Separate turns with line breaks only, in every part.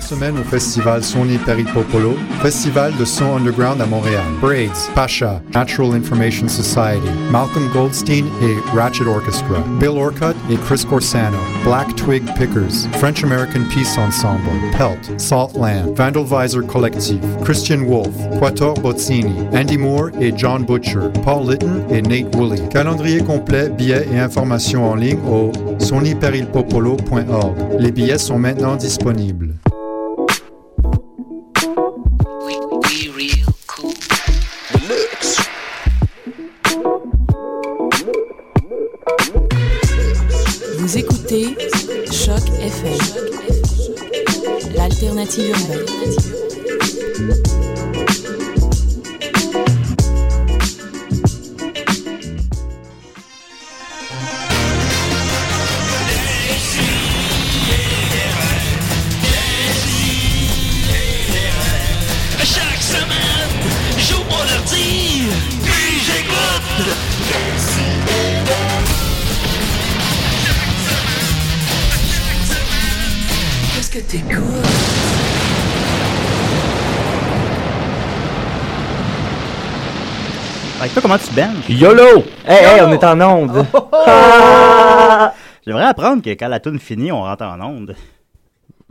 semaine au festival Sony Peripopolo, festival de son underground à Montréal. Braids, Pasha, Natural Information Society, Malcolm Goldstein et Ratchet Orchestra, Bill Orcutt et Chris Corsano, Black Twig Pickers, French American Peace Ensemble, Pelt, Saltland, Vandalvisor Collective, Christian Wolf, Quator Bozzini, Andy Moore et John Butcher, Paul Litton et Nate Woolley. Calendrier complet, billets et informations en ligne au sonyperilpopolo.org. Les billets sont maintenant disponibles.
Vous écoutez Choc FM, l'alternative urbaine.
Chaque semaine, j'ouvre mon ordi, puis j'écoute.
Qu'est-ce que t'écoutes?
Fait que toi, comment tu benches?
YOLO! Hey, hey, on est en onde!
Ah! J'aimerais apprendre que quand la tune finit, on rentre en onde.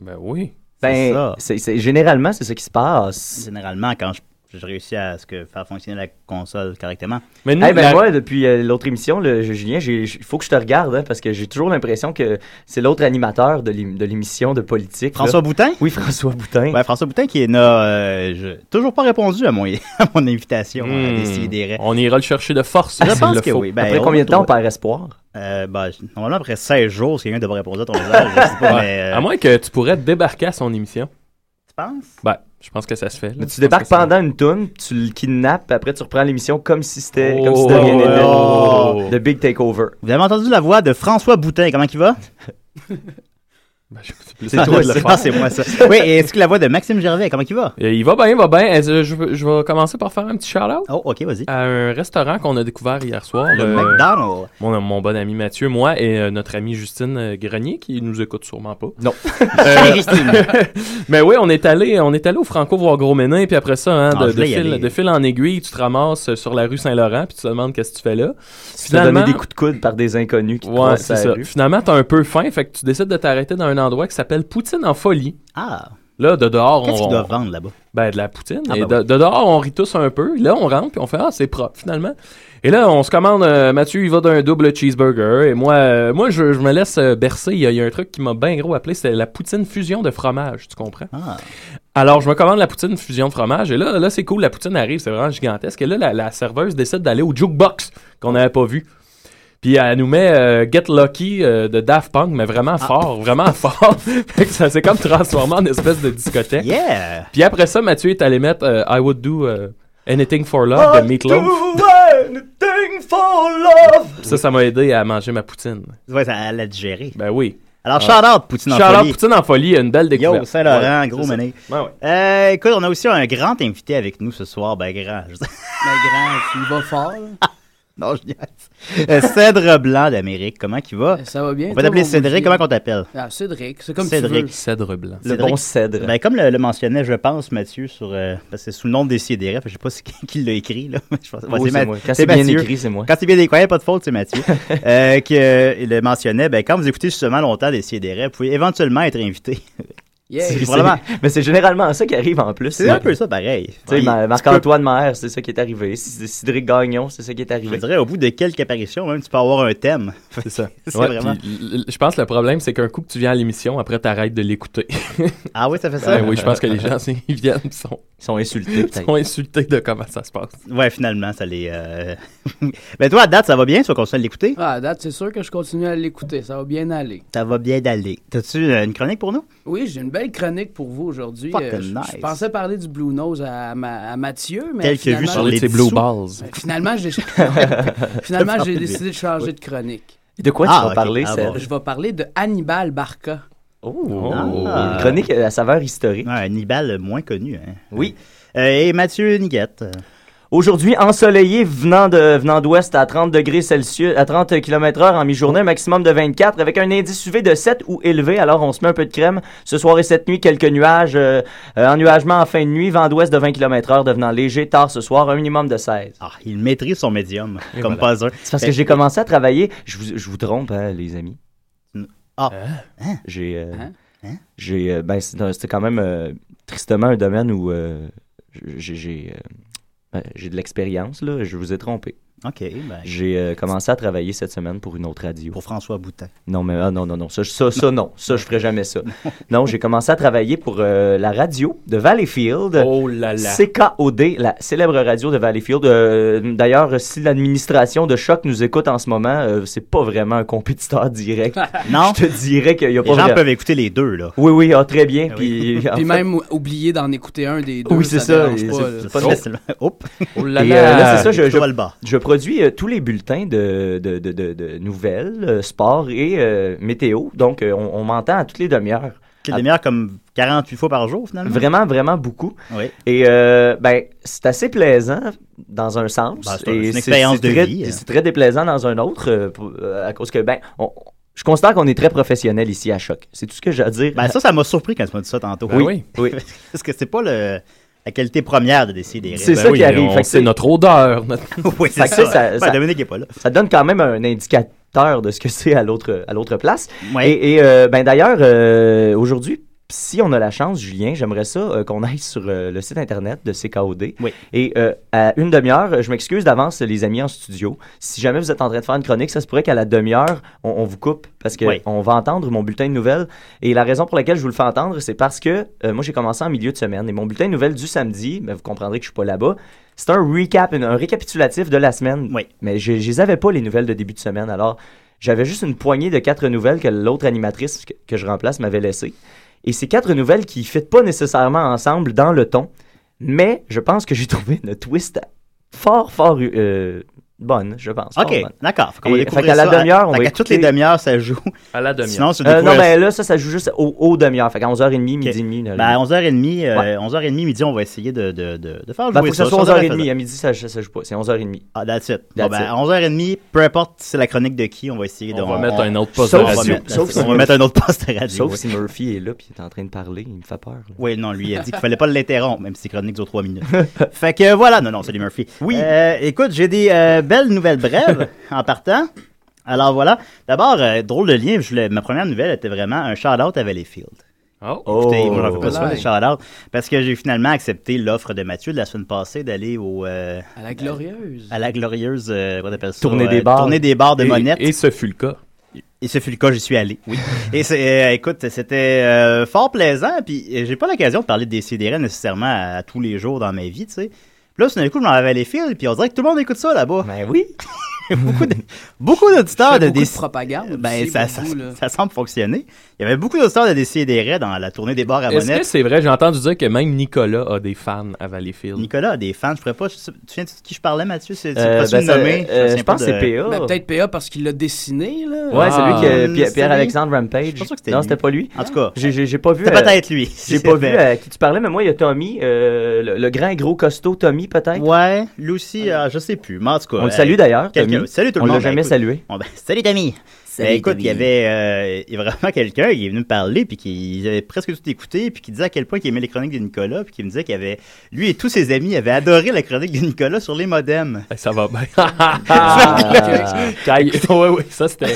Ben oui.
C'est
Ben,
ça.
c'est- c'est- généralement, c'est ce qui se passe.
Généralement, quand je, je réussis à ce que faire fonctionner la console correctement.
Eh
Mais nous,
ben
la-
moi, depuis euh, l'autre émission, là, je- Julien, j'ai- il faut que je te regarde, hein, parce que j'ai toujours l'impression que c'est l'autre animateur de l'ém- de l'émission de politique. là.
François Boutin?
Oui, François Boutin.
Ouais, François Boutin qui n'a euh, je- toujours pas répondu à mon, à mon invitation à
Hmm.
décider.
on ira le chercher de force.
Je
s'il
pense
le
que
faut.
oui. Ben,
Après
on
combien de temps on
retrouve-
perd espoir?
Euh, ben, je- Normalement, après 16 jours, si quelqu'un devrait répondre à ton message. je sais pas,
Ouais.
mais, euh,
À moins que tu pourrais débarquer à son émission.
tu penses?
Ben, je pense que ça se fait. là.
Mais
Je
tu
pense
débarques
que ça-
pendant une toune, tu le kidnappes, après tu reprends l'émission comme si c'était
Oh,
comme si de rien n'était.
oh.
The Big Takeover.
Vous avez entendu la voix de François Boutin. Comment il va?
Ben, je- c'est plus
C'est
ça
toi,
de le
c'est-
faire.
Ah, c'est moi ça. Oui, et est-ce que la voix de Maxime Gervais, comment il va?
Euh, Il va bien, il va bien. Est-ce que Je, je vais commencer par faire un petit shout-out
Oh, ok, vas-y.
à un restaurant qu'on a découvert hier soir.
Le
euh,
McDonald's.
mon, mon bon ami Mathieu, moi et euh, notre amie Justine euh, Grenier, qui nous écoute sûrement pas.
Non.
Euh, mais oui, on est allé, on est allé au Franco voir Gros Ménin, puis après ça, hein,
Ah,
de,
je
de
voulais y aller.
fil, de fil en aiguille, tu te ramasses euh, sur la rue Saint-Laurent, puis tu te demandes qu'est-ce que tu fais là.
Tu te donné des coups de coude par des inconnus qui te
Ouais,
passent
c'est ça. Finalement, t'as un peu faim, fait que tu décides de t'arrêter dans un endroit qui s'appelle Poutine en folie.
Ah,
Là, de dehors,
qu'est-ce
on,
qu'ils doivent vendre là-bas?
ben, de la poutine.
Ah,
et
ben
de, de dehors, on rit tous un peu. Là, on rentre, puis on fait Ah, c'est propre, finalement. Et là, on se commande. euh, Mathieu, il va d'un double cheeseburger. Et moi, euh, moi je, je me laisse euh, bercer. Il y, a, il y a un truc qui m'a bien gros appelé c'est la poutine fusion de fromage, tu comprends
Ah,
Alors, je me commande la poutine fusion de fromage. Et là, là c'est cool, la poutine arrive, c'est vraiment gigantesque. Et là, la, la serveuse décide d'aller au jukebox qu'on n'avait pas vu. Puis elle nous met euh, Get Lucky euh, de Daft Punk, mais
Ah.
vraiment fort, vraiment fort. Fait que ça s'est comme transformé en espèce de discothèque.
yeah!
Puis après ça, Mathieu est allé mettre euh, I Would Do euh, Anything for Love de Meatloaf.
for love.
Ça, ça m'a aidé à manger ma poutine.
Ouais, ça elle a digéré.
Ben oui.
Alors, shout-out, Poutine en
Charlotte
folie.
Poutine en folie, une belle découverte.
Yo, Saint-Laurent,
Ouais,
gros
c'est ça.
mené.
Ouais, ouais.
Euh, écoute, on a aussi un grand invité avec nous ce soir, ben grand. je-
La grande, il va fort.
Ah.
là.
non, je niaise. Euh, Cèdre Blanc d'Amérique, comment qu'il Euh, va?
Ça va bien.
On
toi,
va t'appeler
mon
Cédric,
bouclier?
comment qu'on t'appelle?
Ah, Cédric, c'est comme
Cédric.
tu
Cèdre blanc.
Le
Cédric.
bon cèdre.
Ben, comme le, le mentionnait, je pense, Mathieu, sur, euh, parce que c'est sous le nom de Décideret, je sais pas si- qui l'a écrit, là. Je pense- ouais,
Oh,
c'est Ma-
c'est moi. Quand c'est bien
Mathieu.
écrit, c'est moi.
Quand c'est bien découvert, pas de faute, c'est Mathieu. euh, que, euh, il le mentionnait, ben, quand vous écoutez justement longtemps des vous pouvez éventuellement être invité.
veux. Yeah.
C'est-
C'est-
probablement.
Mais c'est généralement ça qui arrive en plus.
C'est un peu ça, pareil.
Tu sais,
Il-
Ma-
tu
Marc-Antoine Maher, c'est ça qui est arrivé. C- Cédric Gagnon, c'est ça qui est
peux- Je
arrivé.
dirais, au bout de quelques apparitions, hein. même, tu peux avoir un thème.
C'est ça.
C'est
Ouais,
vraiment-
puis l- l- je pense que le problème, c'est qu'un coup que tu viens à l'émission, après, t'arrêtes de l'écouter.
Ah oui, ça fait ça?
Ben oui, je pense que les gens, c'est- ils viennent, ils sont,
Ils sont insultés,
ils
peut-être.
sont insultés de comment ça se passe.
Ouais, finalement, ça les. euh, ben, toi, à date, ça va bien, tu vas continuer à l'écouter?
Ah, à date, c'est sûr que je continue à l'écouter. Ça va bien aller.
Ça va bien d'aller. T'as-tu euh, une chronique pour nous?
Oui, j'ai une belle chronique pour vous aujourd'hui. Euh,
Fucking
je, je
nice.
pensais parler du Blue Nose à, ma- à Mathieu, mais
Tel que vu
finalement, Ben,
sur les
Parler de ces
dissous.
blue balls.
finalement, j'ai finalement, j'ai décidé de changer de chronique.
De quoi
Ah,
tu vas
ok.
parler,
Ah,
Serge?
Je vais parler de Hannibal Barca.
Oh,
Ah.
Une chronique à saveur historique.
Ouais, un Nibal moins connu, hein?
Oui.
Euh, et Mathieu Niguette.
Aujourd'hui, ensoleillé, venant de venant d'ouest à 30 degrés Celsius, à 30 km/h en mi-journée, un maximum de 24, avec un indice UV de 7 ou élevé. Alors, on se met un peu de crème. Ce soir et cette nuit, quelques nuages, euh, euh, ennuagement en fin de nuit, vent d'ouest de 20 km/h, devenant léger tard ce soir, un minimum de 16.
Ah, il maîtrise son médium,
Et
comme
voilà.
pas un. Ben,
C'est parce que j'ai commencé à travailler. Je vous, je vous trompe, hein, les amis.
Ah.
J'ai. euh,
Hein?
Hein?
J'ai. euh, ben, c'est- c'était quand même euh, tristement un domaine où euh, j'ai. J'ai euh, ben, j'ai de l'expérience, là. Je vous ai trompé.
OK, ben,
J'ai euh, commencé à travailler cette semaine pour une autre radio.
pour François Boutin.
Non, mais ah, non, non, non. Ça, ça, ça, non. Ça, je ferai jamais ça. Non, j'ai commencé à travailler pour euh, la radio de Valleyfield.
Oh là là.
CKOD, la célèbre radio de Valleyfield. Euh, D'ailleurs, si l'administration de Choc nous écoute en ce moment, euh, c'est pas vraiment un compétiteur direct.
Non,
Je te dirais qu'il y a pas
les gens
vraiment-
peuvent écouter les deux, là.
Oui, oui, ah, très bien. Puis, en
Puis
fait-
même ou- oublier d'en écouter un des deux.
Oui, c'est ça.
dérange
Et
pas,
c'est-
là.
c'est pas
Oh.
nécessaire.
Oups,
Oh là
Et,
là.
euh, là, c'est ça, je,
je
je-
vois le bas.
je produis euh, tous les bulletins de, de, de, de- de nouvelles, euh, sport et euh, météo. Donc, euh, on, on m'entend à toutes les demi-heures.
Quelle demi-heure comme 48 fois par jour, finalement.
Vraiment, vraiment beaucoup.
Oui.
Et euh, ben, c'est assez plaisant dans un sens.
Ben, c'est un-
Et
c'est une expérience de
très,
vie, hein.
C'est très déplaisant dans un autre, euh, pour- euh, à cause que, ben, on- je constate qu'on est très professionnel ici à Choc. C'est tout ce que j'ai à dire.
Ben, ça, ça m'a surpris quand tu m'as dit ça tantôt.
Ben oui.
oui.
Parce que c'est pas le, la qualité première de décider.
C'est
Ben
ça
oui,
qui arrive.
on-
Fait que
C'est
c'est-
notre odeur. notre-
oui,
Fait
c'est
que ça,
ça.
ça-
Ben,
ça-
Dominique n'est pas là.
Ça donne quand même un indicateur de ce que c'est à l'autre à l'autre place.
Ouais.
Et, et, euh, ben d'ailleurs, euh, aujourd'hui, si on a la chance, Julien, j'aimerais ça euh, qu'on aille sur euh, le site internet de CKOD.
Oui.
Et euh, à une demi-heure, euh, je m'excuse d'avance, les amis en studio. Si jamais vous êtes en train de faire une chronique, ça se pourrait qu'à la demi-heure, on, on vous coupe parce qu'on
Oui.
va entendre mon bulletin de nouvelles. Et la raison pour laquelle je vous le fais entendre, c'est parce que euh, moi, j'ai commencé en milieu de semaine. Et mon bulletin de nouvelles du samedi, ben, vous comprendrez que je suis pas là-bas, c'est un recap, un, un récapitulatif de la semaine.
Oui.
Mais je je les avais pas, les nouvelles de début de semaine. Alors, j'avais juste une poignée de quatre nouvelles que l'autre animatrice que, que je remplace m'avait laissées. Et ces quatre nouvelles qui ne fitent pas nécessairement ensemble dans le ton, mais je pense que j'ai trouvé une twist fort, fort euh, bonne, je pense. fort
OK,
bonne.
d'accord. Fait qu'on va
Et-
découvrir
fait qu'à la
ça.
demi-heure, on
Fait
va
qu'à toutes
écouter-
les demi-heures, ça joue.
À la demi-heure.
Sinon, tu
Euh,
découvres...
non, ben là, ça, ça joue juste au, au demi-heure. Fait qu'à 11h30, midi et demi. une heure et
Ben, à
demie.
11h30, euh,
Ouais.
11h30 midi, on va essayer de, de, de, de faire jouer
Ben, faut que
ça.
ça soit
Ça, ça devrait
11h30.
faire
À midi, ça ne joue pas. C'est 11h30.
ça. Ah, that's it. Bon,
That's
ben,
it.
à 11h30, peu importe si c'est la chronique de qui, on va essayer de...
On va mettre un autre poste de
Sauf-
on va
radio.
mettre-
Sauf si-
on va mettre un autre poste de radio.
Sauf
oui.
si Murphy est là puis il est en train de parler, il me fait peur. là.
Oui, non, lui, il a dit qu'il fallait pas l'interrompre, même si c'est chronique dure trois minutes. fait que voilà, non, non, salut Murphy. Oui. écoute, j'ai des euh, belles nouvelles brèves en partant. Alors voilà. D'abord, euh, drôle de lien, je voulais- ma première nouvelle était vraiment un shout-out à Valleyfield.
Oh.
Écoutez, moi, j'en
Oh.
fais pas souvent des shout-outs, parce que j'ai finalement accepté l'offre de Mathieu de la semaine passée d'aller au, euh,
À la glorieuse.
à la glorieuse, euh, comment on appelle ça?
Tournée
Euh,
des bars.
Tournée des bars de
Et-
Monette.
Et ce fut le cas.
Et ce fut le cas, j'y suis allé. Oui. Et c'est, euh, écoute, c'était euh, fort plaisant. Puis euh, j'ai pas l'occasion de parler des CDR nécessairement à, à tous les jours dans ma vie, tu sais. Puis là, tout d'un coup, je m'en avais les fils, puis on dirait que tout le monde écoute ça là-bas.
Ben oui.
beaucoup, de- beaucoup
Ça
d'auditeurs
fait
de
beaucoup
des.
de propagande.
Ben,
aussi,
ça, ça,
beaucoup, là.
ça semble fonctionner. Il y avait beaucoup d'auditeurs de DCDR dans la tournée des bars à
Est-ce que
Monette.
c'est vrai? J'ai entendu dire que même Nicolas a des fans à Valleyfield.
Nicolas a des fans, je pourrais pas. Tu te souviens de qui je parlais, Mathieu C'est c'est
Euh,
pas
ben,
su
ça-
nommer.
euh,
me
je
souviens
pense
pas
que c'est
de-
PA.
Ben, peut-être PA parce qu'il l'a dessiné, là.
Ouais, c'est lui qui
Ah.
a- Pierre-
C'est
Pierre-Alexandre
Je
Rampage.
pense que c'était
non,
lui.
c'était pas lui.
En tout cas,
J'ai- J'ai j'ai pas vu.
c'est
euh,
peut-être lui.
J'ai pas vu
Ben,
à qui tu parlais, mais moi, il y a Tommy, euh, le, le grand et gros costaud Tommy, peut-être.
Ouais, lui aussi, euh, je sais plus. Mais en tout cas,
On le
euh,
salue d'ailleurs,
quelqu'un.
Tommy.
Salut tout
On
le monde.
l'a
Ben,
jamais
écoute,
salué.
Bon, ben, salut Tommy. Ben, écoute, il y avait euh, il y avait vraiment quelqu'un qui est venu me parler puis qui il avait presque tout écouté puis qui disait à quel point il aimait les chroniques de Nicolas puis qui me disait qu'il avait lui et tous ses amis avaient adoré la chronique de Nicolas sur les modems.
Eh, Ça va bien.
Ah.
Caille. ouais, ouais, ça c'était.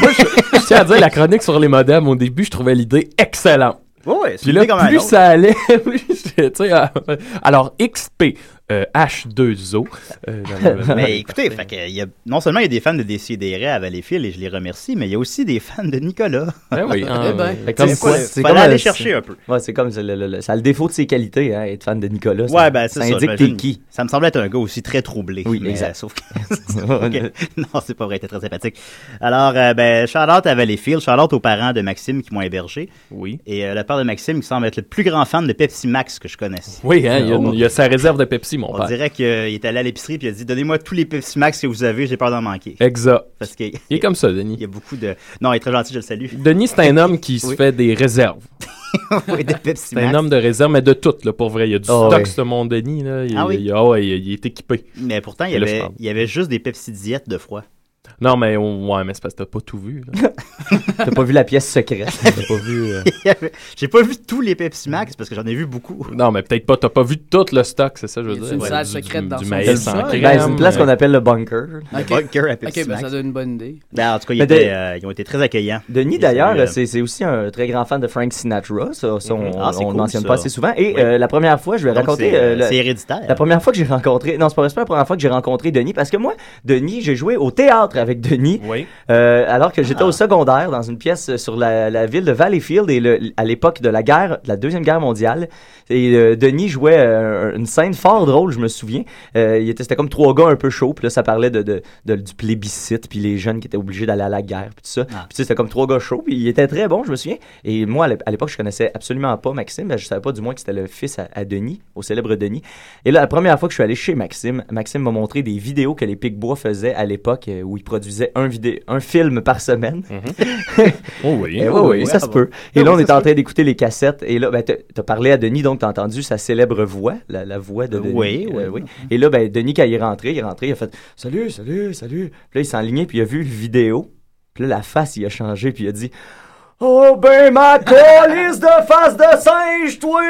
Moi, je, je tiens à dire, la chronique sur les modems, au début, je trouvais l'idée excellente.
Oui, ouais,
Puis là, plus ça allait, plus j'étais, tu sais, euh, alors XP, euh, H2O. euh, dans le-
Mais écoutez, fait que, il y a- non seulement il y a des fans de DCDR à Valleyfield et je les remercie, mais il y a aussi des fans de Nicolas.
Ben oui, hein,
Eh ben.
euh, comme
C'est
quoi.
quoi,
Il
c'est
fallait
comme
aller
un-
chercher un peu.
Ouais, c'est comme le- le- le- ça a le défaut de ses qualités, hein, être fan de Nicolas.
Ouais, ben c'est ça.
indique t'es
j'imagine.
qui.
Ça me semblait être un gars aussi très troublé.
Oui,
mais,
exact.
euh, sauf que... Ok. Non, c'est pas vrai, t'es très sympathique. Alors, euh, ben, Charlotte à Valleyfield, Charlotte aux parents de Maxime qui m'ont hébergé.
Oui.
Et euh, le père de Maxime qui semble être le plus grand fan de Pepsi Max que je connaisse. Oh.
Oui, hein, il y a- il y, a sa réserve de Pepsi, mon
On
père.
dirait qu'il est allé à l'épicerie et il a dit Donnez-moi tous les Pepsi Max que vous avez, j'ai peur d'en manquer.
Exact.
Parce qu'il
Il est comme ça,
il
Denis.
y a beaucoup de. Non, il est très gentil, je le salue.
Denis, c'est un homme qui se
Oui.
fait des réserves.
oui, de Pepsi
C'est un
Max.
homme de réserve, mais de tout, là, pour vrai. Il y a du
Ah
stock,
oui.
ce mon Denis. Là. Il,
Ah oui?
il- ah ouais, il- il est équipé.
Mais pourtant, il y,
Et là, je
avait,
parle.
il y avait juste des Pepsi diète de froid.
Non, mais oh, ouais, mais c'est parce que t'as pas tout vu. là.
T'as pas vu la pièce secrète.
T'as pas vu. euh,
Il y avait- J'ai pas vu tous les Pepsi Max parce que j'en ai vu beaucoup.
Non, mais peut-être pas. T'as pas vu tout le stock, c'est ça, que je veux
Y a-t-il
dire.
une
Ouais,
salle
du-
secrète
du,
dans
du
son
maïs
sol?
en crème.
Ben, c'est une place
euh,
qu'on appelle le bunker.
Le
Ok.
bunker à Pepsi
Ok, ben
Max.
ça donne une bonne idée.
Ben, en tout cas, il
Mais de-
était, euh, ils ont été très accueillants.
Denis,
Et
d'ailleurs,
c'est, euh,
c'est c'est aussi un très grand fan de Frank Sinatra. Ça, ça, on
Mhm. Ah, c'est
on
cool,
mentionne
ça.
pas assez souvent. Et
Oui.
euh, la première fois, je vais
donc
raconter.
C'est
euh,
euh,
la-
c'est héréditaire.
La première fois que j'ai rencontré, non, c'est pas, c'est pas la première fois que j'ai rencontré Denis, parce que moi, Denis, j'ai joué au théâtre avec Denis,
Oui.
euh, alors que j'étais
Ah.
au secondaire dans une pièce euh, sur la, la ville de Valleyfield et le- à l'époque de la guerre, de la deuxième guerre mondiale. Et euh, Denis jouait euh, une scène fort drôle, je me souviens. Euh, il était, c'était comme trois gars un peu chauds, puis là, ça parlait de, de- de- du plébiscite, puis les jeunes qui étaient obligés d'aller à la guerre, puis tout ça.
Ah.
Puis tu sais, c'était comme trois gars chauds, puis il était très bon, je me souviens. Et moi, à l'ép- à l'époque, je connaissais absolument pas Maxime, ben, je savais pas du moins que c'était le fils à, à Denis, au célèbre Denis. Et là, la première fois que je suis allé chez Maxime, Maxime m'a montré des vidéos que les Picbois faisaient à l'époque, euh, où ils produisaient un, vidé- un film par semaine.
Oh oui.
Eh oui, oui, ça se peut. Et là, on est en train d'écouter les cassettes. Et là, ben, t'as t'as parlé à Denis, donc t'as entendu sa célèbre voix, la, la voix de
Euh,
Denis.
oui, oui.
Et là, ben, Denis, quand il est rentré, il est rentré, il a fait « Salut, salut, salut ». Puis là, il s'est enligné, puis il a vu le vidéo. Puis là, la face, il a changé, puis il a dit « Oh ben, ma colisse de face de singe, toi!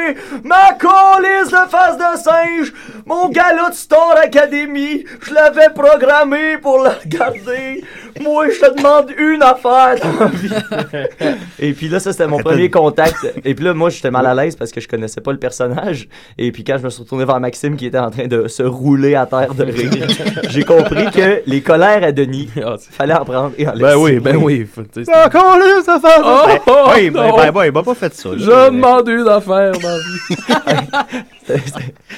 Ma colisse de face de singe! Mon galop de Star Academy, je l'avais programmé pour la regarder! Moi, je te demande une affaire dans la vie! » Et puis là, ça, c'était mon premier contact. Et puis là, moi, j'étais mal à l'aise parce que je connaissais pas le personnage. Et puis quand je me suis retourné vers Maxime qui était en train de se rouler à terre de rire, j'ai compris que les colères à Denis,
Ah, c'est-
fallait en prendre et en laisser.
ben oui, ben oui. Faut- tu sais, c'est-
Encore là, ça fait
Oh,
Ben,
oh,
oui, ben,
non.
ben, ben, il m'a pas fait ça. là.
Je demande une affaire dans la vie.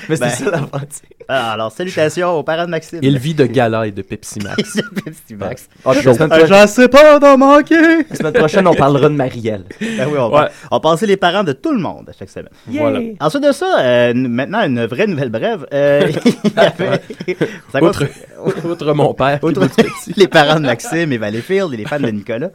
Mais c'est
Ben.
ça l'aventure.
Ah, Alors, salutations aux parents de Maxime.
Il vit de gala et de Pepsi Max.
de Pepsi Max.
Ah, puis la semaine, pro-
J'en sais pas d'en manquer.
la semaine prochaine, on parlera de Marielle.
Ben oui, on,
Ouais.
va on passait les parents de tout le monde à chaque semaine.
Voilà.
Ensuite de ça, euh, n- maintenant, une vraie nouvelle brève. Euh, il y avait- ça
Outre,
compte-
outre mon père. puis
Outre les parents de Maxime et Valleyfield et les fans de Nicolas.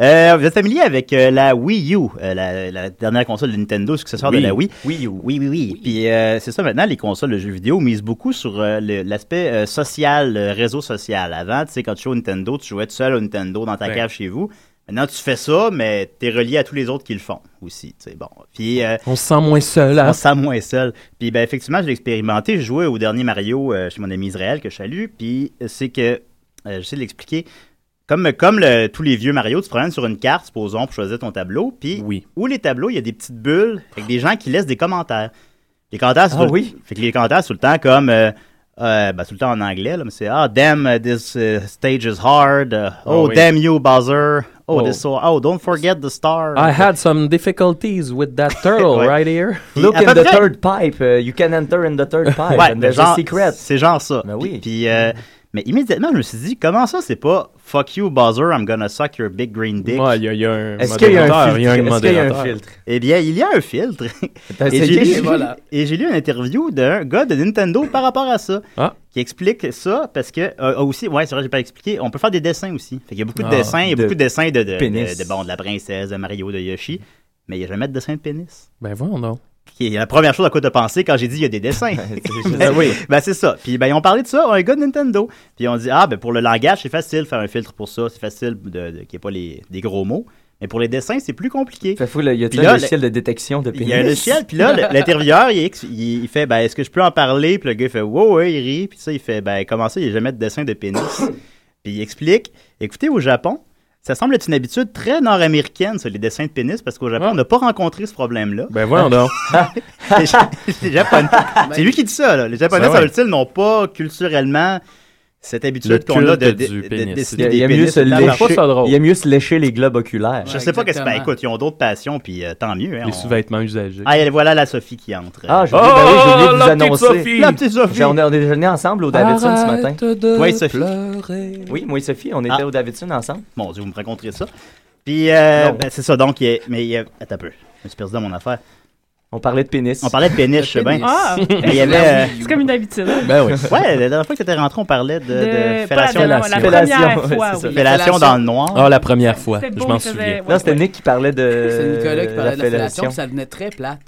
Euh, vous êtes familier avec euh, la Wii U, euh, la, la dernière console de Nintendo, successeur
Oui.
de la Wii.
Oui,
Oui, oui, oui. Puis euh, c'est ça, maintenant, les consoles de jeux vidéo misent beaucoup sur euh, le- l'aspect euh, social, euh, réseau social. Avant, tu sais, quand tu jouais au Nintendo, tu jouais tout seul au Nintendo dans ta
Ouais.
cave chez vous. Maintenant, tu fais ça, mais t'es relié à tous les autres qui le font aussi. tu sais, Bon. Puis euh,
On se sent moins seul. hein.
on se sent moins seul. Puis ben effectivement, je l'ai expérimenté. Je jouais au dernier Mario euh, chez mon ami Israël que je salue. Puis euh, c'est que, euh, j'essaie de l'expliquer, comme, comme le- tous les vieux Mario, tu te promènes sur une carte, supposons, pour choisir ton tableau. Puis
Oui.
où les tableaux, il y a des petites bulles avec des gens qui laissent des commentaires. Les commentaires, c'est
Ah
tout le-
oui?
fait que les commentaires, c'est tout le temps comme... euh, euh, ben, tout le temps en anglais, là, mais c'est Ah, damn, uh, this uh, stage is hard. Uh, oh,
Ah oui.
damn you, Bowser. Oh,
Oh.
this so. Oh, don't forget the star.
I had some difficulties with that turtle
Ouais.
right here.
Puis,
Look
à
in
peu
the
près-
third pipe. uh, you can enter in the third pipe.
Ouais,
and
mais
there's
genre,
a secret.
C'est genre ça.
Ben oui.
Puis, puis, euh, mais immédiatement, je me suis dit, comment ça, c'est pas fuck you, buzzer, I'm gonna suck your big green dick.
Ouais, il y a- il y a un
Est-ce qu'il y a un
modérateur,
filtre?
il y a un
Est-ce qu'il y a un
modérateur.
filtre?
Eh bien, il y a un filtre.
T'as
Et
essayé?
j'ai lu,
voilà.
et j'ai lu une interview d'un gars de Nintendo par rapport à ça.
Ah.
Qui explique ça parce que, euh, ah, aussi, ouais, c'est vrai, j'ai pas expliqué, on peut faire des dessins aussi. Fait qu'il y a beaucoup de
Ah,
dessins, il y a
de
beaucoup de dessins de, de, de-
pénis.
de- bon, de la princesse, de Mario, de Yoshi, mais il n'y a jamais de dessin de pénis.
Ben voyons donc.
Qui est la première chose à quoi t'as pensé quand j'ai dit il y a des dessins.
Ah oui.
Ben, c'est ça. Puis, ben, ils ont parlé de ça, un gars de Nintendo. Puis, on dit, ah, ben, pour le langage, c'est facile de faire un filtre pour ça. C'est facile de, de- qu'il n'y ait pas les, des gros mots. Mais pour les dessins, c'est plus compliqué.
Fait fou, là, y a-t-il
Puis là,
un logiciel de détection de pénis?
Il y a un logiciel, puis là, le- l'intérieur, il, ex- il- il fait, ben, est-ce que je peux en parler? Puis le gars, il fait, wow, ouais, il rit. Puis ça, il fait, ben, comment ça, il n'y a jamais de dessin de pénis? puis il explique, écoutez, au Japon, ça semble être une habitude très nord-américaine, ça, les dessins de pénis, parce qu'au Japon,
Ouais.
on n'a pas rencontré ce problème-là.
Ben voyons donc.
Les Ja- les Japonais. C'est lui qui dit ça, là. Les Japonais,
Ben ouais.
semble-t-il, n'ont pas culturellement cette habitude
Le
qu'on a de,
culte
de-
du
de
pénis.
Il y
dessiner
a- il
des
y a mieux
pénis.
se
dans
Je
leur
trouve
lécher-
ça drôle.
il y a mieux se lécher les globes oculaires.
Je sais pas qu'est-ce que ben,
Exactement.
écoute, ils ont d'autres passions, puis euh, tant mieux. Hein,
Les
on-
sous-vêtements usagés.
Ah, et voilà la Sophie qui entre.
Ah,
Oh,
j'ai oublié, ben oui, j'ai oublié de vous
la petite
annoncer.
Sophie!
la petite Sophie!
J'ai- on a on a déjeuné ensemble au Davidson ce matin.
Arrête de
Ouais, Sophie.
pleurer.
Oui, moi et Sophie, on était
Ah.
au Davidson ensemble.
Mon Dieu, vous me raconterez ça. Puis, euh,
Non.
ben, c'est ça, donc, il y a- mais il y a- Attends un peu, je me suis perdu dans mon affaire.
On parlait de pénis.
On parlait de pénis, je sais bien.
Ah!
Il y avait. euh,
C'est comme une habitude. hein.
Ben oui.
Ouais, la dernière fois que tu étais rentré, on parlait de, de
De- pas
fellation,
la, dernière, la première
Fellation,
fois,
ouais, c'est
oui.
fellation dans le noir.
Ah, la première fois.
C'était
Je
beau,
m'en
il faisait-
souviens.
ouais,
Non, c'était
ouais.
Nick qui parlait de.
C'est Nicolas qui parlait de la fellation,
fellation.
ça devenait très plate.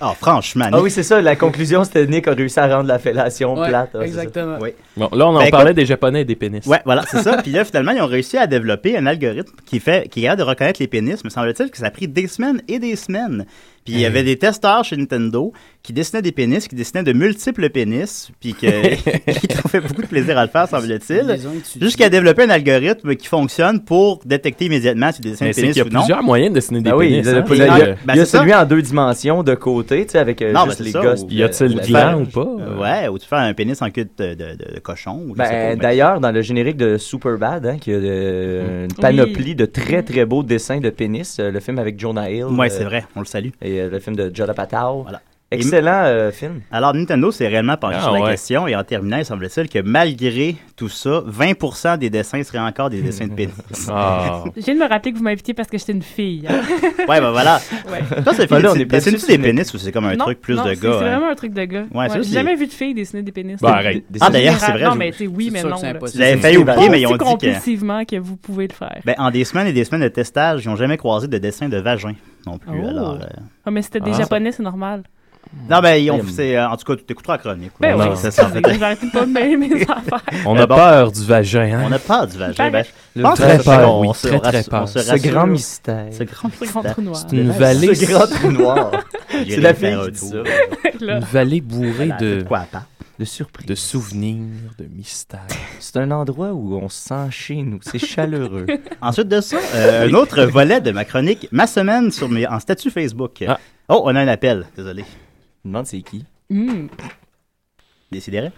Ah, franchement.
Ah
Nick.
oui, c'est ça. La conclusion, c'était Nick a réussi à rendre la fellation
Ouais,
plate. ah, c'est ça.
exactement.
Ouais.
Bon, là, on en
Ben,
parlait des Japonais et des pénis.
Ouais, voilà, c'est ça. Puis là, finalement, ils ont réussi à développer un algorithme qui fait, qui est capable de reconnaître les pénis. Me semble-t-il que ça a pris des semaines et des semaines. Puis il y avait des testeurs chez Nintendo qui dessinaient des pénis, qui dessinaient de multiples pénis, puis que, qui trouvaient beaucoup de plaisir à le faire, semble-t-il.
Ils ont étudié.
Jusqu'à développer un algorithme qui fonctionne pour détecter immédiatement si tu dessines
Mais
un
c'est qu'il
pénis
y a
ou non.
plusieurs moyens de dessiner des
Ben oui,
pénis.
le-
hein.
le-
Et,
il y a,
euh,
ben,
il y a
c'est ça.
celui en deux dimensions de côté, tu sais, avec euh,
Non,
juste
ben,
les
c'est ça,
gosses.
ou-
puis,
Y a-t-il
euh,
gland
la-
ou pas
Euh, Ouais, ou tu fais un pénis en queue de, de, de- de cochon. ou je sais pas, mais-
Ben, D'ailleurs, dans le générique de Superbad, hein, qui a euh, une panoplie de très très beaux dessins de pénis, euh, le film avec Jonah Hill
Ouais,
euh,
c'est vrai, on le salue.
et euh, le film de Judd Apatow.
Voilà.
Excellent euh, film.
Alors, Nintendo s'est réellement penché
Ah,
sur la
ouais.
question et en terminant, il semble-t-il que malgré tout ça, 20% des dessins seraient encore des dessins de pénis.
Ah.
Je viens de me rappeler que vous m'invitiez parce que j'étais une fille. hein.
ouais, ben voilà.
Ouais.
Toi, c'est
Ben là, on est pas
Dessines-tu
dessus,
des
mais-
pénis ou c'est comme un
Non,
truc plus
non,
de
c'est-
gars?
C'est
hein?
vraiment un truc de gars.
Ouais, ça,
J'ai
c'est-
jamais vu de fille dessiner des pénis.
Bah, arrête.
Des-
Ah,
des-
d'ailleurs, c'est vrai.
Non,
je-
mais tu sais, oui,
C'est
mais
sûr
non.
que c'est
là.
impossible.
Ils avaient failli oublier,
On
mais
dit
ils ont dit que.
compulsivement que vous pouvez le faire.
Ben, en des semaines et des semaines de testage, ils n'ont jamais croisé de dessin de vagin non plus.
Oh.
Alors, euh,
Ah, mais c'était des
Ah.
japonais, c'est normal.
Non, ben, ils ont,
Hmm.
c'est, euh, en tout cas, tu écouteras la chronique.
Ben
Ouais,
oui,
c'est ça, en fait.
J'arrête pas de mêler mes affaires.
On
Euh,
a
bon.
peur du vagin, hein?
On n'a pas du vagin.
Il paraît.
Ben, je
Le
pense
vrai
que-
peur,
on
oui,
se
très, très
rassure-
peur.
on se
Ce grand
rassure.
mystère.
Ce grand
C'est grand
mystère.
trou noir.
C'est une
Ce
vallée.
grand trou noir.
J'irai
C'est la
faire
fille qui
un
dit
tour.
ça.
Là.
Une vallée bourrée
Voilà, c'est
de,
de quoi à part.
De surprise.
de souvenirs, de mystères.
C'est un endroit où on se sent chez nous. C'est chaleureux.
Ensuite de ça, euh, un autre volet de ma chronique, ma semaine sur mes, en statut Facebook.
Ah.
Oh, on a un appel, désolé.
Je me demande c'est qui.
Hmm.
Décidérez.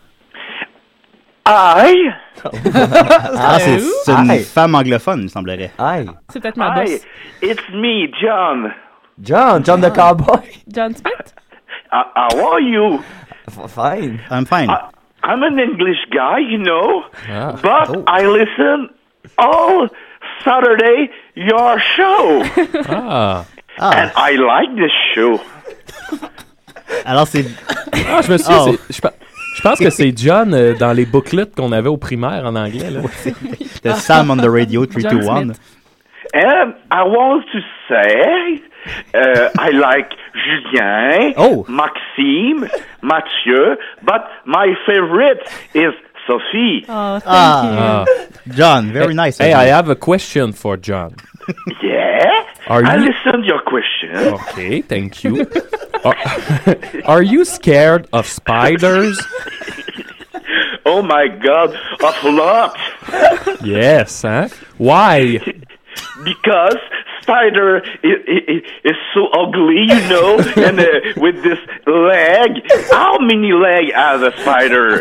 Aïe!
Ah, c'est c'est une
Aïe.
femme anglophone, il me semblerait.
Hi.
C'est peut-être ma
Aïe!
boss.
It's me, John.
John, John
Ah.
the Cowboy.
John Smith?
Uh, how are you?
F- Fine.
I'm fine.
Ah.
I, I'm an English guy, you know,
Ah.
but I listen all Saturday your show,
Ah.
and I like this show.
Alors, c'est.
Ah, je me souviens,
Oh.
c'est- je, pe- je pense que c'est John euh, dans les booklets qu'on avait au primaire en anglais. Là.
The Sam on the Radio 321.
John
And I want to say uh, I like Julien,
Oh.
Maxime, Mathieu, but my favorite is Sophie.
Oh, thank
Ah. John, very nice.
Hey, I have a question for John.
Yeah?
Are
I
you-
listen to your question.
Okay, thank you. Are, are you scared of spiders?
Oh my god, a lot.
Yes, hein? Why? Oh.
because Spider is, is, is so ugly, you know, and uh, with this leg. How many leg has a spider?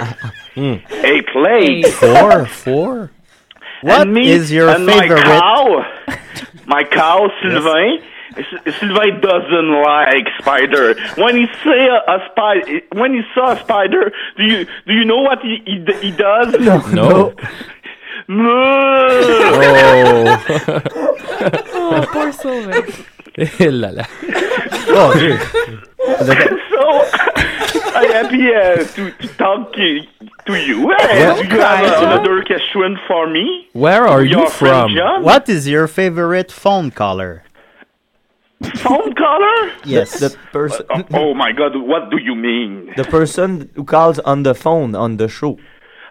Eight legs.
you.
Hmm. Four? Four?
What
and me,
is your
and
favorite?
My cow, my cow Sylvain. S- Sylvain doesn't like spider. When he see a, a spider, when he saw a spider, do you do you know what he he, d- he does?
No.
Moo.
Oh.
Oh, poor Sylvain.
Eh là là.
Oh, Dieu.
So I'm happy uh, to, to talk to, to you. Hey, do you have uh, another question for me?
Where are
Your
you
friend
from?
John?
What is your favorite phone caller?
Phone caller?
Yes.
The person.
Oh, oh my God! What do you mean?
The person who calls on the phone on the show.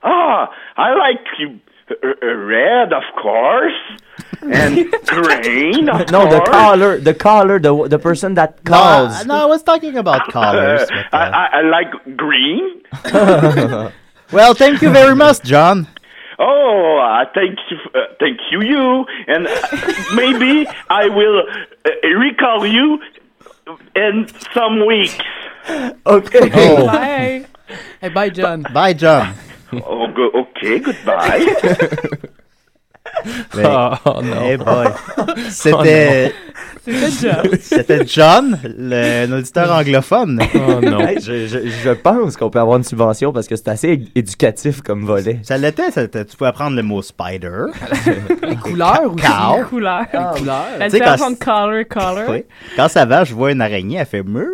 Ah, I like you. Uh, uh, red, of course, and green, of
No, the
course.
caller, the caller, the the person that calls.
No, I was talking about
Uh,
callers. but,
I,
uh,
I, I like green.
well, thank you very much, John.
Oh, I thank you, uh, thank you, you, and uh, maybe I will uh, recall you in some weeks.
Okay.
Bye.
Hey, bye John.
Bye, John.
Oh, go- okay, goodbye.
Mais-
Ah, oh, non.
Eh boy. C'était euh,
C'était John.
Oh, c'était John, le- un auditeur anglophone.
Oh, non.
Hey, je, je- je pense qu'on peut avoir une subvention parce que c'est assez é- éducatif comme volet.
Ça l'était, ça l'était. tu pouvais apprendre le mot spider.
Les couleurs aussi.
Cow. Ah.
Couleur.
Les couleurs.
La
Tu sais,
différence
quand-
entre color, color.
Oui. Quand ça va, je vois une araignée, elle fait meuh.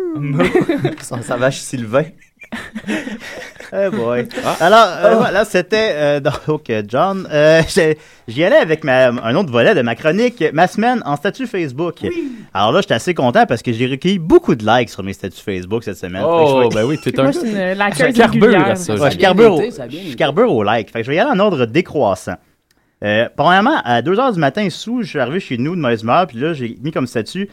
Ça, ça vache Sylvain.
Eh boy. Alors, euh, voilà, c'était euh, donc euh, John. Euh, j'ai- J'y allais avec ma- un autre volet de ma chronique, ma semaine en statut Facebook. Alors là, j'étais assez content parce que j'ai recueilli beaucoup de likes sur mes statuts Facebook cette semaine. Fait que je
Oh,
vais-
ben oui, t'es un.
Moi, c'est une euh, laqueuse
Ça carbure
régulière.
à ça.
Ouais, je
bien
carbure,
été,
au-
ça a bien
je
été.
carbure au like. Fait que je vais y aller en ordre décroissant. Euh, premièrement, à 2h du matin, sous, je suis arrivé chez nous de mauvaise humeur, puis là, j'ai mis comme statut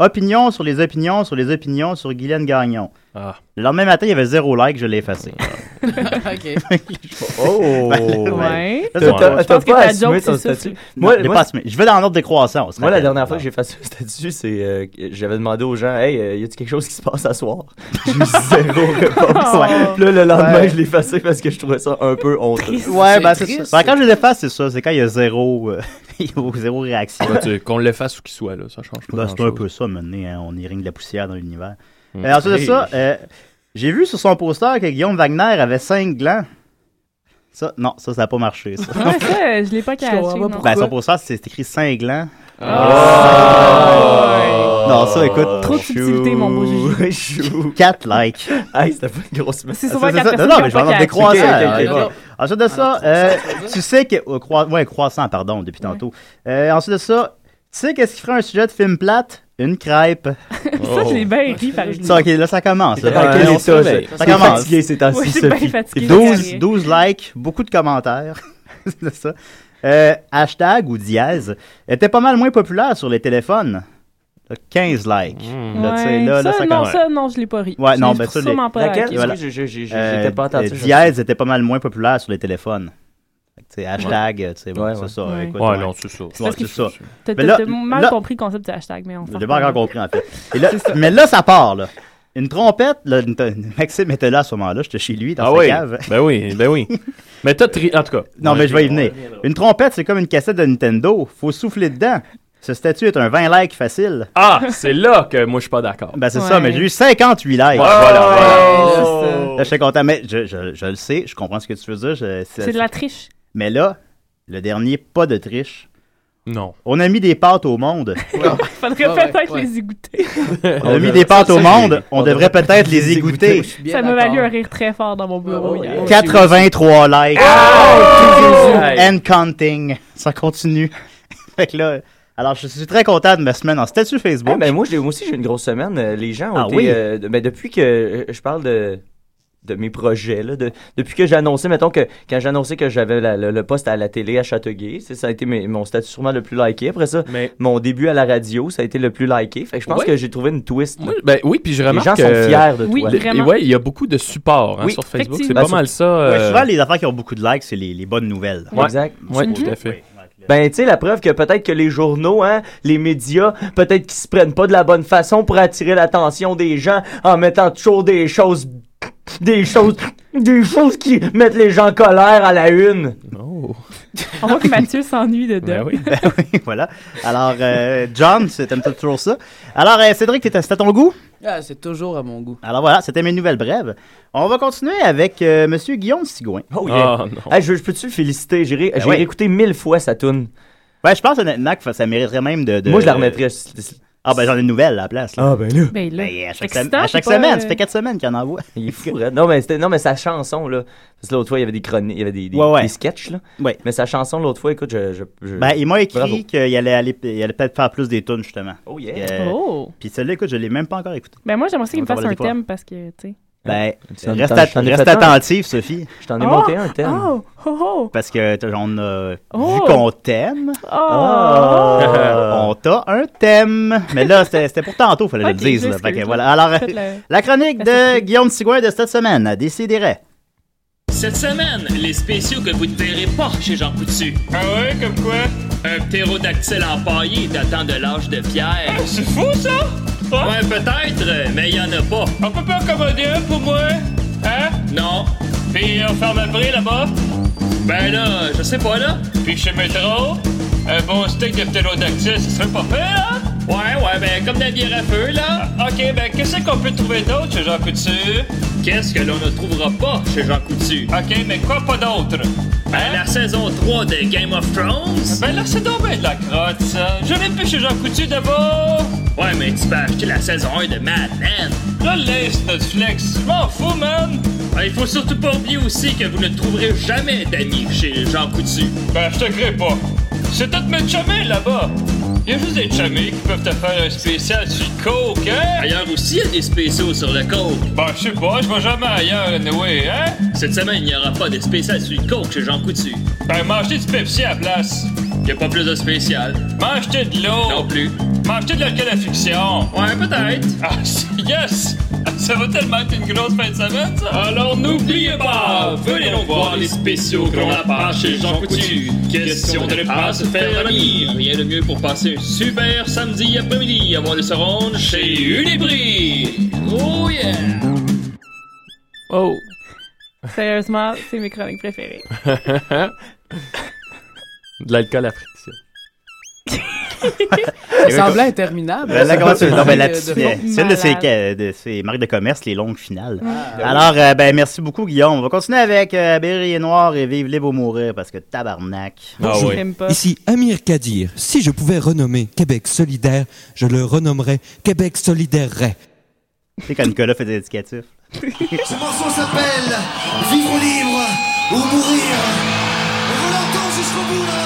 opinion sur les opinions, sur les opinions, sur Guylaine Gagnon.
Ah.
Le lendemain matin, il y avait zéro like, je l'ai effacé.
Ok.
Oh!
Ouais.
Ça,
Je
T'as- T'as
ben, c'est bon.
t'as
pense que
pas
ta
assumé
joke,
ton
c'est ça,
statut.
c'est-
Moi,
Je l'ai
moi,
pas assumé. Je vais dans l'ordre décroissant. on se
moi, la
rappelle.
dernière fois que j'ai fait ce statut, c'est euh, que j'avais demandé aux gens Hey, euh, y a-tu quelque chose qui se passe à soir J'ai eu zéro réponse.
Oh.
Puis Là, le lendemain,
Ouais.
je l'ai effacé parce que je trouvais ça un peu honteux.
Ouais,
C'est
ben c'est ça.
triste.
Ben, quand je les efface, c'est ça. C'est quand il y a zéro, euh, il y a zéro réaction.
Ouais, Ah, ben, tu- Qu'on le fasse ou qu'il soit, là, ça change pas.
Ben, c'est un
grand-chose.
peu ça, mener, on y règne de la poussière dans l'univers.
Mm.
Euh, ensuite de
Hey.
ça, euh, j'ai vu sur son poster que Guillaume Wagner avait cinq glands. Ça, non, ça, ça n'a pas marché. ça.
Ouais, ça, je l'ai pas caché.
comprends pas
non.
pourquoi.
ben, son poster, c'est écrit cinq glands.
Ah.
Oh! Non,
Oh.
ça, écoute.
Trop de subtilité, mon beau Juju.
Chou.
Quatre likes.
Hey, c'était pas une grosse messe.
C'est
Ah,
souvent
c'est
quatre
ça.
personnes
Non,
qui
mais
ont
je vais
pas
en
catché.
décroissant.
Ah,
ok, ok,
non,
ok.
non.
Ensuite de ça,
Alors,
euh,
ça, ça veut dire-
tu sais que. euh, croi- ouais, croissant, pardon, depuis tantôt. Euh, ensuite de ça, tu sais qu'est-ce qui ferait un sujet de film plate? Une crêpe.
Ça,
Oh.
je l'ai bien ri par exemple.
Ça, ok, là, ça commence. là.
Dans
Ouais,
quel
on
état,
se
je-
réveille.
je
Ça
suis
commence.
ben, fatigué ces temps-ci,
Ouais, j'ai
Sophie.
bien fatigué.
12,
j'ai
12 likes, beaucoup de commentaires. c'est ça. Euh, hashtag ou dièse était pas mal moins populaire sur les téléphones. Là, 15 likes.
rien.
Hmm.
Là, tu sais,
Ouais,
là, là,
ça,
ça
non,
commence.
ça, non, je l'ai pas ri.
Ouais,
Je
non,
l'ai
ben, ça,
sûrement pas
Laquelle
hacké.
voilà.
Excuse, je- je- je-
Euh,
J'étais pas entendu.
euh,
je-
dièse était pas mal moins populaire sur les téléphones. Fait que, tu sais, hashtag, euh, tu sais, bon,
Ouais,
c'est
ouais.
ça.
Ouais.
écoute,
Ouais,
ouais.
non, c'est ça.
Ouais, c'est ça.
T'as
Mais là-
t'as- t'as mal
là-
compris le concept du hashtag, mais on s'en
J'ai pas
reparle.
encore compris, en fait. Et là, mais là, ça part, là. Une trompette, là, une- une- Maxime était là à ce moment-là, j'étais chez lui dans
Ah
sa
oui.
cave.
Ben oui, ben oui. Mais t'as tri. En tout cas.
Non, mais je vais y venir. Une trompette, c'est comme une cassette de Nintendo. Faut souffler dedans. Ce statut est un 20 likes facile.
Ah, c'est là que moi, je suis pas d'accord.
Ben, c'est
Ouais.
ça, mais j'ai eu 58 likes.
Oh!
Là, je suis content, mais je, je- je le sais, je comprends ce que tu veux dire. je- c'est-
C'est de la triche.
Mais là, le dernier, pas de triche.
Non.
On a mis des pâtes au monde.
Faudrait
Ouais, ouais,
peut-être
ouais.
les égoutter.
On a mis des pâtes au monde. On devrait peut-être les égoutter.
Je suis bien
Ça m'a valu
d'accord.
un rire très fort dans mon bureau
Ouais, ouais,
hier.
ouais.
83 likes.
Hey.
And counting. Ça continue. fait que là, alors je suis très content de ma semaine en statut
Ah,
Facebook.
ben moi, j'ai- moi aussi, j'ai une grosse semaine. Euh, Les gens ont
Ah
été.
oui?
euh, de- ben, depuis que euh, je parle de, de mes projets, là, de- depuis que j'ai annoncé, mettons que quand j'ai annoncé que j'avais la- le, le poste à la télé à Châteauguay, c'est- ça a été mes- mon statut sûrement le plus liké. Après ça,
Mais.
mon début à la radio, ça a été le plus liké. Fait que je pense
Ouais.
que j'ai trouvé une twist. là.
Moi, ben oui, puis je
les
remarque.
gens sont
que-
fiers de
oui,
toi.
le-
Vraiment.
Ouais, il y a beaucoup de support hein,
Oui,
sur Facebook. C'est
effectivement.
pas mal ça.
Ouais,
euh,
souvent, les affaires qui ont beaucoup de likes, c'est les, les bonnes nouvelles.
Ouais.
Exact. Mm-hmm.
Ouais,
Mhm.
tout à fait.
Ben, tu sais, la preuve que peut-être que les journaux, hein, les médias, peut-être qu'ils se prennent pas de la bonne façon pour attirer l'attention des gens en mettant toujours des choses, des choses, des choses qui mettent les gens en colère à la une.
Non.
Oh. On voit que Mathieu s'ennuie de
Ben
deux.
oui.
Ben oui, voilà. Alors, euh, John, c'est- t'aimes toujours ça. Alors, euh, Cédric, t'étais- c'était à ton goût?
Ah, c'est toujours à mon goût.
Alors voilà, c'était mes nouvelles brèves. On va continuer avec euh, Monsieur Guillaume Sigouin.
Oh
Ah, non.
Hey, je, je peux-tu le féliciter? J'ai ré-
Ben
j'ai
oui.
réécouté mille fois sa toune.
Ouais, je pense honnêtement que ça mériterait même de... de-
Moi, je la remettrais.
Ah ben j'en ai une nouvelle à la place. là.
ben là.
Ben là,
Ben, à chaque,
excitant,
sem- à chaque
c'est pas,
semaine,
euh,
ça fait quatre semaines qu'il en envoie.
Il est fou, Red. non, mais c'était- non, mais sa chanson, là. Parce que l'autre fois, il y avait des chroniques, il y avait des, des,
Ouais, ouais.
des sketchs, là.
Ouais.
Mais sa chanson, l'autre fois, écoute, je. je, je-
Ben, il m'a
Bravo.
écrit qu'il allait, aller- il allait peut-être faire plus des tunes, justement.
Oh, yeah.
Euh,
Oh!
Puis celle-là, écoute, je l'ai même pas encore écoutée.
Ben moi, j'aimerais ça qu'il me
On va
fasse
voir
un
les
thème parce que, tu sais.
Ben,
T'en-
reste,
t'en-
at-
t'en ai
reste
fait un.
attentive, Sophie,
Je t'en ai monté un thème.
Oh! Oh! Oh!
parce que t- on a vu
Oh!
qu'on t'aime,
Oh!
on t'a un thème. Mais là, c'était c'était pour tantôt, fallait
Ok,
le dire.
je
là. Fait que
m'excuse.
voilà. Alors,
Faites le-
la chronique
la
de
surprise.
Guillaume Sigouin de cette semaine, déciderait.
Cette semaine, les spéciaux que vous ne verrez pas chez Jean Coutu. Ah ouais, comme quoi? Un ptérodactyle empaillé datant de l'âge de pierre. Ah, c'est fou, ça? Ouais, peut-être, mais il y en a pas. On peut pas en commander un pour moi? Hein? Non. Puis on ferme après, là-bas? Ben là, je sais pas, là. Puis chez Métro? Un bon steak de ptérodactyle, ce serait pas fait, là? Ouais, ouais, ben comme la bière à feu, là. OK, ben qu'est-ce qu'on peut trouver d'autre chez Jean Coutu? Qu'est-ce que l'on ne trouvera pas chez Jean Coutu? OK, mais quoi pas d'autre? Ben, la saison 3 de Game of Thrones? Ben là, c'est donc bien de la crotte, ça. Je l'ai plus chez Jean Coutu, d'abord. Ouais, mais tu peux acheter la saison 1 de Mad Men. Là, laisse notre flex. Je m'en fous, man. Ah, Il faut surtout pas oublier aussi que vous ne trouverez jamais d'amis chez Jean Coutu. Ben, je te crée pas. C'est peut-être mes chamés là-bas. Il y a juste des chamés qui peuvent te faire un spécial sur le coke, hein? Ailleurs aussi, il y a des spéciaux sur le coke. Ben, je sais pas, je vais jamais ailleurs, anyway, hein? Cette semaine, il n'y aura pas de spécial sur le coke chez Jean Coutu. Ben, mangez du Pepsi à la place. Il a pas plus de spécial. Mangez de l'eau. Non plus. Mangez de l'alcool à fiction. Ouais, peut-être. Ah, yes! Ça va tellement être une grosse fin de semaine, ça! Alors n'oubliez pas, venez nous voir les spéciaux qu'on a pas chez Jean Coutu. Question de ne pas se faire ami. Rien de mieux pour passer un super samedi après-midi avant de se rendre chez Unibri. Oh yeah!
Oh!
Sérieusement, c'est mes chroniques préférées.
de l'alcool à friction.
Ça semblait interminable.
Ben, là, comment tu- non, ben, la
Euh,
petite-
de-
c'est une de ces,
malade.
ca- de ces marques de commerce, les longues finales. Alors, euh, ben, merci beaucoup, Guillaume. On va continuer avec euh, Berry et Noir et Vive les beaux mourir parce que tabarnak.
Ah
Je
ouais.
n'aime pas.
Ici Amir Kadir. Si je pouvais renommer Québec solidaire, je le renommerais Québec solidairerait.
Tu sais, quand Nicolas fait des éducatifs.
Ce morceau s'appelle Vivre libre ou mourir. On vous l'entend jusqu'au bout là.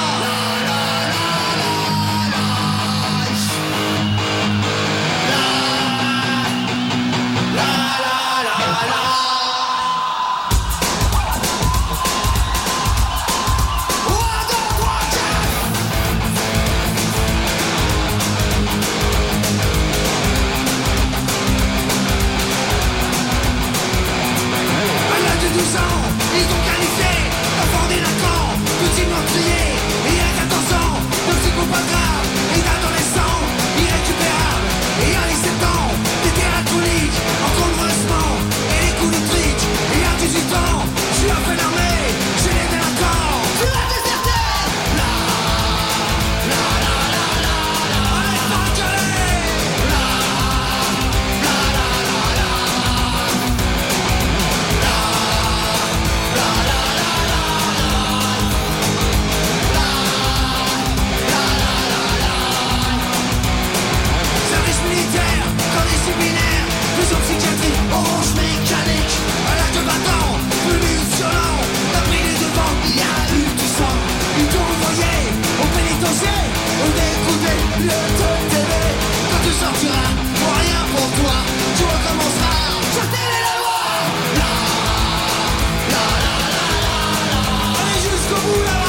À l'âge de 12 ans, ils ont qualifié d'enfant délinquant, petit meurtrier. Et à 14 ans, de psychopathe grave et d'adolescent irrécupérable. Et à 17 ans, t'étais alcoolique, en convalescement et les coups de trick. Et à 18 ans, tu as fait l'armée chez les délinquants. Tu as déserté La, la, la, la, la, la. En laissant gueuler. La, la, la, la, la. Service militaire, condition binaire, prison psychiatrique, orange mécanique. À l'âge de 20 ans, plus violent, t'as pris les devants, il y a eu du sang. Ils t'ont envoyé au pénitencier, on découvert le top TV. Quand tu sortiras, pour rien pour toi, tu recommenceras. Je t'ai la loi. La, la, la, la, la, la. Allez jusqu'au bout là-bas.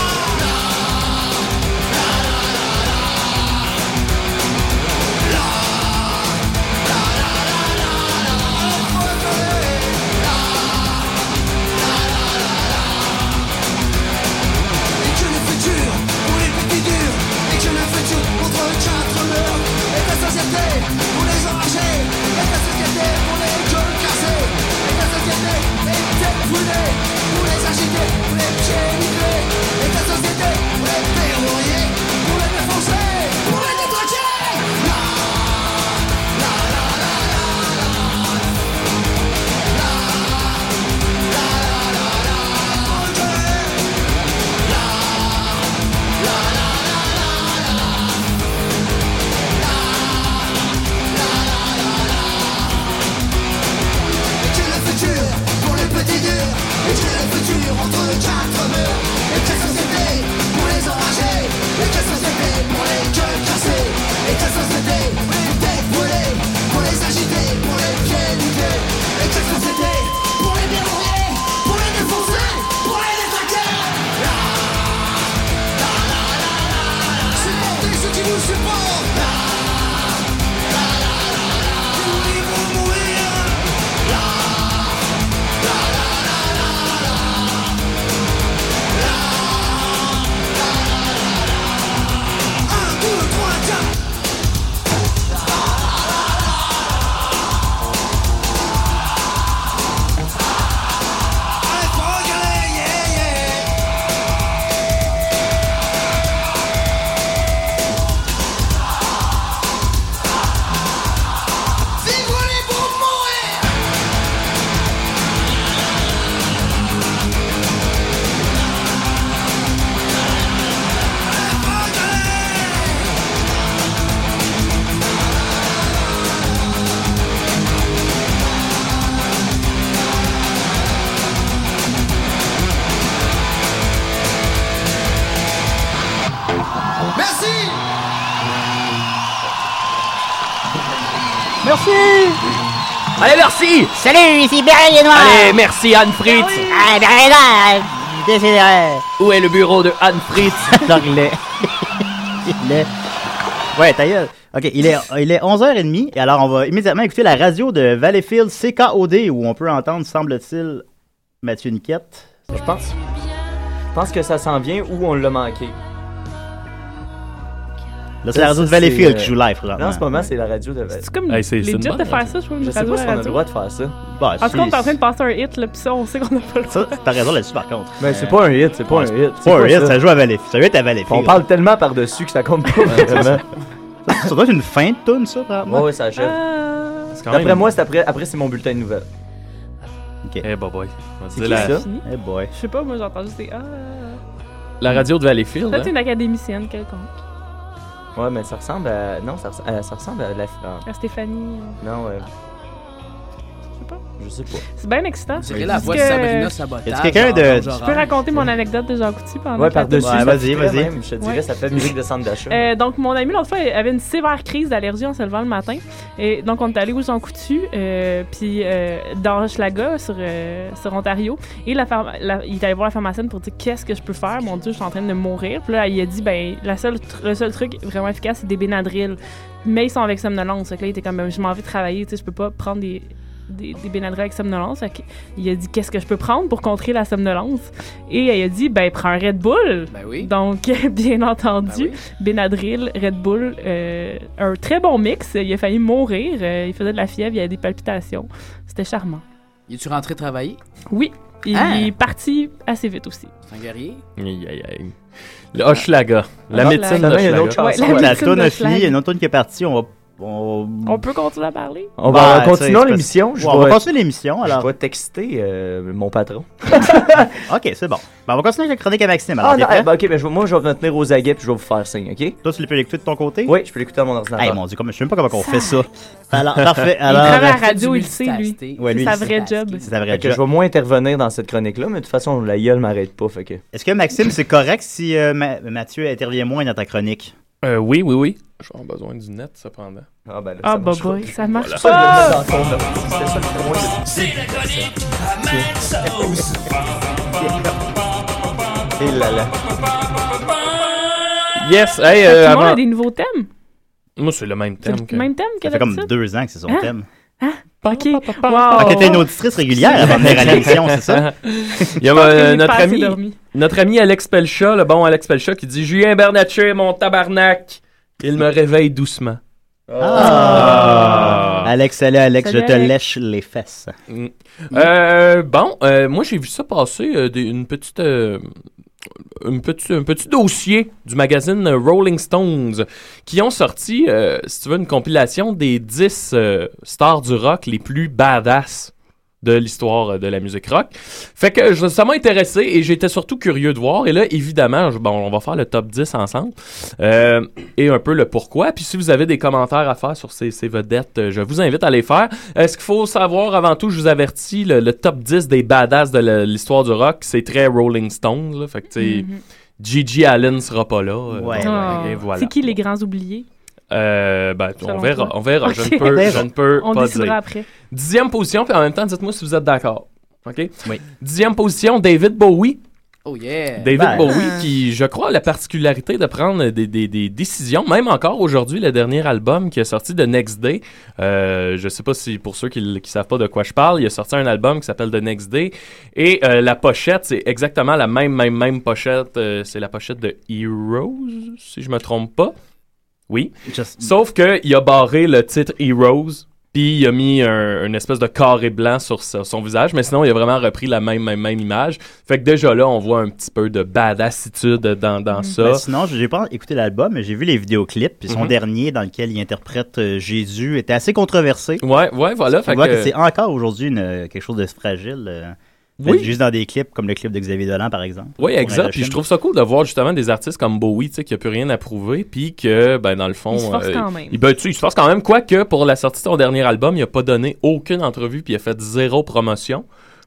Et que le futur pour les petits durs Et que le futur contre quatre murs Et la société pour les enragés Et la société pour les gueules cassées Et la société les têtes brûlées Pour les agités, pour les pieds livrés Et la société pour les verrouillés Pour les défoncer, pour les détraquer La, la, la, la, la, la. La, la, la, la, la. Engueuler. Et que le futur pour les petits durs Et que le futur entre quatre murs Et que société pour les enragés Et que société pour les gueules cassées Et que société pour les têtes brûlées Pour les agités, pour les pieds livrés Et que société pour les dérouillés Pour les défoncer, pour les Ah, détraquer La, la, la, la, la, la. ah, Supportez ceux qui vous supportent La, la, la, la, la. Vous voulez-vous mourir Un, deux, trois, quatre. Allez, faut regarder, yeah, yeah. Merci.
Merci!
Allez, merci!
Salut, ici Berry et Noir!
Allez, merci Anne Fritz!
Ah, Berry et Noir! euh, Décidéré!
Où est le bureau de Anne Fritz?
L'anglais. il est... Ouais, ta gueule. OK, il est, il est 11h30, et alors on va immédiatement écouter la radio de Valleyfield CKOD, où on peut entendre, semble-t-il, Mathieu Niquette.
Je pense. Je pense que ça s'en vient ou on l'a manqué.
Là, c'est la radio de
Ça,
Valleyfield
c'est,
qui
euh,
joue live, présentement.
là, en ce moment, c'est la radio de Valleyfield.
C'est comme Hey, c'est- c'est legit une bonne de faire radio. ça, je trouve, une
Je sais
radio
pas
à
si
la
on a le
radio.
droit de faire ça.
Bah,
En tout cas, on est en train de passer un hit, là, pis ça, on sait qu'on a pas le droit.
T'as raison là-dessus, par contre.
Mais Ben, c'est pas un hit, c'est pas un hit.
C'est pas un hit, ça joue à Valleyfield. Ça joue à Valleyfield.
On parle tellement par-dessus que ça compte pas.
Vraiment. Ça doit être une fin de tune, ça,
Ah,
par
Ouais, ouais, ça achève.
euh,
quand même-
D'après moi, c'est après, après c'est mon bulletin de nouvelles.
Ok.
Eh, bah, boy. On va
C'est
dire
qui,
la-
ça?
Eh boy.
Je sais pas, moi, j'entends juste des. Ah.
La radio de Valleyfield.
Peut-être
hein?
une académicienne quelconque.
Ouais, mais ça ressemble à. Non, ça, res- à- ça ressemble à la. ah,
À Stéphanie. euh.
Non, euh, Je sais pas.
C'est bien excitant.
C'est vrai, la
Est-ce
voix
que-
de Sabrina Sabotage
Est-ce que quelqu'un en de- orange
Je peux raconter mon anecdote de Jean Coutu pendant
Ouais,
que la
par-dessus.
Ouais,
ça
vas-y,
fait
vas-y.
même, Je te dirais,
Ouais.
ça fait musique de centre d'achat.
Euh, donc, mon ami, l'autre fois, avait une sévère crise d'allergie en se levant le matin. Et donc, on est allé au Jean Coutu, euh, puis euh, dans Hochelaga, sur, euh, sur Ontario. Et la pharma- la- il est allé voir la pharmacienne pour dire qu'est-ce que je peux faire. Mon Dieu, je suis en train de mourir. Puis là, il a dit, ben, la seule tr- le seul truc vraiment efficace, c'est des Benadryl. Mais ils sont avec somnolence. Fait que là, il était comme, ben, je m'en vais travailler, tu sais, je peux pas prendre des. Des, des Benadryl avec somnolence. Fait que il a dit qu'est-ce que je peux prendre pour contrer la somnolence. Et euh, il a dit ben prends un Red Bull.
Ben
Donc bien entendu, Benadryl, Red Bull, euh, un très bon mix. Il a failli mourir. Euh, il faisait de la fièvre, il avait des palpitations. C'était charmant.
Il est-tu rentré travailler?
Oui, il
Ah.
est parti assez vite aussi.
C'est un guerrier?
Aïe, aïe, aïe. Le Hochelaga. La
Ah,
Non,
médecine
la-
de
il y a une
Hochelaga.
autre chanson.
Ouais, la
Ouais, La
médecine
tune a
de
fini,
Schlag.
il y a une autre tune qui est partie. On va. On,
On peut continuer à parler.
On va
Bah, tu
continuer
sais,
l'émission.
c'est
je
pas- Ouais, on
vais-
va continuer l'émission, alors.
Je vais texter euh, mon patron.
Ok, c'est bon. Ben, on va continuer avec la chronique à Maxime. Alors,
Ah
t'es
non,
prêt?
eh, ben, ok, ben, je vais- moi je vais me tenir aux aguets puis je vais vous faire signe, ok?
Toi, tu peux l'écouter de ton côté?
Oui, je peux l'écouter à mon ordinateur.
Hey, mon dieu, comme- je sais même pas comment on fait ça.
eh,
Alors, parfait.
Il
Alors,
travaille à
euh,
la radio, il le sait, lui.
Ouais, lui,
c'est sa
il
vraie job.
c'est sa
Fait
vraie
que je
job.
vais moins intervenir dans cette chronique-là, mais de toute façon, la gueule m'arrête pas, fait que...
Est-ce que Maxime, c'est correct si euh, Ma- Mathieu intervient moins dans ta chronique?
Euh, oui, oui, oui. Je vais avoir besoin du net, cependant.
Ah, ben là,
Ah bah boy, ça marche
Voilà.
pas.
Ça, je le mets dans ton- c'était ça, le point.
C'est la chronique à Maxos.
Et là là.
Yes, hey,
Tout
euh,
le monde a
avant...
des nouveaux thèmes.
Moi, c'est le même
C'est
thème. que-
le même thème que
Ça fait comme
d'habitude.
deux ans que c'est son
Hein?
thème.
Ok.
Ah,
Wow.
que t'es une auditrice régulière avant de venir à l'émission, c'est ça?
Il y
Je
a
pense que
euh,
j'ai
notre,
pas assez
ami,
dormi.
notre ami Alex Pelcha, le bon Alex Pelcha, qui dit Julien Bernatchez, mon tabarnak. Il me réveille doucement.
Ah. Alex, salut Alex,
Salut,
je te
Alex.
lèche les fesses.
Mm. Euh, bon, euh, moi j'ai vu ça passer, euh, des- une petite, euh, une petite- un petit dossier du magazine euh, Rolling Stones qui ont sorti, euh, si tu veux, une compilation des 10 euh, stars du rock les plus badass de l'histoire euh, de la musique rock. Fait que je- ça m'a intéressé et j'étais surtout curieux de voir. Et là, évidemment, je- bon, on va faire le top 10 ensemble euh, et un peu le pourquoi. Puis si vous avez des commentaires à faire sur ces, ces vedettes, euh, je vous invite à les faire. Euh, ce qu'il faut savoir avant tout, je vous avertis, le, le top 10 des badass de la- l'histoire du rock, c'est très Rolling Stones. Là, fait que, tu sais, Gigi Allen sera pas là. euh,
Ouais.
Mm-hmm.
bon,
Ah.
et voilà.
C'est qui les grands oubliés?
Euh, ben,
Selon
on verra,
toi.
on verra.
Ok.
Je ne peux, je
Verra.
ne peux
On
pas
décidera
dire.
après.
Dixième position, puis en même temps, dites-moi si vous êtes d'accord. OK?
Oui.
Dixième position, David Bowie.
Oh yeah!
David
Ben.
Bowie, qui, je crois, a la particularité de prendre des, des- des décisions, même encore aujourd'hui, le dernier album qui est sorti de Next Day. Euh, je sais pas si, pour ceux qui ne savent pas de quoi je parle, il a sorti un album qui s'appelle The Next Day. Et euh, la pochette, c'est exactement la même, même, même pochette. euh, c'est la pochette de Heroes, si je me trompe pas. Oui.
Just-
Sauf que il a barré le titre Heroes, puis il a mis un, une espèce de carré blanc sur sa- son visage, mais sinon il a vraiment repris la même, même, même image. Fait que déjà là, on voit un petit peu de badassitude dans, dans ça.
Ben, sinon, j'ai pas écouté l'album, mais j'ai vu les vidéoclips. Puis son
Mhm.
dernier, dans lequel il interprète euh, Jésus, était assez controversé.
Ouais, ouais, voilà.
On
Fait
voit que,
que-
c'est encore aujourd'hui une- euh, quelque chose de fragile. euh,
Oui.
fait, Juste dans des clips, comme le clip de Xavier Dolan, par exemple.
Oui,
Pour
exact. Puis
Indochine.
je trouve ça cool de voir justement des artistes comme Bowie, tu sais, qui a plus rien à prouver, puis que, ben, dans le fond,
Il se force quand même.
il, ben, tu sais, il se force quand même. Quoique, pour la sortie de son dernier album, il a pas donné aucune entrevue, puis il a fait zéro promotion.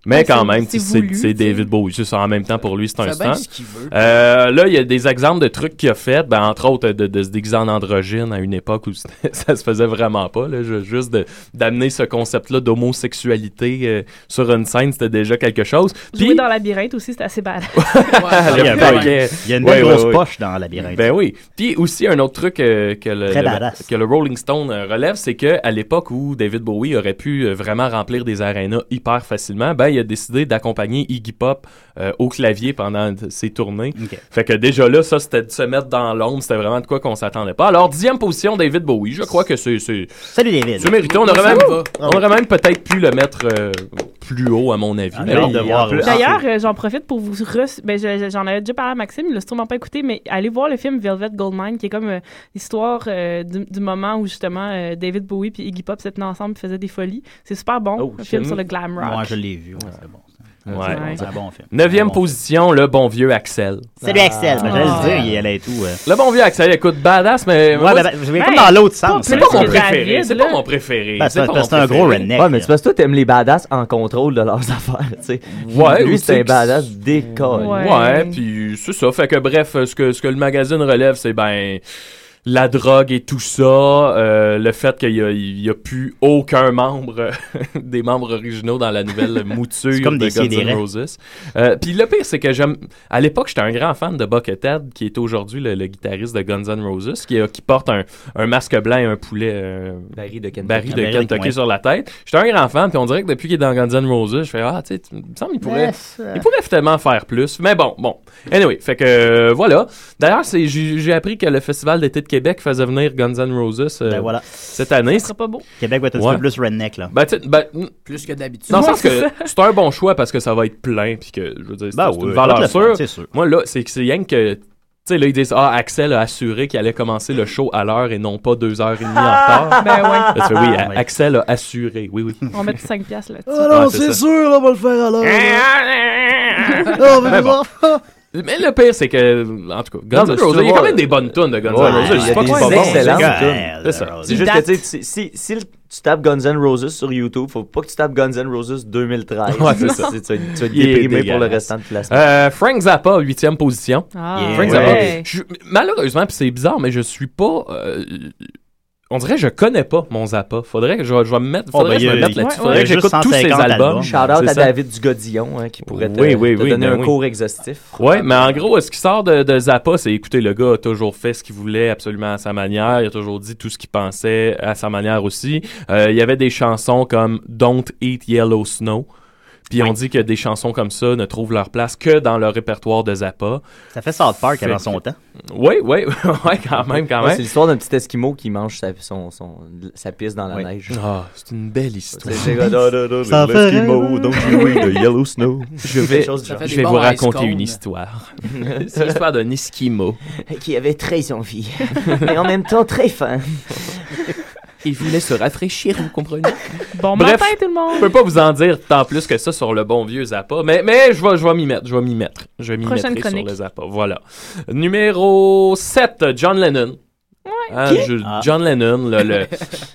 Mais
Ouais,
quand
c'est-
même,
c'est
tu sais,
voulu,
c'est c'est David Bowie. Juste en même temps, pour lui, c'est un
Fait bien
stunt.
ce qu'il veut.
Euh, là, il y a des exemples de trucs qu'il a fait, ben, entre autres, de, de se déguiser en androgyne à une époque où c'était- ça se faisait vraiment pas. Là, Ju- juste de- d'amener ce concept-là d'homosexualité euh, sur une scène, c'était déjà quelque chose.
Jouer dans labyrinthe aussi, c'est assez bad.
Le
Ah, Il y a-
paquet.
il y a une
Ouais,
belle
ouais,
grosse
ouais.
poche dans Labyrinthe.
Ben oui. Puis aussi, un autre truc euh, que, le,
Très
le-
badass.
que le Rolling Stone euh, relève, c'est qu'à l'époque où David Bowie aurait pu euh, vraiment remplir des arénas hyper facilement, ben, il a décidé d'accompagner Iggy Pop euh, au clavier pendant t- ses tournées. Fait que déjà là, ça, c'était de se mettre dans l'ombre. C'était vraiment de quoi qu'on s'attendait pas. Alors, dixième position, David Bowie. Je crois que c'est... Salut,
David.
C'est mérité. On
Ça
aurait même,
va.
on aurait même peut-être pu le mettre euh, plus haut, à mon avis.
Ah,
Mais
j'ai
bon,
hâte de
en
voir
plus-
D'ailleurs, euh, j'en profite pour vous. re- ben, je- je- j'en avais déjà parlé à Maxime, il l'a sûrement pas écouté, mais allez voir le film Velvet Goldmine, qui est comme euh, l'histoire euh, du, du moment où justement euh, David Bowie et Iggy Pop s'étaient ensemble et faisaient des folies. C'est super bon,
Oh,
un
shit.
film sur le glam rock.
Moi, je l'ai vu. ouais, c'est bon.
Ouais.
C'est un bon film.
Neuvième position, le bon vieux Axel. Ah.
Salut, Axel. Ben, j'allais le dire, il allait être où, euh?
Le bon vieux Axel, écoute, badass, mais.
Ouais, ben, ben, je vais comme dans l'autre sens,
C'est
hein,
pas
c'est
mon
le
préféré.
David,
C'est pas mon préféré.
Ben,
pas
parce que
mon
c'est un gros
préféré.
redneck. hein.
Ouais, mais tu penses, toi, t'aimes les badass en contrôle de leurs affaires, tu sais.
Ouais, ou
Lui,
tu
c'est
sais
un
que-
badass décolle.
Ouais, puis c'est ça. Fait que bref, ce que, ce que le magazine relève, c'est ben la drogue et tout ça, euh, le fait qu'il n'y a, plus aucun membre des membres originaux dans la nouvelle mouture
C'est comme
de
des
Guns N'
sidérés.
Roses. Euh, puis le pire, c'est que j'aime... À l'époque, j'étais un grand fan de Buckethead, qui est aujourd'hui le, le guitariste de Guns N' Roses, qui, a- qui porte un, un masque blanc et un poulet... euh,
Barry de Kentucky.
Barry de
Barry,
Kentucky
ouais.
sur la tête. J'étais un grand fan, puis on dirait que depuis qu'il est dans Guns N' Roses, je fais Ah, tu sais, tu- il me semble qu'il pourrait,
Mais ça-
il pourrait tellement faire plus. Mais bon, bon. Anyway, fait que euh, voilà. D'ailleurs, c'est- j'ai j'ai appris que le Festival d'été de Québec faisait venir Guns N' Roses euh,
Ben voilà.
cette année.
Ça sera pas beau.
Québec va être un petit
Ouais.
peu plus redneck, là.
Ben, tu sais, ben, mm,
Plus que d'habitude.
dans le
Ouais,
sens
c'est
que
ça.
c'est un bon choix parce que ça va être plein puis que je veux dire c'est
Ben
c'est une
oui, on va te
valeur
le
sûre.
prendre, c'est sûr.
Moi là, c'est que c'est rien que tu sais là ils disent ah Axel a assuré qu'il allait commencer le show à l'heure et non pas deux heures et demie en retard.
Ben ouais.
Parce que oui,
Ah,
Ouais.
A- Axel a assuré. Oui oui.
On met 5 piastres là-dessus.
Ah non, Ouais, c'est c'est ça.
sûr, on va le faire alors.
Ah,
Oh,
Mais bon. Mais le pire, c'est que, en tout cas, Guns
Non, mais
N'
c'est
Roses, il y a
vrai.
quand même des bonnes tunes de Guns N'
Ouais,
Roses.
Il y
C'est
a
pas
des
que c'est pas bon,
excellentes
c'est-
hein.
tunes.
C'est ça.
C'est juste que, tu sais, si, si, si le- tu tapes Guns N' Roses sur YouTube, faut pas que tu tapes Guns N' Roses 2013.
Ouais, c'est ça.
Tu tu vas tu vas être
Il est
déprimé pour le
dégueulasse.
restant de la semaine.
Euh, Frank Zappa, huitième position.
Ah.
Frank
Yeah.
Zappa.
Ouais.
Je- malheureusement, puis c'est bizarre, mais je suis pas. euh, on dirait que je connais pas mon Zappa. Faudrait que je, je vais me mettre,
Oh,
faudrait
ben,
que je
il y
me
a-
mette
il-
là-dessus.
ouais,
faudrait
ouais,
que j'écoute
juste
tous ses
150
albums.
Shout out
C'est
à
ça.
David Dugodion hein, qui pourrait te,
Oui, oui,
te
oui,
donner
ben
un
oui.
cours exhaustif.
Ouais, mais en gros, ce qui sort de, de Zappa, c'est écoutez, le gars a toujours fait ce qu'il voulait absolument à sa manière. Il a toujours dit tout ce qu'il pensait à sa manière aussi. Euh, il y avait des chansons comme Don't Eat Yellow Snow. Puis on dit que des chansons comme ça ne trouvent leur place que dans le répertoire de Zappa.
Ça fait South Park avant son temps.
Oui, oui, ouais, quand même, quand
Ouais,
même.
C'est l'histoire d'un petit Esquimau qui mange sa, son, son, sa pisse dans la neige.
Ah, c'est une belle histoire.
C'est- c'est- da, da, da,
Ça
da,
fait
l'Esquimau,
rêver.
donc il oui, de Yellow Snow.
Je vais,
Quelque chose du genre.
je vais vous raconter une histoire. c'est l'histoire d'un Esquimau.
Qui avait très envie, mais en même temps très faim.
Il voulait se rafraîchir, vous comprenez?
Bon
Bref,
matin, tout le monde.
Je peux pas vous en dire tant plus que ça sur le bon vieux Zappa, mais, mais je vais, je vais m'y mettre, je vais m'y mettre. Je vais m'y
Prochaine
mettre sur
chronique.
le Zappa, voilà. Numéro 7, John Lennon. Hein,
Qui?
je-
Ah.
John Lennon, le, le,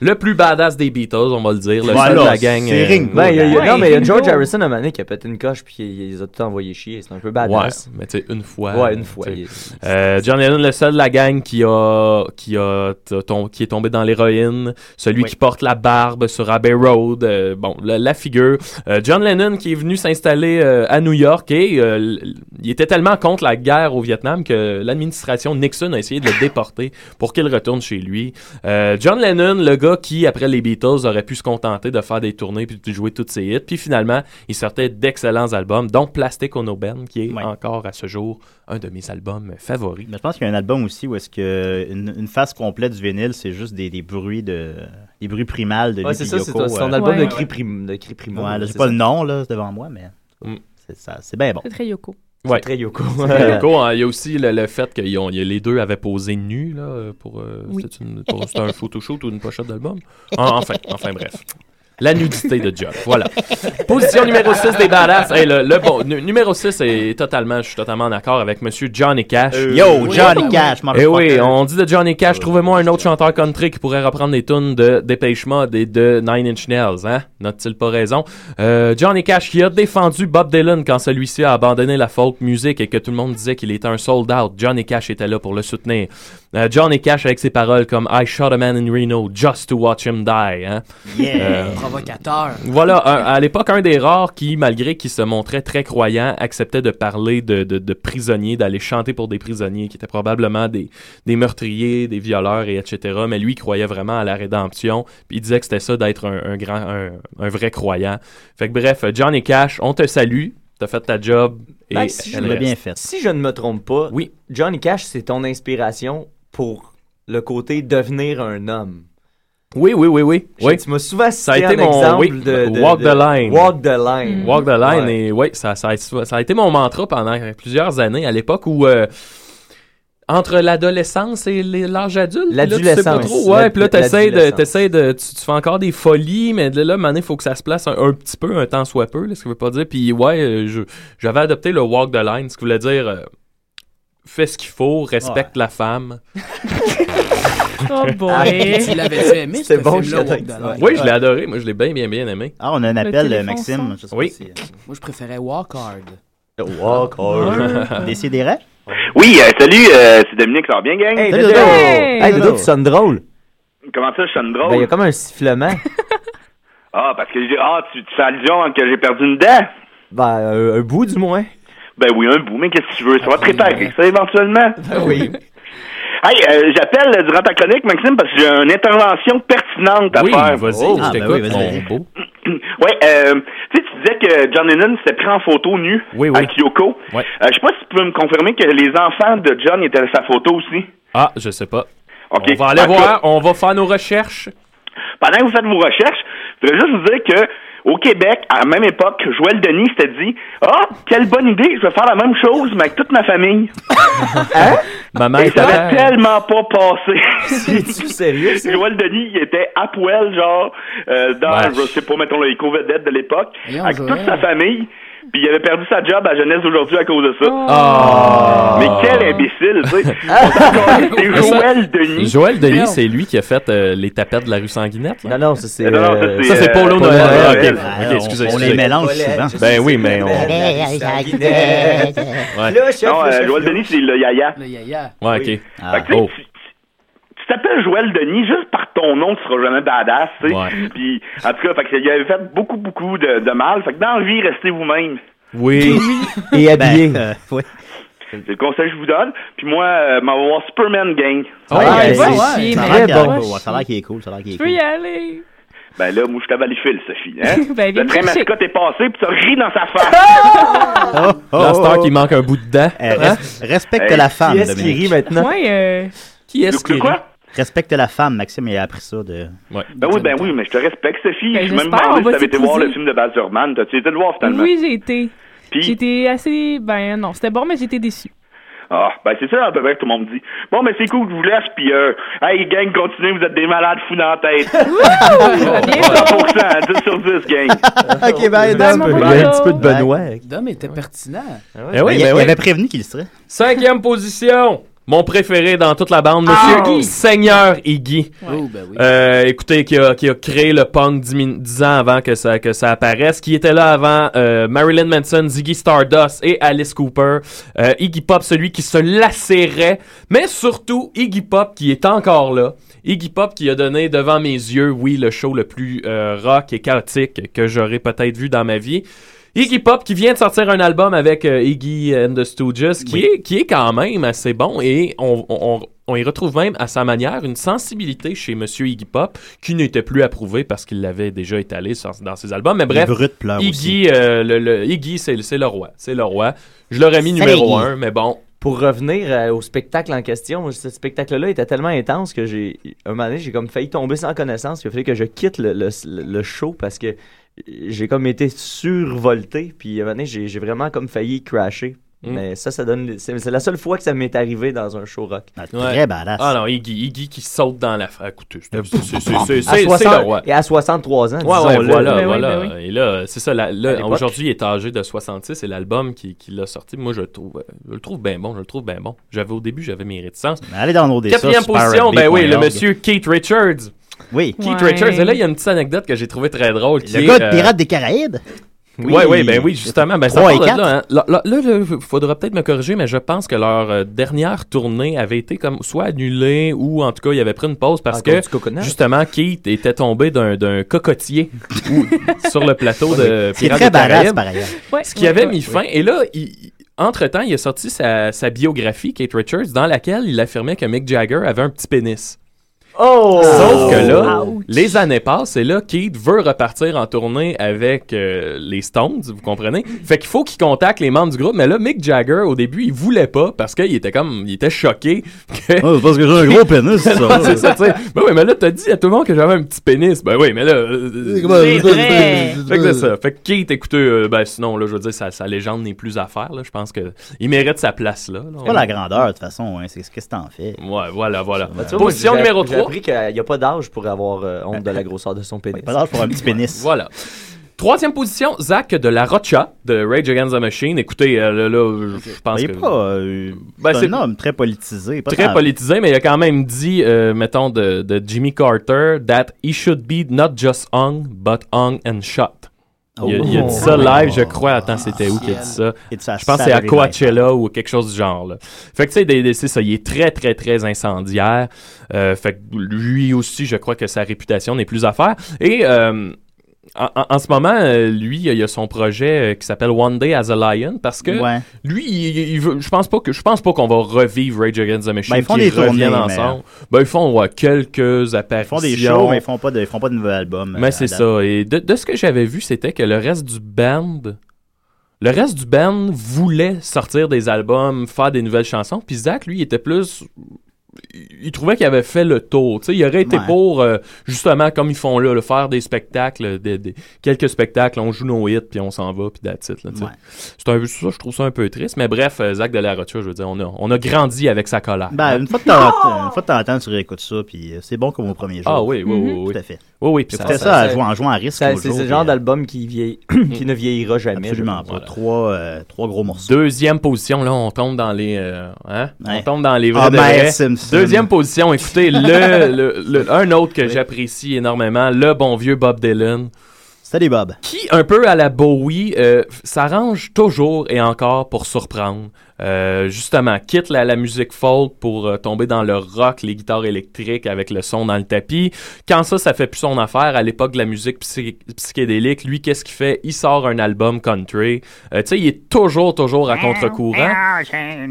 le plus badass des Beatles, on va le dire, le seul de
Voilà,
la gang.
c'est
euh,
Ringo.
Ben, il y a- il y a-
ouais.
non, mais il y a
Ringo.
George Harrison à un moment donné qui a pété une coche puis il, il les a tout envoyé chier. C'est un peu badass.
Ouais, mais tu sais, une fois.
Ouais, une fois.
tu sais.
il-
Euh, John Lennon, le seul de la gang qui, a, qui, a, t- tom- qui est tombé dans l'héroïne, celui qui porte la barbe sur Abbey Road, euh, bon, la, la figure. Euh, John Lennon qui est venu s'installer euh, à New York et euh, l- il était tellement contre la guerre au Vietnam que l'administration Nixon a essayé de le déporter pour qu'il retourne chez lui. Euh, John Lennon, le gars qui, après les Beatles, aurait pu se contenter de faire des tournées puis de jouer toutes ses hits. Puis finalement, il sortait d'excellents albums, dont Plastic Ono Band, qui est encore à ce jour un de mes albums favoris.
Mais je pense qu'il y a un album aussi où est-ce que une, une face complète du vinyle, c'est juste des, des bruits de des bruits primales de
Ouais,
lui
c'est
puis
ça, c'est
Yoko,
ton- c'est ton
euh,
album de cri prim- de cri primaux,
Ouais, là,
c'est
j'ai pas
ça.
le nom là c'est devant moi, mais c'est ça, c'est bien bon.
C'est très Yoko.
Ouais.
très Yoko.
C'est très Yoko, hein. Il y a aussi le, le fait que les deux avaient posé nus là, euh, pour, euh,
Oui.
c'était une- pour- c'était un photoshoot ou une pochette d'album. En- Enfin, enfin bref. La nudité de Jock. Voilà. Position numéro 6 des badass. Hey, le, le bon, nu- numéro 6 est totalement, je suis totalement en accord avec monsieur Johnny Cash.
Euh, Yo, Johnny Cash,
Eh
motherfucker.
oui, on dit de Johnny Cash, trouvez-moi un autre chanteur country qui pourrait reprendre des tunes de Dépêche Mode et de Nine Inch Nails, hein? N'a-t-il pas raison? Euh, Johnny Cash qui a défendu Bob Dylan quand celui-ci a abandonné la folk music et que tout le monde disait qu'il était un sold out. Johnny Cash était là pour le soutenir. Euh, Johnny Cash avec ses paroles comme I shot a man in Reno just to watch him die, hein? Euh,
Provocateur.
voilà, un- à l'époque, un des rares qui, malgré qu'il se montrait très croyant, acceptait de parler de, de- de prisonniers, d'aller chanter pour des prisonniers qui étaient probablement des, des meurtriers, des violeurs, et etc. Mais lui, il croyait vraiment à la rédemption. Puis il disait que c'était ça d'être un, un grand, un, un vrai croyant. Fait que bref, John et Cash, on te salue. T'as fait ta job. Et
Ben, si je
elle
me-
reste.
Si je ne me trompe pas, oui. Johnny Cash, c'est ton inspiration pour le côté devenir un homme.
Oui, oui, oui, oui.
Je-
oui.
Tu m'as souvent
Ça a
cité
été
un
mon
exemple
oui,
de, de-
walk
de-
the line.
Walk the line.
Walk the line
Ouais.
et oui, ça, ça, a- ça a été mon mantra pendant plusieurs années à l'époque où euh, entre l'adolescence et les- l'âge adulte, là, tu sais pas
L'adolescence.
trop, ouais,
L'ad-
puis là t'essayes de,
l'adolescence.
t'essayes de, tu, tu fais encore des folies, mais là, là, il faut que ça se place un, un petit peu, un temps soit peu, là, ce que veut pas dire. Puis ouais, euh, je- j'avais adopté le walk the line, ce qui voulait dire euh, fais ce qu'il faut, respecte la femme.
Oh boy.
Tu l'avais-tu aimé,
C'était
ce
bon,
film-là,
je l'ai-
Walk the Line?
Oui, je l'ai adoré, moi je l'ai bien, bien, bien aimé.
Ah, on a un appel,
téléphone
Maxime.
sonne.
je sais pas
Oui.
si-
Moi, je préférais Walk Hard.
Walk hard.
Décidérez.
Oui, euh, salut, euh, c'est Dominique, ça va bien, gang?
Hey, Dodo!
Hey,
Hey, Dodo,
Dodo.
tu sonnes drôle.
Comment ça, je sonne
Ben,
drôle?
Il y a comme un sifflement.
Ah, parce que j'ai. Ah, tu, tu fais allusion hein, que j'ai perdu une dent?
ben, euh, un bout du moins.
Ben oui, un bout, mais qu'est-ce que tu veux? Ça va te réparer, ça, éventuellement?
Ben
oui.
Hey, euh, j'appelle euh, durant ta chronique, Maxime, parce que j'ai une intervention pertinente à
Oui,
faire.
vas-y,
Oh.
je
Ah, ben
t'écoute,
oui, vas-y,
mon beau.
Ouais, euh, tu sais, tu disais que John Lennon s'était pris en photo nu
Oui, oui.
à Kyoko.
Ouais.
Euh, je sais pas si tu peux me confirmer que les enfants de John étaient à sa photo aussi.
Ah, je sais pas.
Ok.
On va aller
En tout cas,
voir, on va faire nos recherches.
pendant que vous faites vos recherches, je voudrais juste vous dire que au Québec, à la même époque, Joël Denis s'était dit Ah, quelle bonne idée, je vais faire la même chose, mais avec toute ma famille. Hein?
Maman
Et
et
ça n'a
papa.
tellement pas passé.
Es-tu sérieux? ça?
Joël Denis, il était à poil, genre, euh, dans,
Ouais.
je sais pas, mettons, le éco-vedette de l'époque,
Voyons,
avec
Joël.
toute sa famille, puis il avait perdu sa job à jeunesse aujourd'hui à cause de ça.
Ah.
Mais quel imbécile, tu sais. On s'en calait, C'est Joël Denis.
Joël Denis, c'est lui qui a fait euh, les tapettes de la rue sanguinette. là.
Non, non, ça c'est.
Non, non, ça,
euh,
c'est,
Ça, c'est
euh,
Polo
Polo
Noël.
Noël.
Ah, ok.
Ah,
Ok,
on-
excusez,
on
excusez.
les mélange souvent.
Ben oui, mais on- Ouais.
Non, euh, Joël Denis, c'est le yaya.
Le yaya.
Ouais,
Oui.
ok.
Ah.
Fait que, tu sais,
Oh.
tu- tu t'appelles Joël Denis, juste par ton nom, tu seras jamais badass, tu sais.
Ouais.
Puis, en tout cas, fait que, il avait fait beaucoup, beaucoup de, de mal. Fait que dans la vie, restez vous-même.
Oui.
Et habillé.
Ben, euh, oui.
C'est le conseil que je vous donne. Puis moi, euh, m'en va voir Superman Gang.
Ah,
Oh, ouais,
c'est
ouais.
chier,
Ça a
mais
l'air
bon.
qu'il-
bon.
ouais, ça a l'air qu'il est cool, ça a l'air qu'il est
Je peux
cool.
y aller.
Ben là, moi, je t'avais les fils, Sophie. Hein?
Ben, viens
le train
me chercher.
mascotte est passé, puis tu ris dans sa face.
Oh,
La star Ah. qui manque un bout de dent.
Eh,
Hein?
res- respecte
Hey,
la
Qui
Ah,
femme,
est-ce qui rit
Dominique.
maintenant?
Ouais, euh,
Qui est-ce
Le-
qui
le
rit?
quoi?
Respecte la femme, Maxime, il a appris ça de...
Ben oui, ben oui, mais je te respecte, Sophie.
Ben,
je me
j'espère, on
demandais si
va
t'avais été voir
s'épouser.
le film de Baz Luhrmann. T'as-tu été le voir, finalement?
oui, j'ai été.
Puis,
J'étais assez. Ben non, c'était bon, mais j'étais déçu.
ah, ben c'est ça, à peu près, que tout le monde me dit. Bon, mais c'est cool que je vous laisse, puis euh, hey, gang, continuez, vous êtes des malades fous dans la tête. 100%,
À bientôt.
10 sur 10, gang.
ok, bye,
Dom.
Dom.
Dom.
Il y a un petit peu de
Ben
Benoît.
Dom était pertinent.
Eh oui,
il,
ben
il
oui.
avait prévenu qu'il serait.
Cinquième position. Mon préféré dans toute la bande, Monsieur Seigneur Iggy.
Ah! Oh, ben oui.
Euh, écoutez, qui a, qui a créé le punk dix, min- dix ans avant que ça, que ça apparaisse, qui était là avant euh, Marilyn Manson, Ziggy Stardust et Alice Cooper. Euh, Iggy Pop, celui qui se lacérait, mais surtout Iggy Pop qui est encore là. Iggy Pop qui a donné devant mes yeux, oui, le show le plus euh, rock et chaotique que j'aurais peut-être vu dans ma vie. Iggy Pop qui vient de sortir un album avec euh, Iggy and the Stooges qui, est, qui est quand même assez bon et on, on- on y retrouve même à sa manière une sensibilité chez Monsieur Iggy Pop qui n'était plus approuvée parce qu'il l'avait déjà étalé sur- dans ses albums. Mais bref,
Les brutes pleurent aussi.
Iggy, euh, le, le- Iggy c'est c'est le roi. C'est le roi. Je l'aurais mis
C'est
numéro
Iggy.
un, mais bon.
Pour revenir euh, au spectacle en question, moi, ce spectacle-là était tellement intense que j'ai, un moment donné, j'ai comme failli tomber sans connaissance. Il a fallu que je quitte le, le, le show parce que j'ai comme été survolté. Puis un moment donné, j'ai, j'ai vraiment comme failli crasher
Hmm.
Mais ça, ça donne. C'est c'est la seule fois que ça m'est arrivé dans un show rock.
Ouais. Ah non, Iggy, Iggy qui saute dans la fa- écoutez, c'est- c'est- c'est- c'est-
À
c'est- c'est le
60
roi.
Et à 63 ans,
Ouais,
disons-le.
ouais, voilà,
Ben oui,
voilà.
ben oui.
Et là, c'est ça, la- là,
À l'époque.
aujourd'hui, il est âgé de 66 et l'album qui, qui l'a sorti, moi, je le trouve, euh, je le trouve bien bon, je le trouve bien bon. J'avais, au début, j'avais mes réticences.
allez downloader ça,
Quatrième
sur
position, ben oui, le
pirate.org.
monsieur Keith Richards.
Oui.
Keith
Ouais.
Richards. Et là, il y a une petite anecdote que j'ai trouvée très drôle. Qui
Le
est,
gars de
euh,
Pirates des Caraïbes.
oui, oui, ben oui, justement. Ben, ça
Trois et
part de
quatre.
là, hein. Là, là, là, là, faudra peut-être me corriger, mais je pense que leur euh, dernière tournée avait été comme soit annulée ou en tout cas, il avait pris une pause parce
À cause
que
du coconut.
justement, Keith était tombé d'un d'un cocotier ou- sur le plateau de
Ce qui est
Pirates
très
des Caraïbes.
badass, par ailleurs.
Ouais,
Ce qui avait
ouais,
mis
ouais.
fin. Et là, il- Entre-temps, il a sorti sa, sa biographie, Kate Richards, dans laquelle il affirmait que Mick Jagger avait un petit pénis.
Oh!
Sauf que là, les années passent et là, Keith veut repartir en tournée avec euh, les Stones, vous comprenez? Fait qu'il faut qu'il contacte les membres du groupe, mais là, Mick Jagger, au début, il voulait pas parce qu'il était comme, il était choqué. Que...
Ouais, c'est Ah, parce que j'ai un gros pénis, ça.
Non, c'est ça, tu sais. Ben oui, mais là, t'as dit à tout le monde que j'avais un petit pénis. Ben oui, mais là. euh,
C'est vrai.
Fait que c'est ça. Fait que Keith, écoutez, euh, ben sinon, là, je veux dire, sa, sa légende n'est plus à faire, là. Je pense que il mérite sa place, là.
C'est pas la grandeur, de toute façon. hein. C'est ce que t'en fais.
Ouais, voilà, voilà.
Bah, Tu vois, moi,
Position
j'ai-
numéro
J'ai
3.
appris qu'il n'y a pas d'âge pour avoir euh, honte de la grosseur de son pénis.
Pas d'âge pour un petit pénis.
Voilà. Troisième position, Zach de la Rocha de Rage Against the Machine. Écoutez, euh, là, là, je je pense
Il est
que.
pas. euh,
Ben,
c'est
c'est-
un homme très politisé. pas
Très
tant-
politisé, mais il a quand même dit, euh, mettons, de, de Jimmy Carter, that he should be not just hung, but hung and shot. Il, a- il a dit ça
Oh.
live, je crois. Attends, c'était où qu'il a dit ça?
It's a
Je pense que c'est à
Saturday night.
Coachella ou quelque chose du genre. là. Fait que tu sais, des- des- c'est ça, il est très, très, très incendiaire. Euh, fait que lui aussi, je crois que sa réputation n'est plus à faire. Et euh, en, en- en ce moment, euh, lui, il a son projet euh, qui s'appelle One Day as a Lion parce que
Ouais.
lui, il, il veut- je pense pas que je pense pas qu'on va revivre Rage Against the Machine.
Ben, ils font
qu'ils
des tournées,
reviennent
mais,
ensemble. Ben, ils font ouais, quelques apparitions.
Ils font des shows, mais ils font pas de, ils font pas de euh, nouveaux albums.
Mais Ben, c'est ça. Et de, de ce que j'avais vu, c'était que le reste du band. Le reste du band voulait sortir des albums, faire des nouvelles chansons. Puis Zach, lui, il était plus. Il il trouvait qu'il avait fait le tour. Tu sais, il aurait été
Ouais.
pour, euh, justement, comme ils font là, le faire des spectacles, des, des- quelques spectacles, on joue nos hits, puis on s'en va, puis that's it. là, tu sais.
Ouais.
C'est un peu ça, je trouve ça un peu triste. Mais bref, euh, Zach de la Rocha, je veux dire, on a, on a grandi avec sa colère.
Ben, une fois de temps une fois de temps en temps, tu réécoutes ça, puis euh, c'est bon comme au premier jour.
Ah oui, oui, oui, oui.
Tout à fait.
Oui, oui, puis
J'écoutais
ça-
ça,
ça-
en jouant- en jouant à risque.
Ça,
au
C'est
jour,
ce
puis,
genre
euh,
d'album qui, vieillit- qui ne vieillira jamais.
Absolument pas. Trois, euh, trois gros morceaux.
Deuxième position, là, on tombe dans les. euh, hein? On
Ouais.
tombe dans les vrais. de
Homer
vrais.
Simpson.
Deuxième position, écoutez, le, le- le- un autre que j'apprécie énormément, le bon vieux Bob Dylan,
Salut Bob.
qui, un peu à la Bowie, euh, s'arrange toujours et encore pour surprendre. Euh, justement, quitte la, la musique folk pour euh, tomber dans le rock, les guitares électriques avec le son dans le tapis. Quand ça, ça fait plus son affaire, à l'époque de la musique psy- psychédélique, lui, qu'est-ce qu'il fait? Il sort un album country. Euh, tu sais, il est toujours, toujours à contre-courant. ah,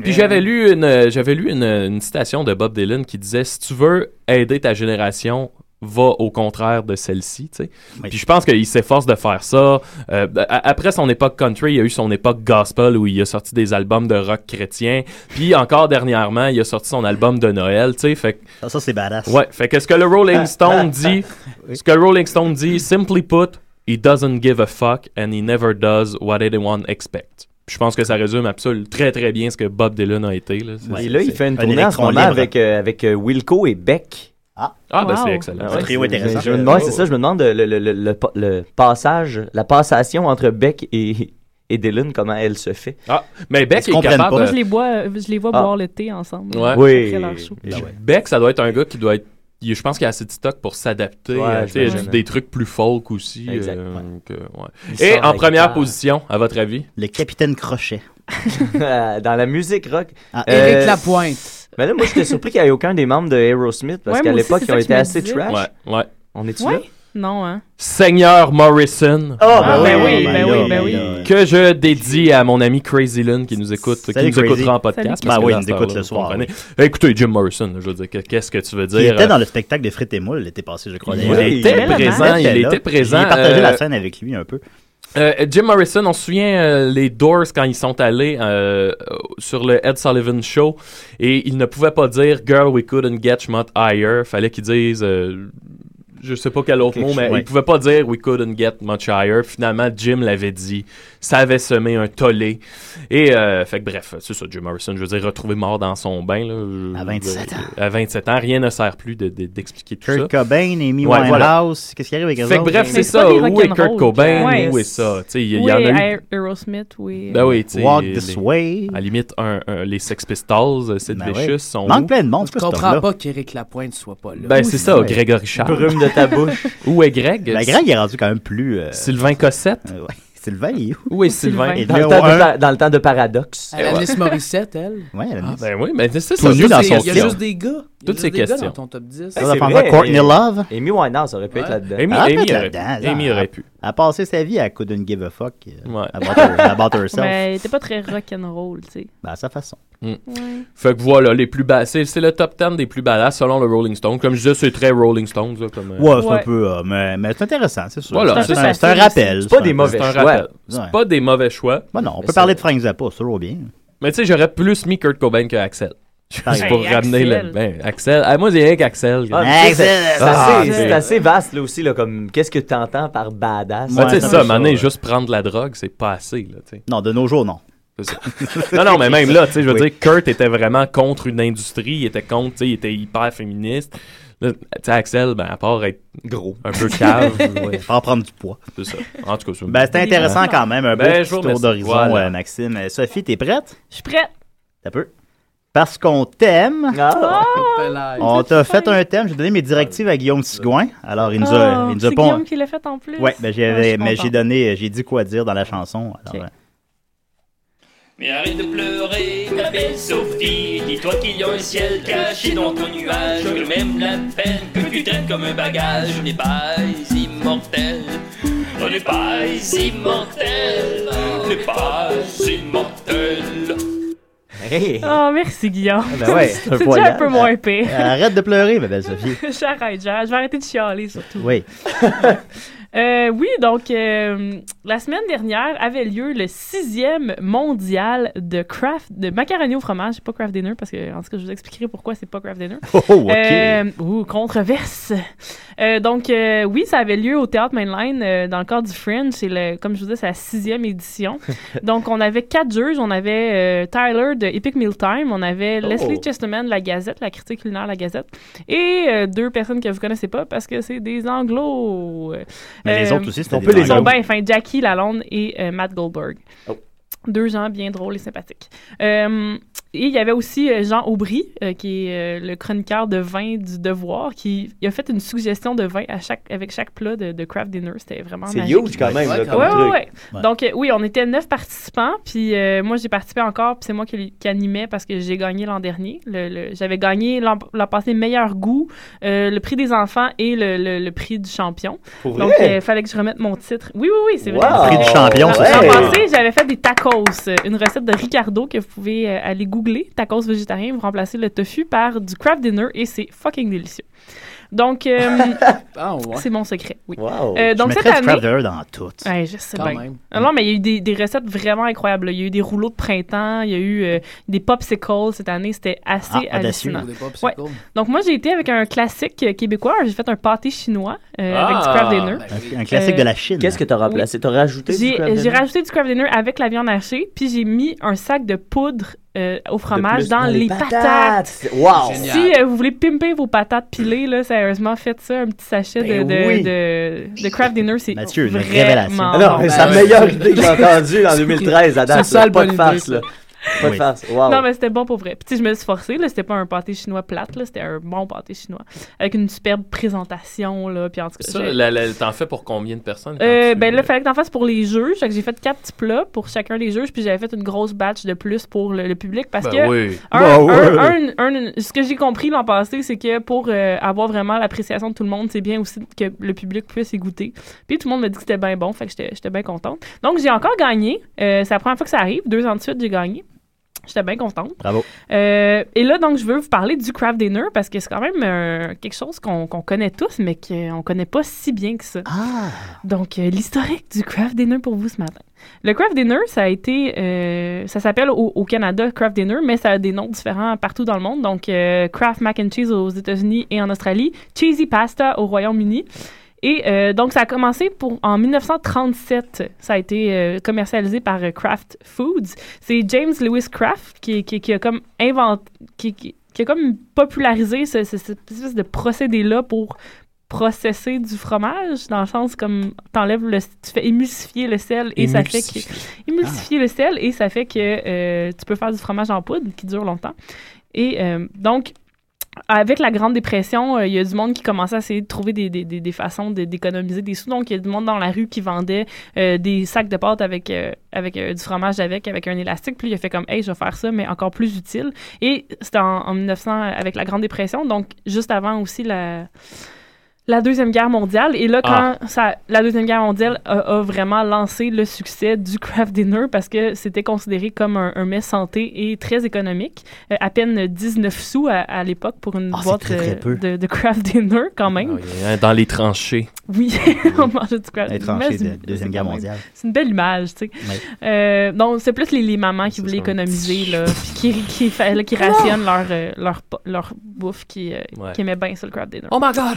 Puis j'avais lu une euh, j'avais lu une, une citation de Bob Dylan qui disait si tu veux aider ta génération va au contraire de celle-ci, tu sais. Puis je pense qu'il s'efforce de faire ça. Euh, a- après son époque country, il y a eu son époque gospel où il a sorti des albums de rock chrétien. Puis encore dernièrement, il a sorti son album de Noël, tu sais. Fait que-
Ça, ça, c'est badass.
ouais, fait que ce que le Rolling Stone dit, ce que le Rolling Stone dit, simply put, he doesn't give a fuck and he never does what anyone expects. Puis Je pense que ça résume absolument très très bien ce que Bob Dylan a été. Là. C'est-
Et là, il
c'est-
fait une
Un
tournée en ce
électron
moment
libre.
avec, euh, avec euh, Wilco et Beck.
Ah, ben
Wow.
c'est excellent.
Ah ouais,
trio
c'est-
intéressant.
Je me demande, c'est ça, je me demande euh, le, le- le- le pa- le passage, la passation entre Beck et, et Dylan, comment elle se fait.
Ah, mais Beck
Ils
est
comprennent
capable.
Moi,
pas.
je les vois, euh, je les vois
Ah.
boire le thé ensemble.
Ouais.
Oui.
Après leur show.
Ah ouais.
Beck, ça doit être un gars qui doit être. il- Je pense qu'il a assez de stock pour s'adapter.
Ouais,
euh, tu sais,
j'imagine.
des trucs plus folk aussi.
Exact,
euh,
ouais.
donc, euh, ouais.
Il
Et
sort
en
la
première
guitare.
position, à votre avis
Le capitaine Crochet.
Dans la musique rock.
Ah,
Euh,
Éric Lapointe.
Mais là, moi, j'étais surpris qu'il n'y ait aucun des membres de Aerosmith parce
Ouais,
qu'à
moi aussi,
l'époque,
c'est
ils
ça
ont
que
été
je me
assez
disais.
trash.
Ouais, ouais.
On est-tu
Ouais.
là?
Non, hein.
Seigneur Morrison,
Oh,
Ah, ben oui, ben oui,
là,
ben oui.
là.
que je dédie à mon ami Crazy Lynn qui nous écoute, qui
Salut,
nous
Crazy.
écoutera en podcast.
Salut,
parce
Ben
que
oui,
dans
il
ce
nous
temps-là,
écoute le
vous
soir,
comprenez. Écoutez, Jim Morrison, je veux dire, que- qu'est-ce que tu veux dire
Il était
euh,
dans le spectacle des frites et moules l'été passé, je crois.
Il
d'ailleurs.
était
Il était présent,
là.
il était présent,
J'ai partagé
euh,
la scène avec lui un peu.
Euh, Jim Morrison, on se souvient euh, les Doors quand ils sont allés euh, euh, sur le Ed Sullivan Show et ils ne pouvaient pas dire Girl, we couldn't get much higher. Fallait qu'ils disent euh, je sais pas quel autre
Quelque
mot, mais
chose, ouais.
il pouvait pas dire we couldn't get much higher. Finalement, Jim l'avait dit. Ça avait semé un tollé. Et, euh, fait que bref, c'est ça, Jim Morrison. Je veux dire, retrouvé mort dans son bain. Là, je-
À 27 ans.
À 27 ans. Rien ne sert plus de- de- d'expliquer tout ça.
Kurt Cobain, Amy
Ouais, voilà.
Winehouse, qu'est-ce qui arrive avec eux
Fait que
autres?
bref, c'est ça. Où est Kurt Cobain? Où est ça? Tu sais, Il y, y en a eu.
Aerosmith, oui.
Ben oui, tu sais,
Walk
les-
this
les- À la limite, un- un- les Sex Pistols, cette
Ben
Vicious
ouais.
sont.
Manque
où?
plein de monde,
Je comprends pas qu'Éric Lapointe soit pas là.
Ben, c'est ça, Grégory Charles.
Brume de ta bouche.
Où est Greg?
Ben, Greg est rendu quand même plus. euh,
Sylvain Cossette?
euh, ouais. Sylvain, il est où?
Où est Sylvain?
Et
Dans le,
numéro
temps de,
un.
pa- dans le temps de Paradoxe.
Elle Alanis Morissette, elle.
Ouais, elle a
Ah,
mis-
ben oui, mais c'est
Tout
ça.
nu
toutes
dans
ces
son
Il y a
questions.
juste des gars. Il y a
Toutes
juste
ces
des gars dans
questions.
ton top 10.
Hey,
Ça
c'est
prendrait
vrai,
Courtney
euh,
Love.
Amy Winehouse aurait pu être
Ouais.
là-dedans.
Amy,
Ah,
Amy
peut-être
aurait,
là-dedans,
Amy
ça.
aurait pu.
Elle a passé sa vie à couldn't give a fuck euh,
Ouais.
about, her- about herself.
Mais elle était pas très rock'n'roll, tu sais.
Ben, à sa façon.
Hmm. Fait que voilà, les plus bas. C'est c'est le top 10 des plus badass selon le Rolling Stone. Comme je disais, c'est très Rolling Stones. là, comme, euh,
Ouais, c'est un
Ouais.
peu. euh, mais mais c'est intéressant, c'est sûr.
Voilà.
c'est
C'est
un,
un peu
c'est un
facile.
rappel.
C'est pas des
C'est
mauvais
un
choix.
rappel.
Ouais.
C'est pas des mauvais choix.
Ben non, on peut
Mais
parler
c'est-
de Frank Zappa, c'est toujours bien.
Mais tu sais, j'aurais plus mis Kurt Cobain que Axel. Juste
Hey,
pour ramener
Ben, Axel.
le. Ben, Axel. Ah, moi, j'ai rien qu'Axel.
Ah,
Ouais,
mais tu sais,
Excellent.
c'est- c'est assez-
Ah,
C'est
c'est-
assez vaste, là aussi, là, comme qu'est-ce que tu entends par badass.
Ouais,
Ben, tu sais,
ça
ça,
me
maintenant,
chauffe.
juste prendre de la drogue, c'est pas assez. Là, tu sais.
Non, de nos jours, non.
C'est ça. non, non, mais même là, tu sais, je veux
Oui.
dire, Kurt était vraiment contre une industrie, il était contre, tu sais, il était hyper féministe. Là, Tu sais, Axel, ben, à part être
Gros.
un peu cave, ouais,
Faut en prendre du poids.
c'est ça. En tout cas, c'est-
Ben, c'était intéressant quand même, un beau
Ben,
petit
je vous
tour
remercie.
d'horizon,
Voilà.
euh, Maxime. Euh, Sophie, t'es prête?
Je suis prête.
T'as peu. Parce qu'on t'aime,
Ah,
on t'a fait un thème. J'ai donné mes directives à Guillaume Sigouin. Alors, il nous a,
Oh,
il nous a
c'est
pas-
Guillaume qui l'a fait en plus.
Ouais, ben,
Ah, je
j'avais,
suis
mais j'ai
contente.
donné, j'ai dit quoi dire dans la chanson.
Ok.
Alors, euh,
Mais arrête de pleurer, ma belle Sophie. Dis-toi qu'il y a un ciel caché dans ton nuage. Que même la peine que tu traînes comme un bagage. On n'est pas immortel. On n'est pas immortel. On n'est pas immortel.
hey.
Oh, merci Guillaume.
Eh.
Ah,
Ben ouais, Ah,
C'est déjà un peu moins pire.
Euh, Arrête de pleurer, ma belle Sophie.
J'arrête, j'arrête. je vais arrêter de chialer surtout.
Oui.
Euh, oui, donc euh, la semaine dernière avait lieu le sixième mondial de craft de macaroni au fromage, C'est pas craft dinner parce que en tout cas je vous expliquerai pourquoi c'est pas craft dinner.
Oh, oh, ok.
Euh, ouh, controverse. Euh, donc, euh, oui, ça avait lieu au Théâtre Mainline euh, dans le cadre du Fringe. C'est, le, comme je vous disais, c'est la sixième édition. donc, on avait quatre juges. On avait euh, Tyler de Epic Mealtime. On
Oh.
avait Leslie Chesterman de La Gazette, la critique culinaire de La Gazette. Et euh, deux personnes que vous connaissez pas parce que c'est des Anglos.
Mais les
Euh,
autres aussi, c'était
on
des
peut les
ils
bangers.
sont bien fins. Jackie Lalonde et euh, Matt Goldberg.
Oh.
Deux gens bien drôles et sympathiques. Euh, et il y avait aussi euh, Jean Aubry, euh, qui est euh, le chroniqueur de vin du Devoir, qui il a fait une suggestion de vin à chaque, avec chaque plat de, de craft dinner. C'était vraiment
C'est
magique.
huge quand même,
Ouais,
là,
quand
comme
Ouais,
truc.
ouais, ouais.
Ouais.
Donc, euh, oui, on était neuf participants, puis euh, moi, j'ai participé encore, puis c'est moi qui, qui animais parce que j'ai gagné l'an dernier. Le- le- J'avais gagné l'an l'an passé meilleur goût, euh, le prix des enfants et le, le- le prix du champion.
Pour
Donc, il
vrai.
fallait que je remette mon titre. Oui, oui, oui, c'est
Wow.
vrai.
Prix du champion, c'est
Ouais.
ça?
L'an passé, j'avais fait des tacos, euh, une recette de Ricardo que vous pouvez euh, aller googler, tacos végétariens, vous remplacez le tofu par du craft dinner et c'est fucking délicieux. Donc, euh,
Ah, ouais.
c'est mon secret, oui.
Wow.
Euh,
Je
donc, cette
mettrais du
année...
craft dinner dans tout.
Ouais, je sais
Quand
bien.
même.
Ah Non, mais il y a eu des, des recettes vraiment incroyables. là. Il y a eu des rouleaux de printemps, il y a eu euh, des popsicles cette année. C'était assez
Ah, audacieux.
hallucinant.
Au départ, c'est
Ouais.
cool.
Donc, moi, j'ai été avec un classique euh, québécois. J'ai fait un pâté chinois euh,
Ah.
avec du craft dinner.
Ben,
Un, un classique
Euh,
de la Chine.
Qu'est-ce que t'as remplacé? T'as rajouté du
J'ai euh,
craft
j'ai
dinner?
rajouté du craft dinner avec la viande hachée, puis j'ai mis un sac de poudre euh, au fromage
De plus
dans, les patates.
Wow.
Génial.
Si euh, vous voulez pimper vos patates pilées, là, sérieusement, faites ça, un petit sachet de,
Ben
de,
oui.
de- de craft dinner. C'est
Mathieu, une
vraiment
révélation.
bon. Ben,
Alors, Ah c'est la
ouais.
meilleure idée que j'ai entendue en 2013 à date.
C'est ça,
là.
le
Pas
bonne
de farce,
idée,
là. Pas de
Oui.
farce. Wow.
Non, mais c'était bon pour vrai. Puis, tu sais, je me suis forcée, là, c'était pas un pâté chinois plate, là, c'était un bon pâté chinois. Avec une superbe présentation, là, puis en tout cas.
Ça,
j'ai-
la- la- t'en fais pour combien de personnes? quand
Euh,
tu-
ben là, il fallait que t'en fasses pour les juges. Fait que j'ai fait quatre petits plats pour chacun des juges, puis j'avais fait une grosse batch de plus pour le, le public parce
Ben
que.
oui.
Un-
Ouais,
un-
ouais.
un- un- ce que j'ai compris l'an passé, c'est que pour euh, avoir vraiment l'appréciation de tout le monde, c'est bien aussi que le public puisse y goûter. Puis tout le monde m'a dit que c'était bien bon, fait que j'étais j'étais bien contente. Donc j'ai encore gagné. Euh, c'est la première fois que ça arrive. Deux ans de suite, j'ai gagné. J'étais bien contente.
Bravo.
Euh, et là, donc, je veux vous parler du craft dinner parce que c'est quand même euh, quelque chose qu'on qu'on connaît tous, mais qu'on connaît pas si bien que ça. Donc, euh, l'historique du craft dinner pour vous ce matin. Le craft dinner, ça a été, euh, ça s'appelle au, au Canada craft dinner, mais ça a des noms différents partout dans le monde. Donc, euh, craft mac and cheese aux États-Unis et en Australie, cheesy pasta au Royaume-Uni. Et euh, donc, ça a commencé pour, en 1937. Ça a été euh, commercialisé par euh, Kraft Foods. C'est James Lewis Kraft qui, qui, qui a comme inventé, qui, qui, qui a comme popularisé ce, ce- cette espèce de procédé-là pour processer du fromage, dans le sens comme t'enlèves le, tu fais émulsifier le sel et ça fait que émulsifier le sel et ça fait que euh, tu peux faire du fromage en poudre qui dure longtemps. Et euh, donc, avec la Grande Dépression, euh, il y a du monde qui commençait à essayer de trouver des, des- des- des façons de- d'économiser des sous. Donc, il y a du monde dans la rue qui vendait euh, des sacs de pâtes avec, euh, avec euh, du fromage avec, avec un élastique. Puis, il a fait comme, hey, je vais faire ça, mais encore plus utile. Et c'était en, en 1900 avec la Grande Dépression, donc juste avant aussi la, la Deuxième Guerre mondiale. Et là, quand
Ah.
ça, la Deuxième Guerre mondiale a, a vraiment lancé le succès du craft dinner parce que c'était considéré comme un, un mets santé et très économique. Euh, à peine 19 sous à, à l'époque pour une boîte
Ah, très, très
euh,
peu.
de, de craft dinner quand même.
hein, Dans les tranchées.
Oui, on mangeait du craft dinner.
Les tranchées
Mais c'est-
de- Deuxième Guerre
c'est quand même-
mondiale.
C'est une belle image, tu sais. Euh, donc, c'est plus les, les mamans qui voulaient économiser, là, puis qui, qui, fa- qui rationnent leur, euh, leur, po- leur bouffe, qui, euh,
Ouais.
qui aimaient bien ça, le craft dinner.
Oh my god!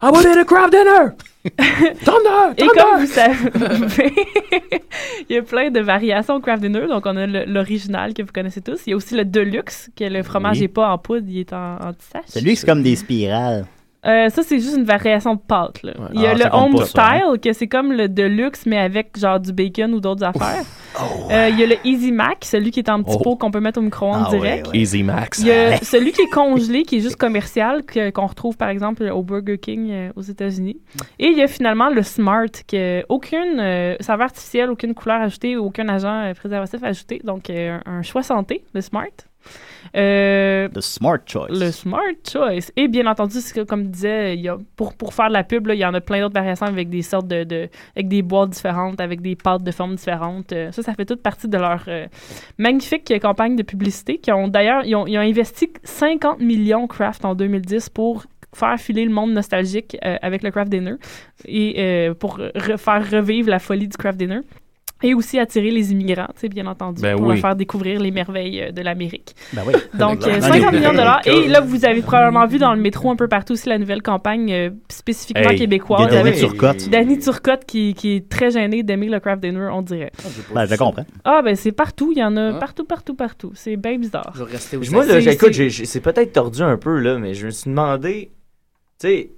I wanted a craft dinner!
Oh
Thunder!
Et comme vous savez, il y a plein de variations au craft dinner. Donc, on a le- l'original que vous connaissez tous. Il y a aussi le deluxe, que le fromage
Oui.
n'est pas en poudre, il est en, en petit sachet.
Celui qui c'est comme des spirales.
Euh, ça, c'est juste une variation de pâte. Là. Il y a
Ah, ça
le
compte
home
pas,
style,
ça, hein.
que c'est comme le deluxe, mais avec genre du bacon ou d'autres affaires.
Oh,
Euh, il y a le Easy Mac, celui qui est en petit
Oh.
pot qu'on peut mettre au micro-ondes
Ah ouais,
direct.
ouais. Easy Max. hein.
Il y a celui qui est congelé, qui est juste commercial, que- qu'on retrouve par exemple au Burger King euh, aux États-Unis. Et il y a finalement le Smart, que aucune euh, saveur artificielle, aucune couleur ajoutée, aucun agent euh, préservatif ajouté. Donc euh, un choix santé, le Smart. Euh,
The smart choice.
le Smart Choice. Et bien entendu, c'est que, comme disait, il y a, pour, pour faire de la pub, là, il y en a plein d'autres variations avec des sortes de, de- avec des boîtes différentes, avec des pâtes de formes différentes. Euh, ça, ça fait toute partie de leur euh, magnifique euh, campagne de publicité qui ont d'ailleurs, ils ont, ils ont investi 50 millions Kraft en 2010 pour faire filer le monde nostalgique euh, avec le Kraft Dinner et euh, pour re- faire revivre la folie du Kraft Dinner. Et aussi attirer les immigrants, tu sais, bien entendu,
Ben
pour
oui.
leur faire découvrir les merveilles euh, de l'Amérique.
Ben oui.
Donc, euh,
Dans
50
les
millions de dollars.
pays.
Et là, vous avez probablement vu dans le métro un peu partout aussi la nouvelle campagne euh, spécifiquement
Hey,
québécoise.
il y a Danny
avec-
Turcotte.
Danny Turcotte qui, qui est très gêné d'aimer le craft dinner, on dirait.
Ben, je le comprends.
Ah, ben c'est partout. Il y en a
Ah.
partout, partout, partout. C'est bien bizarre.
Moi, là,
C'est-
j'écoute,
c'est-
j'ai- j'ai- c'est peut-être tordu un peu, là, mais je me suis demandé, tu sais,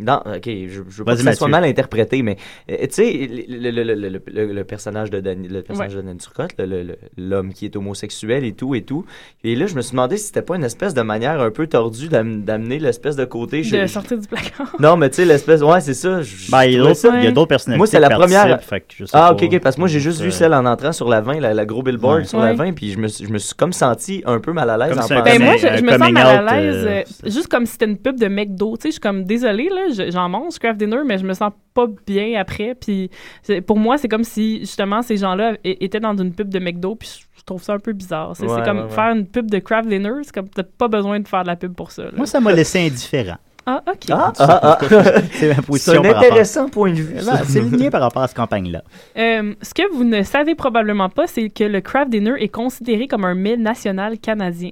non, ok, je, je veux pas que
Vas-y,
ça soit
Mathieu.
mal interprété, mais euh, tu sais, le, le- le- le- le- le personnage de Danny, le personnage de Danny Turcotte, le- le- le- l'homme qui est homosexuel et tout et tout, et là, je me suis demandé si c'était pas une espèce de manière un peu tordue d'am- d'amener l'espèce de côté. je-
de
je-
sortir du placard.
non, mais tu sais, l'espèce. Ouais, c'est ça. je-
Ben, il
je trouvais
y a d'autres-
ça-
il y a d'autres personnalités
Moi, c'est la
qui participent,
première.
fait que je sais
ah,
pas.
ok, ok. Parce que moi, j'ai juste vu
Euh,
celle en entrant sur la 20, la, la gros billboard
Ouais.
sur la
Ouais.
20, puis je me, suis- je me suis comme senti un peu mal à l'aise
Comme
en
si un
pensant.
Ben, moi, je,
un
je me sens
coming
mal
out,
à l'aise,
euh,
euh, juste comme si c'était une pub de McDo. Tu sais, je suis comme désolée, là, je- j'en mange du craft dinner, mais je me sens pas bien après. Puis c'est- pour moi, c'est comme si justement ces gens-là é- étaient dans une pub de McDo, puis je trouve ça un peu bizarre. C'est c'est
Ouais,
comme
ouais, ouais.
faire une pub de craft dinner, c'est comme t'as pas besoin de faire de la pub pour ça. là.
Moi, ça m'a laissé indifférent.
Ah, ok.
Ah, ah, ah.
c'est ma position.
C'est un
par rapport-
intéressant point de vue,
Ben,
ça.
c'est le lien par rapport à cette campagne-là.
Euh, ce que vous ne savez probablement pas, c'est que le craft dinner est considéré comme un mets national canadien.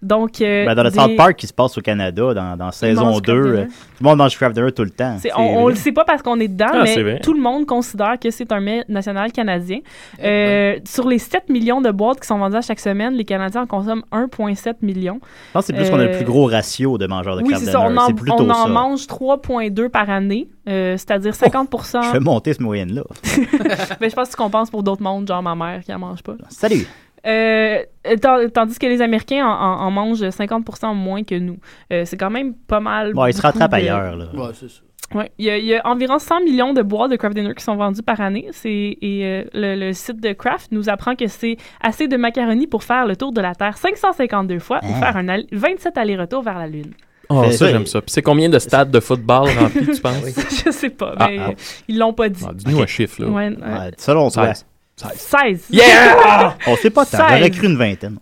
Donc, euh,
Hein? Ben, dans le
des-
South Park qui se passe au Canada, dans, dans saison
mange
2,
Kraft
euh,
Dinner.
tout le monde mange Kraft Dinner tout le temps.
C'est- on, on le sait pas parce qu'on est dedans,
Ah, c'est vrai.
mais tout le monde considère que c'est un mets national canadien.
Eh ben.
Euh, Sur les 7 millions de boîtes qui sont vendues à chaque semaine, les Canadiens en consomment 1,7 million.
Je pense que c'est plus qu'on a le
Euh,
plus gros ratio de mangeurs de
Oui,
Kraft
c'est ça. On
Dinner.
en,
C'est plutôt
on en
ça. Oh,
mange 3,2 par année, euh, c'est-à-dire 50
Je fais monter ce moyenne-là.
Mais Ben, je pense que tu compenses pour d'autres mondes, genre ma mère qui en mange pas.
Salut!
Euh, tant- tandis que les Américains en, en- en mangent 50 moins que nous. Euh, c'est quand même pas mal.
Bon, ils se
beaucoup
rattrapent
de-
ailleurs. Là.
Ouais, il y, a- il y a environ 100 millions de boîtes de Kraft Dinner qui sont vendues par année. C'est- Et euh, le, le site de Kraft nous apprend que c'est assez de macaroni pour faire le tour de la Terre 552 fois ou
Hein?
faire un all- 27 allers-retours vers la Lune.
Oh,
Fais
ça,
ça,
j'aime
il-
ça. Puis c'est combien de stades de football remplis, tu penses?
Je sais pas,
Ah,
mais
ah.
ils l'ont pas dit.
Ah, Dis-nous un chiffre, là.
Ouais, ouais.
Selon toi.
Seize.
16.
Yeah!
On sait pas tant. J'aurais cru une vingtaine.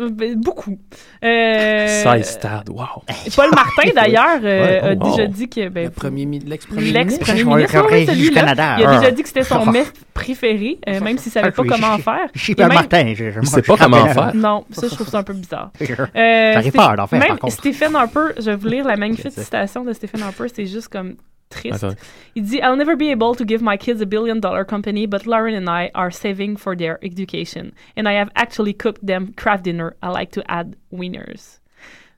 Euh, ben, Beaucoup. Euh,
16 stades, wow.
Paul Martin, d'ailleurs, euh,
Ouais,
a
oh,
déjà
wow.
dit que. Ben,
premier mi- l'ex-premier
L'ex-premier
ministre.
ministre, ouais,
Ouais,
celui-là,
du Canada.
il a déjà
Ah.
dit que c'était son mec préféré, euh, même s'il savait
Ah,
pas
oui,
comment
je-
faire.
je sais
Et
pas,
même-
Martin, je- je- Il sait je- pas je- comment faire.
Non, ça, je trouve ça un peu bizarre.
J'aurais
Stéph-
peur d'en faire,
Même
par contre.
Stephen Harper, je vais vous lire la magnifique
Qu'est-ce que c'est?
citation de Stephen Harper, c'est juste comme triste.
Attends.
Il dit I'll never be able to give my kids a billion dollar company, but Lauren and I are saving for their education. And I have actually cooked them craft dinner. I like to add winners.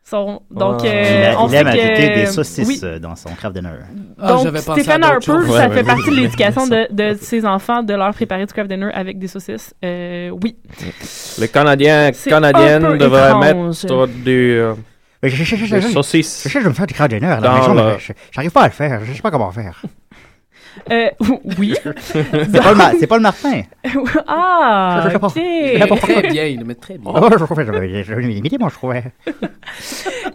Son- donc,
Il
euh,
a-
on
il
sait
aime
que-
ajouter des saucisses
Oui.
euh, dans son craft dinner.
Donc,
Ah, j'avais pensé à
Stephen
d'autres
Harper,
choses.
ça
Ouais,
fait
ouais,
partie
oui.
de l'éducation de, de ses enfants de leur préparer du craft dinner avec des saucisses. Euh, oui.
Les Canadiens
C'est un
Canadiennes
peu
devraient
étrange.
mettre du, euh, des saucisses.
Je sais, je vais me faire du craft dinner à la
Dans
maison,
le-
mais je- j'arrive pas à le faire. Je sais pas comment faire.
Euh, oui.
C'est pas le ma- c'est pas le Martin.
ah,
Je sais pas.
ok.
Très bien, il le met très bien.
Oh, je trouvais, j'avais- j'avais une idée, moi, je trouvais.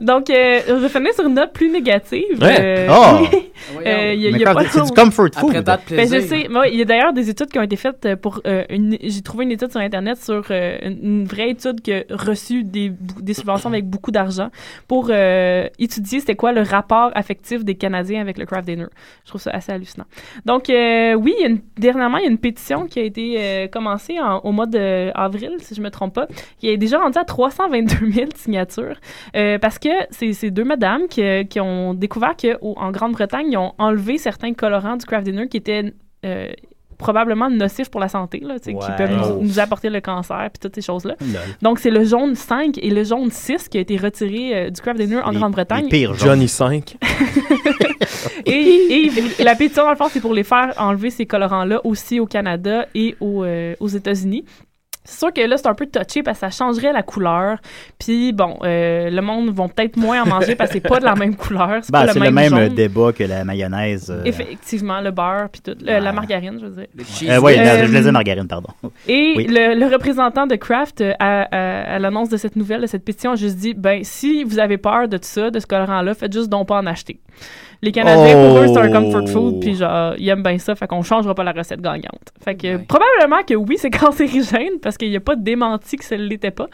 Donc, euh, je vais finir sur une note plus négative.
Ouais.
Euh,
Ah.
oui. Euh, il y a-
Mais
il y a
quand
pas
c'est
de-
du comfort Après food. tant de
Ben, je
plaisir.
sais. Moi, il y a d'ailleurs des études qui ont été faites euh, pour. euh, une- J'ai trouvé une étude sur Internet sur euh, une, une vraie étude qui a reçu des, des subventions avec beaucoup d'argent pour euh, étudier c'était quoi le rapport affectif des Canadiens avec le craft dinner. Je trouve ça assez hallucinant. Donc, euh, oui, il y a une- dernièrement, il y a une pétition qui a été euh, commencée en- au mois d'avril, si je me trompe pas, qui est déjà rendue à 322 000 signatures euh, parce que c'est c'est deux madames qui, qui ont découvert qu'en Grande-Bretagne, ils ont enlevé certains colorants du craft dinner qui étaient euh, probablement nocifs pour la santé, là, tu sais, qui
Ouais.
peuvent nous,
Oh.
nous apporter le cancer puis toutes ces choses-là.
Lol.
Donc, c'est le jaune 5 et le jaune 6 qui a été retiré euh, du craft dinner en Grande-Bretagne.
Johnny 5.
Et, et la pétition, dans le fond, c'est pour les faire enlever ces colorants-là aussi au Canada et au, euh, aux États-Unis. C'est sûr que là, c'est un peu touché parce que ça changerait la couleur. Puis, bon, euh, le monde va peut-être moins en manger parce que c'est pas de la même couleur. C'est
Bah,
pas
c'est le même euh,
jaune.
débat que la mayonnaise. euh,
Effectivement, le beurre, puis tout. Le- La margarine, je veux dire.
euh, ouais, la- je les ai
Euh,
margarine, pardon.
et
Oui.
le, le représentant de Kraft, euh, à, à- à l'annonce de cette nouvelle, de cette pétition, a juste dit ben, si vous avez peur de tout ça, de ce colorant-là, faites juste donc pas en acheter. Les Canadiens, pour eux, c'est un comfort food, puis genre, ils aiment bien ça, fait qu'on changera pas la recette gagnante. Fait que probablement que oui, c'est cancérigène, parce qu'il n'y a pas de démenti que ça ne l'était pas.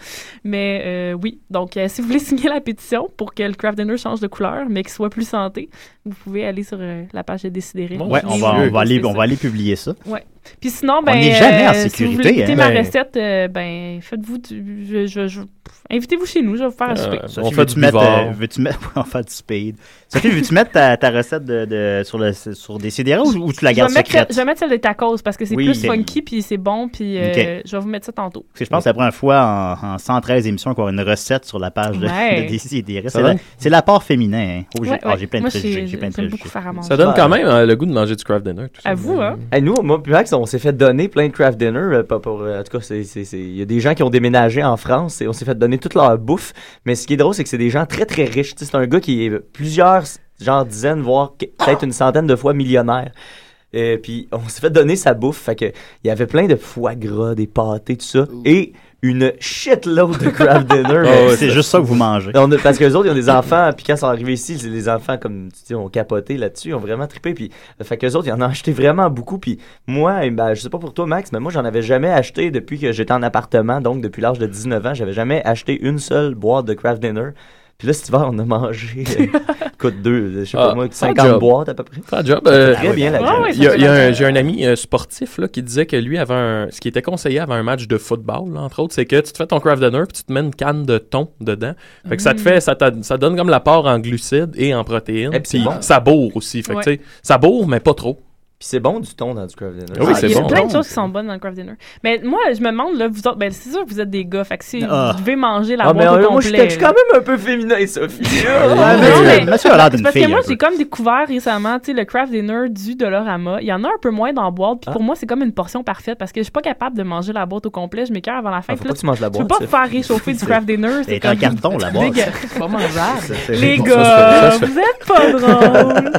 Mais euh, oui, donc euh, si vous voulez signer la pétition pour que le Kraft Dinner change de couleur, mais qu'il soit plus santé, vous pouvez aller sur euh, la page des Décidérés.
ouais, on va, on va aller, on va aller publier ça.
Ouais. Puis sinon,
On
ben,
n'est jamais en
euh, si vous voulez
sécurité,
goûter
hein.
ma
Ben-
recette, euh, ben, faites-vous du... je- je- je- Invitez-vous chez nous, je vais vous
Euh,
faire un souper.
Sophie, veux-tu mettre, euh, veux-tu mettre, ouais, on fait du speed. Sophie, veux-tu mettre ta, ta recette de, de- sur, le, sur des sidérés ou, ou tu la
je, vais
gardes
mettre,
secrète?
je vais mettre celle de tacos parce que c'est
Oui.
plus funky puis c'est bon puis euh,
Ok.
je vais vous mettre ça tantôt.
Parce que je pense que c'est la première fois en, en 113 émissions qu'on a une recette sur la page de,
Ouais.
de Décidérés.
Ça
C'est
donne-
la- C'est l'apport féminin. hein. Oh, j'ai
Ouais,
ah,
ouais.
j'ai plein de
Moi,
préjugés.
j'ai-
j'ai plein de
j'aime beaucoup
préjugés.
faire à manger.
Ça donne quand même euh, le goût de manger du craft dinner. tout ça.
À vous, hein?
Hey, nous, moi, puis Max, on s'est fait donner plein de craft dinner. euh, pas pour, euh, en tout cas, c'est- c'est- c'est- il y a des gens qui ont déménagé en France et on s'est fait donner toute leur bouffe. Mais ce qui est drôle, c'est que c'est des gens très, très riches. Tu sais, c'est un gars qui est plusieurs, genre dizaines, voire que- peut-être une centaine de fois millionnaire. Et puis, on s'est fait donner sa bouffe. Fait que, il y avait plein de foie gras, des pâtés, tout ça. Et une shitload de craft dinner.
Ah
mais
ouais, c'est juste ça que vous mangez.
On a- parce que les autres, ils ont des enfants, puis quand ils sont arrivés ici, les- les enfants, comme tu dis, ont capoté là-dessus, ils ont vraiment trippé. Puis, euh, fait que les autres, ils en ont acheté vraiment beaucoup. Puis moi, eh ben, je sais pas pour toi, Max, mais moi, j'en avais jamais acheté depuis que j'étais en appartement, donc depuis l'âge de 19 ans, j'avais jamais acheté une seule boîte de craft dinner. Puis là, cet hiver, on a mangé, euh, coûte deux, je sais
Ah,
pas moi,
faire
50
job.
boîtes à peu près.
Faire job.
Ça fait
euh,
très bien la
Ah
il
job.
y a- il y a un- J'ai un ami euh, sportif là, qui disait que lui, avait un, ce qui était conseillé avant un match de football, là, entre autres, c'est que tu te fais ton craft dinner puis tu te mets une canne de thon dedans. Fait que ça te
Mm.
fait, ça, t'a- ça donne comme l'apport en glucides et en protéines.
Et Eh, puis c'est
puis
bon.
ça bourre aussi. Fait que,
Ouais.
tu sais, ça bourre, mais pas trop.
Puis c'est bon du thon dans du craft
Ah
dinner.
oui,
Ah,
c'est
Il y a
bon.
plein de choses qui sont bonnes dans le craft dinner. Mais moi, je me demande, là, vous autres, ben, c'est sûr que vous êtes des gars, fait que si
Ah.
vous devez manger la
Ah, mais
boîte au
euh, moi, je
complet,
je suis quand même un peu féminin, Sophie.
Ah, non, mais-
Mathieu a l'air d'une
c'est parce
fille,
que moi,
un peu.
j'ai comme découvert récemment, tu sais, le craft dinner du Dolorama. Il y en a un peu moins dans la boîte.
Ah.
Puis pour moi, c'est comme une portion parfaite parce que je suis pas capable de manger la boîte au complet. Je m'écœure avant la fin.
Ah, faut
Puis
pas
là,
que tu manges la
Tu
boîte,
peux
ça.
pas faire réchauffer du craft dinner.
Elle
C'est
est en
comme
carton, la boîte.
dégueu.
C'est pas mangeable.
C'est-
Les
bon, ça,
gars,
c'est- ça, c'est-
vous êtes pas drôles.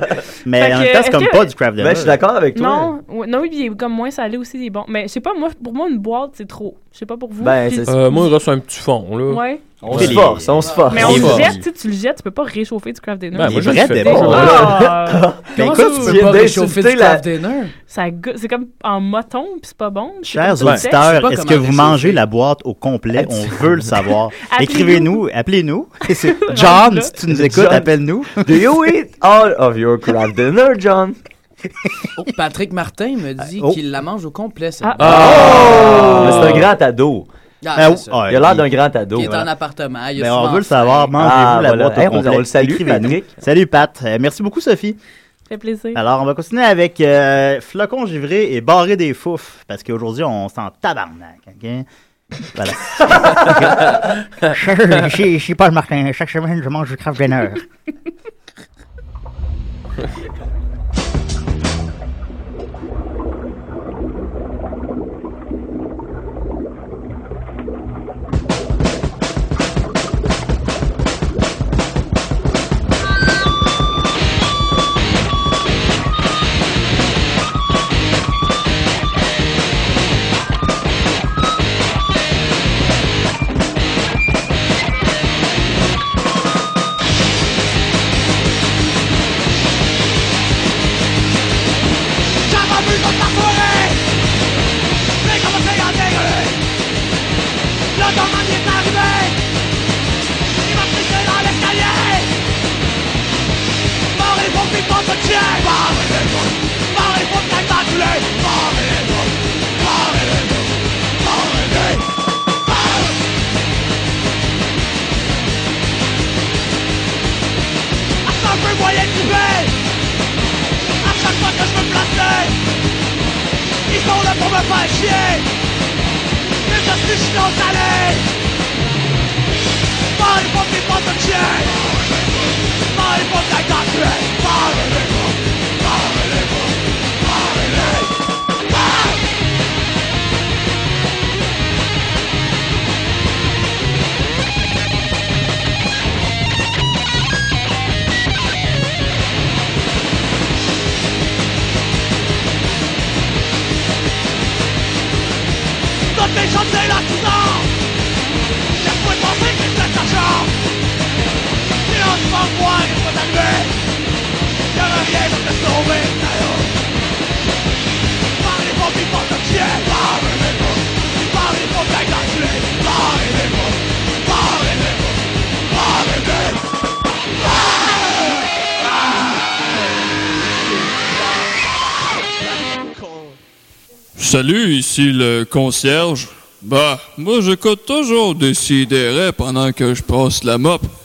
Mais
Fait
en
que,
même temps, c'est
est-ce
comme
que-
pas du craft dinner.
Ben, je suis d'accord avec toi.
Non, ouais, non, oui, puis il est comme moins salé aussi, il
Ben,
est bon. Mais je sais pas, moi, pour moi, une boîte, c'est trop. Je sais pas pour vous. Puis-
Euh, moi, il reste un petit fond. Là.
Ouais.
On se force, on se force.
Mais on le jette, tu sais, tu le jettes, tu peux pas réchauffer du craft dinner.
Ben, moi, je le
Des
fais
gens-
pas, là.
Ah!
Ben,
Comment
écoute,
ça,
tu
peux
viens
pas
d'insulter
réchauffer du
la-
craft dinner? Ça goûte- C'est comme en moton, puis c'est pas bon. C'est
Chers
comme du texte. Je sais
auditeurs,
pas
est-ce
comment
que vous
réchauffer.
mangez la boîte au complet? On veut le savoir. Écrivez-nous, appelez-nous. C'est- John, si tu nous écoutes,
John.
appelle-nous.
Do you eat all of your craft dinner, John?
Oh, Patrick Martin me dit
Oh.
qu'il la mange au complet.
Ah.
ça.
Ah.
Oh.
Ah. Mais C'est un grand ado.
Ah, c'est
Euh,
ça.
il a l'air d'un grand ado. hein.
Il est en
voilà.
appartement. Il a
Ben, on
souvent
veut le savoir.
faim.
Mangez-vous
Ah,
la
voilà.
boîte au
Hey, on-
complet.
on le salue,
Écrivez-nous.
Patrick.
Salut, Pat. Euh, merci beaucoup, Sophie.
Ça fait plaisir.
Alors, on va continuer avec euh, flocons givrés et barré des fouf, parce qu'aujourd'hui, on s'en tabarnak. OK? Voilà. je, je- je suis Paul Martin. Chaque semaine, je mange du craft dinner.
J'avais vu dans ta folie J'ai commencé à dégueuler Le domaine est arrivé Il m'a poussé dans l'escalier Mort et bombe, il pense au tien Mort et les bombes Mort et bombe, t'as immaculé Mort et les bombes Mort et les bombes Mort et les bombes À chaque fois, je voyais le coupé à chaque fois que je me plaçais Ils sont là pour me faire chier Mais je suis chiant salé Mal pour mes potes de chien Mal pour ta gâteau Parlez-vous Parlez-vous Parlez-vous Toutes les choses c'est l'artisan Je pouvais penser que c'était l'argent Et on se vend moi et on va t'allumer Je reviens pour te sauver d'ailleurs Parlez pour vivre de chien Parlez-vous Parlez pour ta gâteau Parlez-vous Parlez-vous Parlez-vous
Salut, ici le concierge. Bah, moi j'écoute toujours des sidérés pendant que je passe la mop.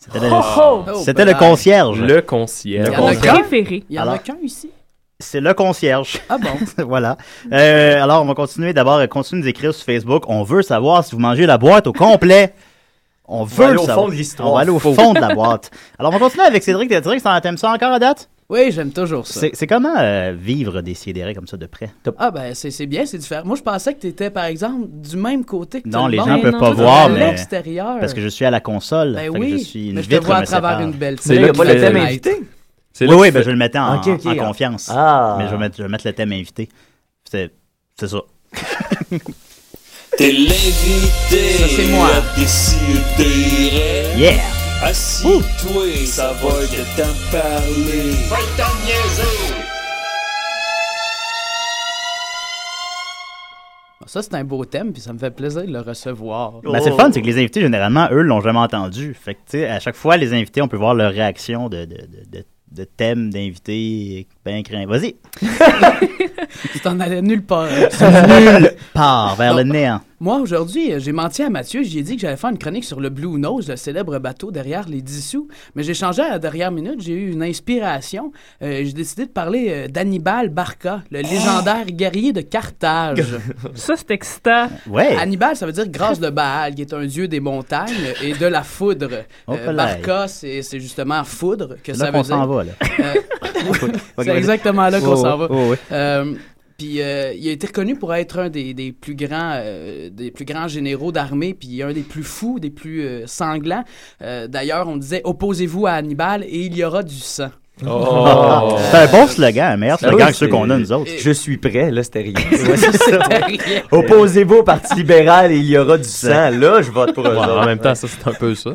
C'était le- Oh, oh. c'était le concierge.
Le concierge.
Le Il y en a concierge.
Préféré.
Il y en a
Alors-
qu'un ici.
C'est le concierge.
Ah bon?
voilà. Euh, alors, on va continuer d'abord. euh, Continuez de nous écrire sur Facebook. On veut savoir si vous mangez la boîte au complet. On veut
aller
le
au
savoir.
fond de l'histoire.
On va aller au
Faux.
fond de la boîte. Alors, on va continuer avec Cédric. Cédric, t'en- t'aimes ça encore à date?
Oui, j'aime toujours ça.
C'est c'est comment euh, vivre des sidérés comme ça de près?
Ah ben c'est c'est bien, c'est différent. Moi je pensais que t'étais par exemple du même côté que tout
Non,
le
les
monde.
gens ne peuvent pas
Ben Toi, t'es
voir,
à
mais.
l'extérieur.
Parce que je suis à la console.
Ben
fait que
oui,
je suis une
mais je te
vitre
vois à
me
travers
sépare.
une belle C'est fenêtre. là
Il y a
qu'il fait-
Oui,
C'est là
oui,
qu'il
ben
fait-
je vais le mettre en,
Ok, ok,
en
ah.
confiance.
Ah.
Mais je vais, mettre, je vais mettre le thème invité. C'est c'est ça.
T'es l'invité.
Ça, c'est moi.
à décider.
Yeah.
Assis-toi, ça va que t'en parler. Va t'en niaiser.
Ça c'est un beau thème puis ça me fait plaisir de le recevoir.
Ben, c'est le fun, c'est que les invités, généralement, eux, l'ont jamais entendu. Fait que, tu sais, à chaque fois, les invités, on peut voir leur réaction de, de, de, de- de thèmes d'invités. Ben, craint. Vas-y.
Tu t'en allais nulle part.
Nul part vers le néant.
Moi, aujourd'hui, euh, j'ai menti à Mathieu. J'ai dit que j'allais faire une chronique sur le Blue Nose, le célèbre bateau derrière les dissous. Mais j'ai changé à la dernière minute. J'ai eu une inspiration. Euh, j'ai décidé de parler euh, d'Hannibal Barca, le légendaire guerrier de Carthage.
Oh! Ça, c'est excitant.
Ouais.
Hannibal, ça veut dire grâce de Baal, qui est un dieu des montagnes et de la foudre. Euh,
Oh, là.
Barca, c'est c'est justement foudre que
C'est
ça
là
veut
qu'on
dire. Euh,
s'en va, là.
C'est exactement là qu'on
Oh,
s'en va.
oh, oui.
Euh, puis euh, il a été reconnu pour être un des, des plus grands euh, des plus grands généraux d'armée, puis un des plus fous, des plus euh, sanglants. Euh, D'ailleurs, on disait opposez-vous à Hannibal et il y aura du sang.
Oh.
C'est un bon slogan, un meilleur
Ah oui,
slogan que ceux
c'est-
qu'on a, nous autres.
Je suis prêt, là, c'était rien.
Ouais, c'est ça.
Opposez-vous au Parti libéral et il y aura du sang.
Ça-
Là, je vote pour eux
Ouais,
autres.
en même temps, ça, c'est un peu ça.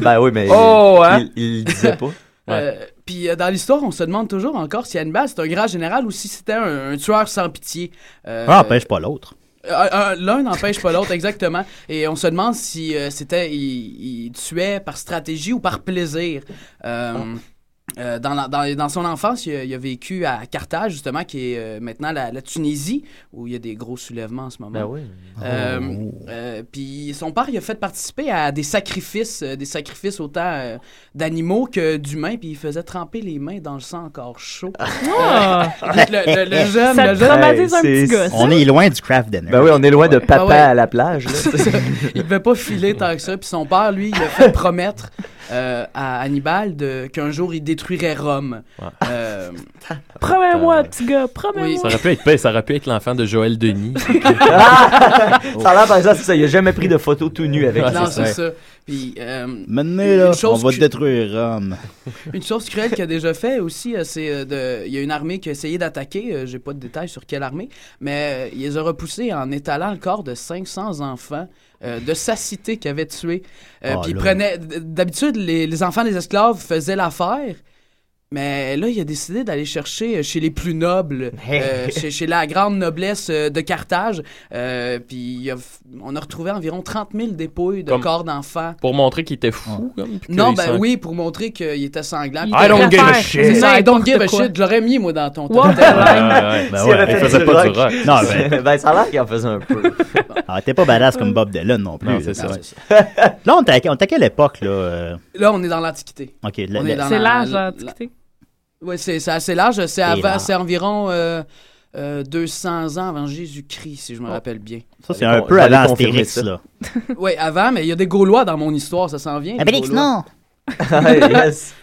ben oui, mais
Oh, hein?
il, il le disait pas.
Euh, Puis euh, dans l'histoire, on se demande toujours encore si Hannibal c'est un grand général ou si c'était un, un tueur sans pitié. Euh,
Ah,
ben,
empêche pas l'autre.
Euh, euh, L'un n'empêche pas l'autre, exactement. Et on se demande si euh, c'était. Il, il tuait par stratégie ou par plaisir. Euh,
Ah.
euh, dans, la- dans- dans son enfance, il a, il a vécu à Carthage, justement, qui est euh, maintenant la, la Tunisie, où il y a des gros soulèvements en ce moment.
Ben oui.
Euh,
Oh.
euh, Puis son père, il a fait participer à des sacrifices, euh, des sacrifices autant euh, d'animaux que d'humains, puis il faisait tremper les mains dans le sang encore chaud.
Ah.
Euh, le, le- le jeune,
Ça
le jeune-
traumatise un petit gars, ça.
On est loin du craft dinner.
Ben oui, on est loin de papa
Ah ouais.
à la plage. là.
il devait pas filer tant que ça. Puis son père, lui, il a fait promettre euh, à Hannibal de- qu'un jour il détruirait Rome. Euh,
Promets-moi, petit gars, promets-moi.
Ça aurait pu être, ben, ça aurait pu être l'enfant de Joël Denis.
Ça a l'air, Ah, par exemple, c'est ça. Il a jamais pris de photo tout nu avec
non,
lui.
c'est ça. Puis, euh,
Maintenant, là,
une
on
chose
va
cu-
détruire Rome.
Une chose cruelle qu'il a déjà fait aussi, euh, c'est euh, de. Il y a une armée qui a essayé d'attaquer, euh, j'ai pas de détails sur quelle armée, mais euh, il les a repoussés en étalant le corps de 500 enfants euh, de sa cité qu'il avait tué. Euh,
Ah,
Puis il
là.
prenait. d- D'habitude, les, les enfants des esclaves faisaient l'affaire. Mais là, il a décidé d'aller chercher euh, chez les plus nobles, euh, chez, chez la grande noblesse euh, de Carthage. Euh, Puis il a f- on a retrouvé environ 30 000 dépouilles de
Comme-
corps d'enfants.
Pour montrer qu'il était fou. comme, puis
Non,
qu'il
ben
s'en-
oui, pour montrer qu'il était sanglant.
I don't give a shit.
C'est ça, I don't
N'importe
give a
quoi.
shit. Je l'aurais mis, moi, dans ton
What
top
the
ten.
ouais, ben
S'il
ouais,
avait
il
fait
faisait
du
pas du
rock.
rock.
Non, ben,
Ben, ça a l'air qu'il en faisait un peu.
ah, t'es pas badass comme Bob Dylan non plus.
Non,
là,
c'est ça.
tu sais. Là, on était à, on était à quelle époque, là? euh,
Là, on est dans l'Antiquité.
OK, la-
On est
la-
dans
C'est hein,
la-
l'âge,
la-
l'Antiquité.
Oui, c'est c'est assez large. C'est avant-
large.
c'est environ euh, euh, 200 ans avant Jésus-Christ, si
Oh.
je me rappelle bien.
ça, c'est
Allez,
un
con-
peu
j'allais
avant
confirmer
Astérix,
ça.
là.
Oui, avant, mais il y a des Gaulois dans mon histoire, ça s'en vient. les
Abélix,
Gaulois.
non!
Ah, yes.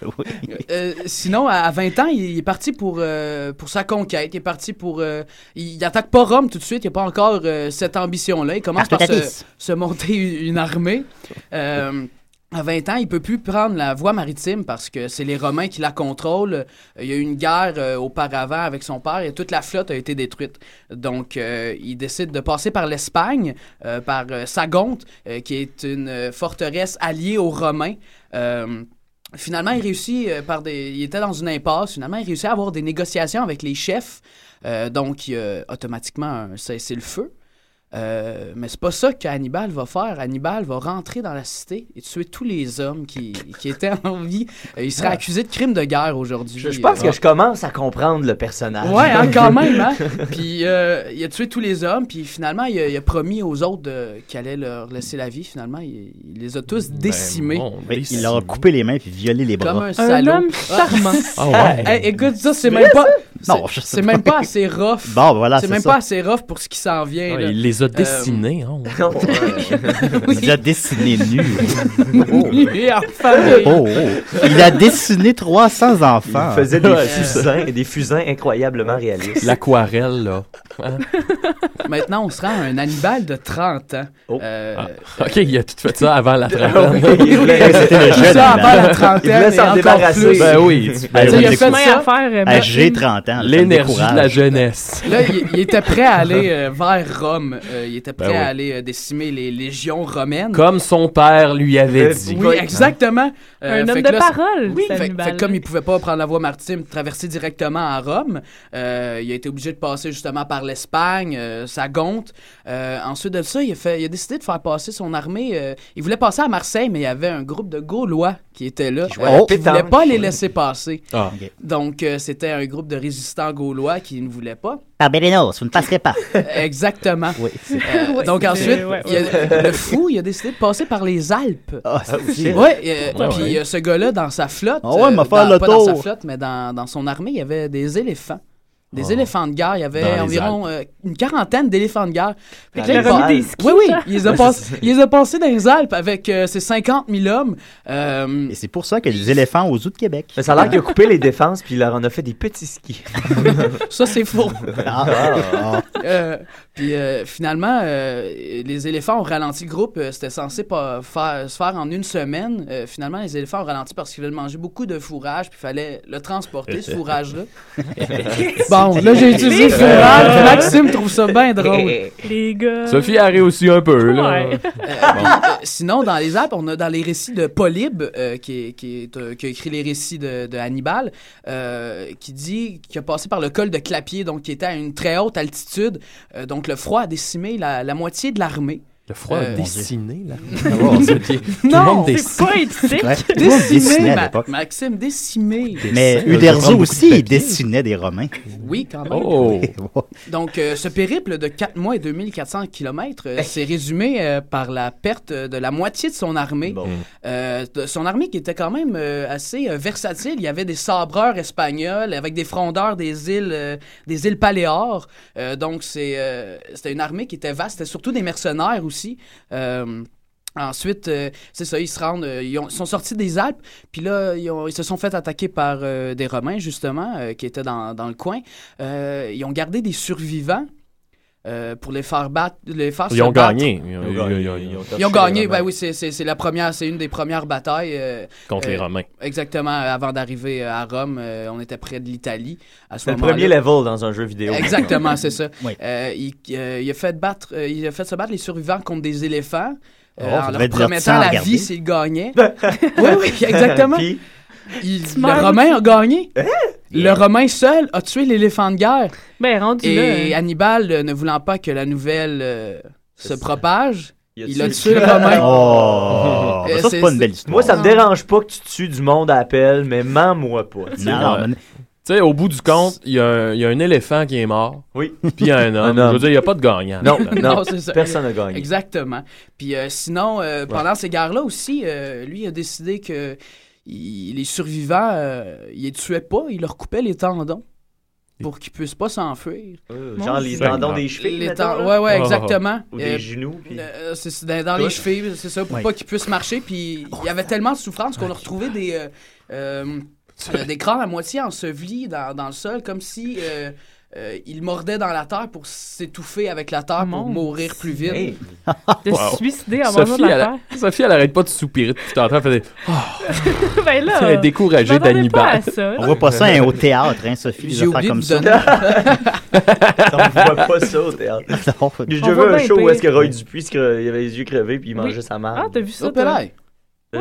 Euh, sinon, à- à 20 ans, il il est parti pour, euh, pour sa conquête. Il est parti pour. euh, il il attaque pas Rome tout de suite. Il n'y a pas encore euh, cette ambition-là. Il commence par se,
Arctotatis.
se monter une une armée. Euh, à 20 ans, il peut plus prendre la voie maritime parce que c'est les Romains qui la contrôlent. Euh, Il y a eu une guerre euh, auparavant avec son père et toute la flotte a été détruite. Donc, euh, il décide de passer par l'Espagne, euh, par euh, Sagonte, euh, qui est une euh, forteresse alliée aux Romains. Euh, Finalement, il réussit euh, par des. Il était dans une impasse. Finalement, il réussit à avoir des négociations avec les chefs. Euh, donc, il y a automatiquement un cessez-le-feu. Euh, mais c'est pas ça qu'Hannibal va faire. Hannibal va rentrer dans la cité et tuer tous les hommes qui, qui étaient en vie. Euh, il serait accusé de crimes de guerre aujourd'hui.
Ah.
euh.
Je, je pense que je commence à comprendre le personnage.
Ouais, hein, quand même, hein? Puis euh, il a tué tous les hommes, puis finalement, il a, il a promis aux autres de- qu'il allait leur laisser la vie. Finalement, il, il les a tous décimés.
Ben, mon
Oui,
décimé.
il leur a coupé les mains puis violé les bras.
Comme un
Un
salaud.
homme charmant.
Ah ouais.
Hey, écoute, ça, c'est même pas.
Non,
c'est-
je sais
C'est
pas.
même pas assez rough.
Bon, ben voilà,
c'est
c'est
même
ça.
pas assez rough pour ce qui s'en vient.
Ouais,
là. Euh,
Ah, il les a dessinés. hein.
Non, ouais.
Il a dessiné nu.
Et en famille.
Oh, oh. Il a dessiné 300 enfants.
Il faisait des
Ouais,
fusains, des fusains incroyablement réalistes.
L'aquarelle, là. Hein?
Maintenant, on se rend à un Hannibal de 30 ans. Euh,
OK, il a tout fait ça avant la trentaine.
Il voulait-
C'était le
tout
jeune.
ça avant
Hannibal.
la trentaine.
voulait s'en
et encore
débarrasser.
plus.
ben oui. tu- ben
Ben,
Tu sais,
oui,
il a
t'écoutes.
fait
Chemin
ça. Ben,
à faire. euh,
Ah,
mettre
J'ai
une-
30 ans. ça me
L'énergie de la
décourage.
jeunesse.
Là, il, il était prêt à aller euh, vers Rome. Euh, il était prêt
Ben oui.
à aller euh, décimer les légions romaines.
Comme son père lui
Ben
avait dit.
Oui, exactement. Euh,
Un
fait
homme
que
de
là, c'est-
parole.
Oui,
c'est
fait-
Hannibal.
fait que comme il pouvait pas prendre la voie maritime, traverser directement à Rome, euh, il a été obligé de passer justement par l'Espagne, euh, Sagonte. Euh, ensuite de ça, il a, fait, il a décidé de faire passer son armée. euh, il voulait passer à Marseille, mais il y avait un groupe de Gaulois qui était là. euh,
jouait à la
qui
pétanque.
voulait pas les laisser passer.
Oh, Ah.
Donc, euh, c'était un groupe de résistants gaulois qui ne voulait pas.
Par Bélénos, vous ne passerez pas.
Exactement.
Oui. c'est-
Euh,
Ouais,
donc
c'est-
ensuite,
ouais,
il a- le fou, il a décidé de passer par les Alpes.
Ah, ça aussi.
Ouais, euh,
Ouais,
puis
ouais.
euh, ce gars-là, dans sa flotte,
Ah ouais,
euh,
m'a fait
dans-
le
pas dans sa
tour.
flotte, mais dans, dans son armée, il y avait des éléphants. Des éléphants de guerre. Il y
Dans
avait
les
environ euh, une quarantaine d'éléphants de guerre.
Fait que là,
Dans les
il a remis
Alpes.
des skis,
Oui, oui.
là.
Il les a,
Ouais,
pas-
c'est ça.
il les a passés dans les Alpes avec euh, ses 50 000 hommes. euh,
Et c'est pour ça qu'il y a des éléphants aux zoos de Québec.
Mais ça a l'air qu'il a coupé les défenses puis il leur en a fait des petits skis.
Ça, c'est faux.
Ah.
Euh, puis euh, finalement, euh, les éléphants ont ralenti le groupe. Euh, C'était censé pas faire, se faire en une semaine. Euh, finalement, les éléphants ont ralenti parce qu'ils voulaient manger beaucoup de fourrage. Puis il fallait le transporter, ce fourrage-là. bon, là, j'ai utilisé fourrage. Maxime trouve ça bien drôle.
Les gars.
Sophie elle réussi un peu, là.
Ouais. Euh, sinon, dans les Alpes, on a dans les récits de Polybe, euh, qui, est- qui, est, euh, qui a écrit les récits de, de Hannibal, euh, qui dit qu'il a passé par le col de Clapier, donc qui était à une très haute altitude. Euh, donc le froid a décimé la, la moitié de l'armée.
Le froid
Euh,
a dessiné, là. Oh, c'est- Tout le
Non,
monde
c'est
dessine.
pas éthique.
Ouais. Tout le monde dessinait
Décimé,
à
Ma-
l'époque.
Maxime, décimé.
Mais Uderzo aussi, il dessinait des Romains.
Oui, quand même.
Oh.
Donc, euh, ce périple de 4 mois et 2400 kilomètres euh, s'est résumé euh, par la perte euh, de la moitié de son armée. Euh, de- son armée qui était quand même euh, assez euh, versatile. Il y avait des sabreurs espagnols avec des frondeurs des îles, euh, des îles Paléores. Euh, donc, c'est, euh, c'était une armée qui était vaste. C'était surtout des mercenaires aussi. Euh, Ensuite, euh, c'est ça, ils se rendent, euh, ils, ont- ils sont sortis des Alpes, puis là, ils, ont- ils se sont fait attaquer par euh, des Romains, justement, euh, qui étaient dans, dans le coin. Euh, ils ont gardé des survivants euh, pour les faire battre, les faire
Ils
se
ont
battre.
gagné.
Ils ont- Ils ont gagné, ben oui, c'est- c'est c'est la première, c'est une des premières batailles. euh,
Contre les Romains.
Exactement, euh, avant d'arriver euh, à Rome, euh, on était près de l'Italie. à ce
C'est le
moment-là.
premier level dans un jeu vidéo.
Exactement, c'est ça.
Oui.
Euh, il, euh, il a fait battre, euh, il a fait se battre les survivants contre des éléphants euh,
Oh,
en
ça devait
leur
être
promettant
divertissant à
la
regarder.
vie s'ils gagnaient. oui, oui, exactement.
Puis-
Il-
Tu
le
meurs.
Romain a gagné. Le Romain seul a tué l'éléphant de guerre.
Ben, rendu
Et
là.
Hannibal, euh, ne voulant pas que la nouvelle euh, se propage,
Il a
il a
tué
tué
le
le Romain.
Oh,
Euh,
ça, c'est pas une belle histoire.
Moi, ça me dérange pas que tu tues du monde à appel, mais mens-moi pas. tu sais.
Ouais. Tu sais, au bout du compte, il y, a un- il y a un éléphant qui est mort.
Oui.
Puis il y a un homme.
homme.
Je veux dire, il n'y a pas de gagnant.
Non,
là-dedans.
c'est ça.
personne n'a gagné.
Exactement. Puis euh, sinon, euh, pendant ces guerres-là aussi, euh, lui a décidé que il- les survivants, euh, il les tuait pas, il leur coupait les tendons pour qu'ils puissent pas s'enfuir.
Euh, genre les tendons des chevilles,
Les
mettons,
ten-
là.
Ouais, ouais,
Ah.
exactement.
Ou des genoux, puis-
euh, c'est c'est dans, dans les
Tout.
chevilles, c'est ça, pour
Ouais.
pas qu'ils puissent marcher. Puis il y avait tellement de souffrance qu'on a retrouvé des. euh, euh, euh, des crânes à moitié ensevelis dans, dans le sol, comme si euh, euh, il mordait dans la terre pour s'étouffer avec la terre pour mourir plus vite.
Hey.
De se
Wow.
suicider en mangeant
Sophie,
de la
elle,
terre.
Sophie, elle arrête pas de soupirer depuis tantôt. Elle faisait Ah,
ben là.
Elle est découragée
je m'attendais
d'Hannibal.
pas à ça.
On voit pas ça hein, au théâtre, hein, Sophie, les
J'ai
affaires
oublié
comme
de
ça.
On voit pas ça au théâtre. J'ai déjà
On
vu
voit
un
bien
show où
pire.
est-ce que Roy Dupuis, c'est que- euh, il avait les yeux crevés puis il
Oui.
mangeait sa mère.
Ah, t'as vu ça, Oh, toi? Pelay.
Euh,
Ah,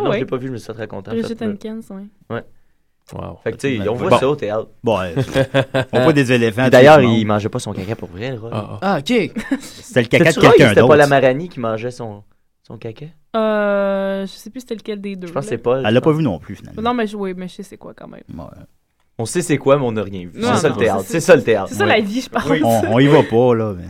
non,
ouais.
je l'ai pas vu, je me suis très content.
Brigitte
fait, là.
Hankins, oui.
Ouais.
Wow.
Fait que, tu sais, on voit
Ah, Bon.
ça au théâtre.
Bon, ouais, on voit des éléphants,
Et D'ailleurs,
tout le monde.
il mangeait pas son caca pour vrai, le Roy.
Ah, ok.
C'était le caca de
C'était-tu Roy ou
quelqu'un
C'était pas la
d'autre.
Marani qui mangeait son, son caca.
Euh, je sais plus c'était lequel des deux. Je
pense que c'est Paul,
Elle l'a pas vu non plus, finalement.
Non, mais je- oui, mais je sais c'est quoi quand même.
On sait c'est quoi, mais on n'a rien vu.
Non,
C'est ça
non,
le théâtre.
ça,
C'est ça le théâtre.
c'est ça, la vie, je pense.
Oui.
On, on y va pas, là. mais-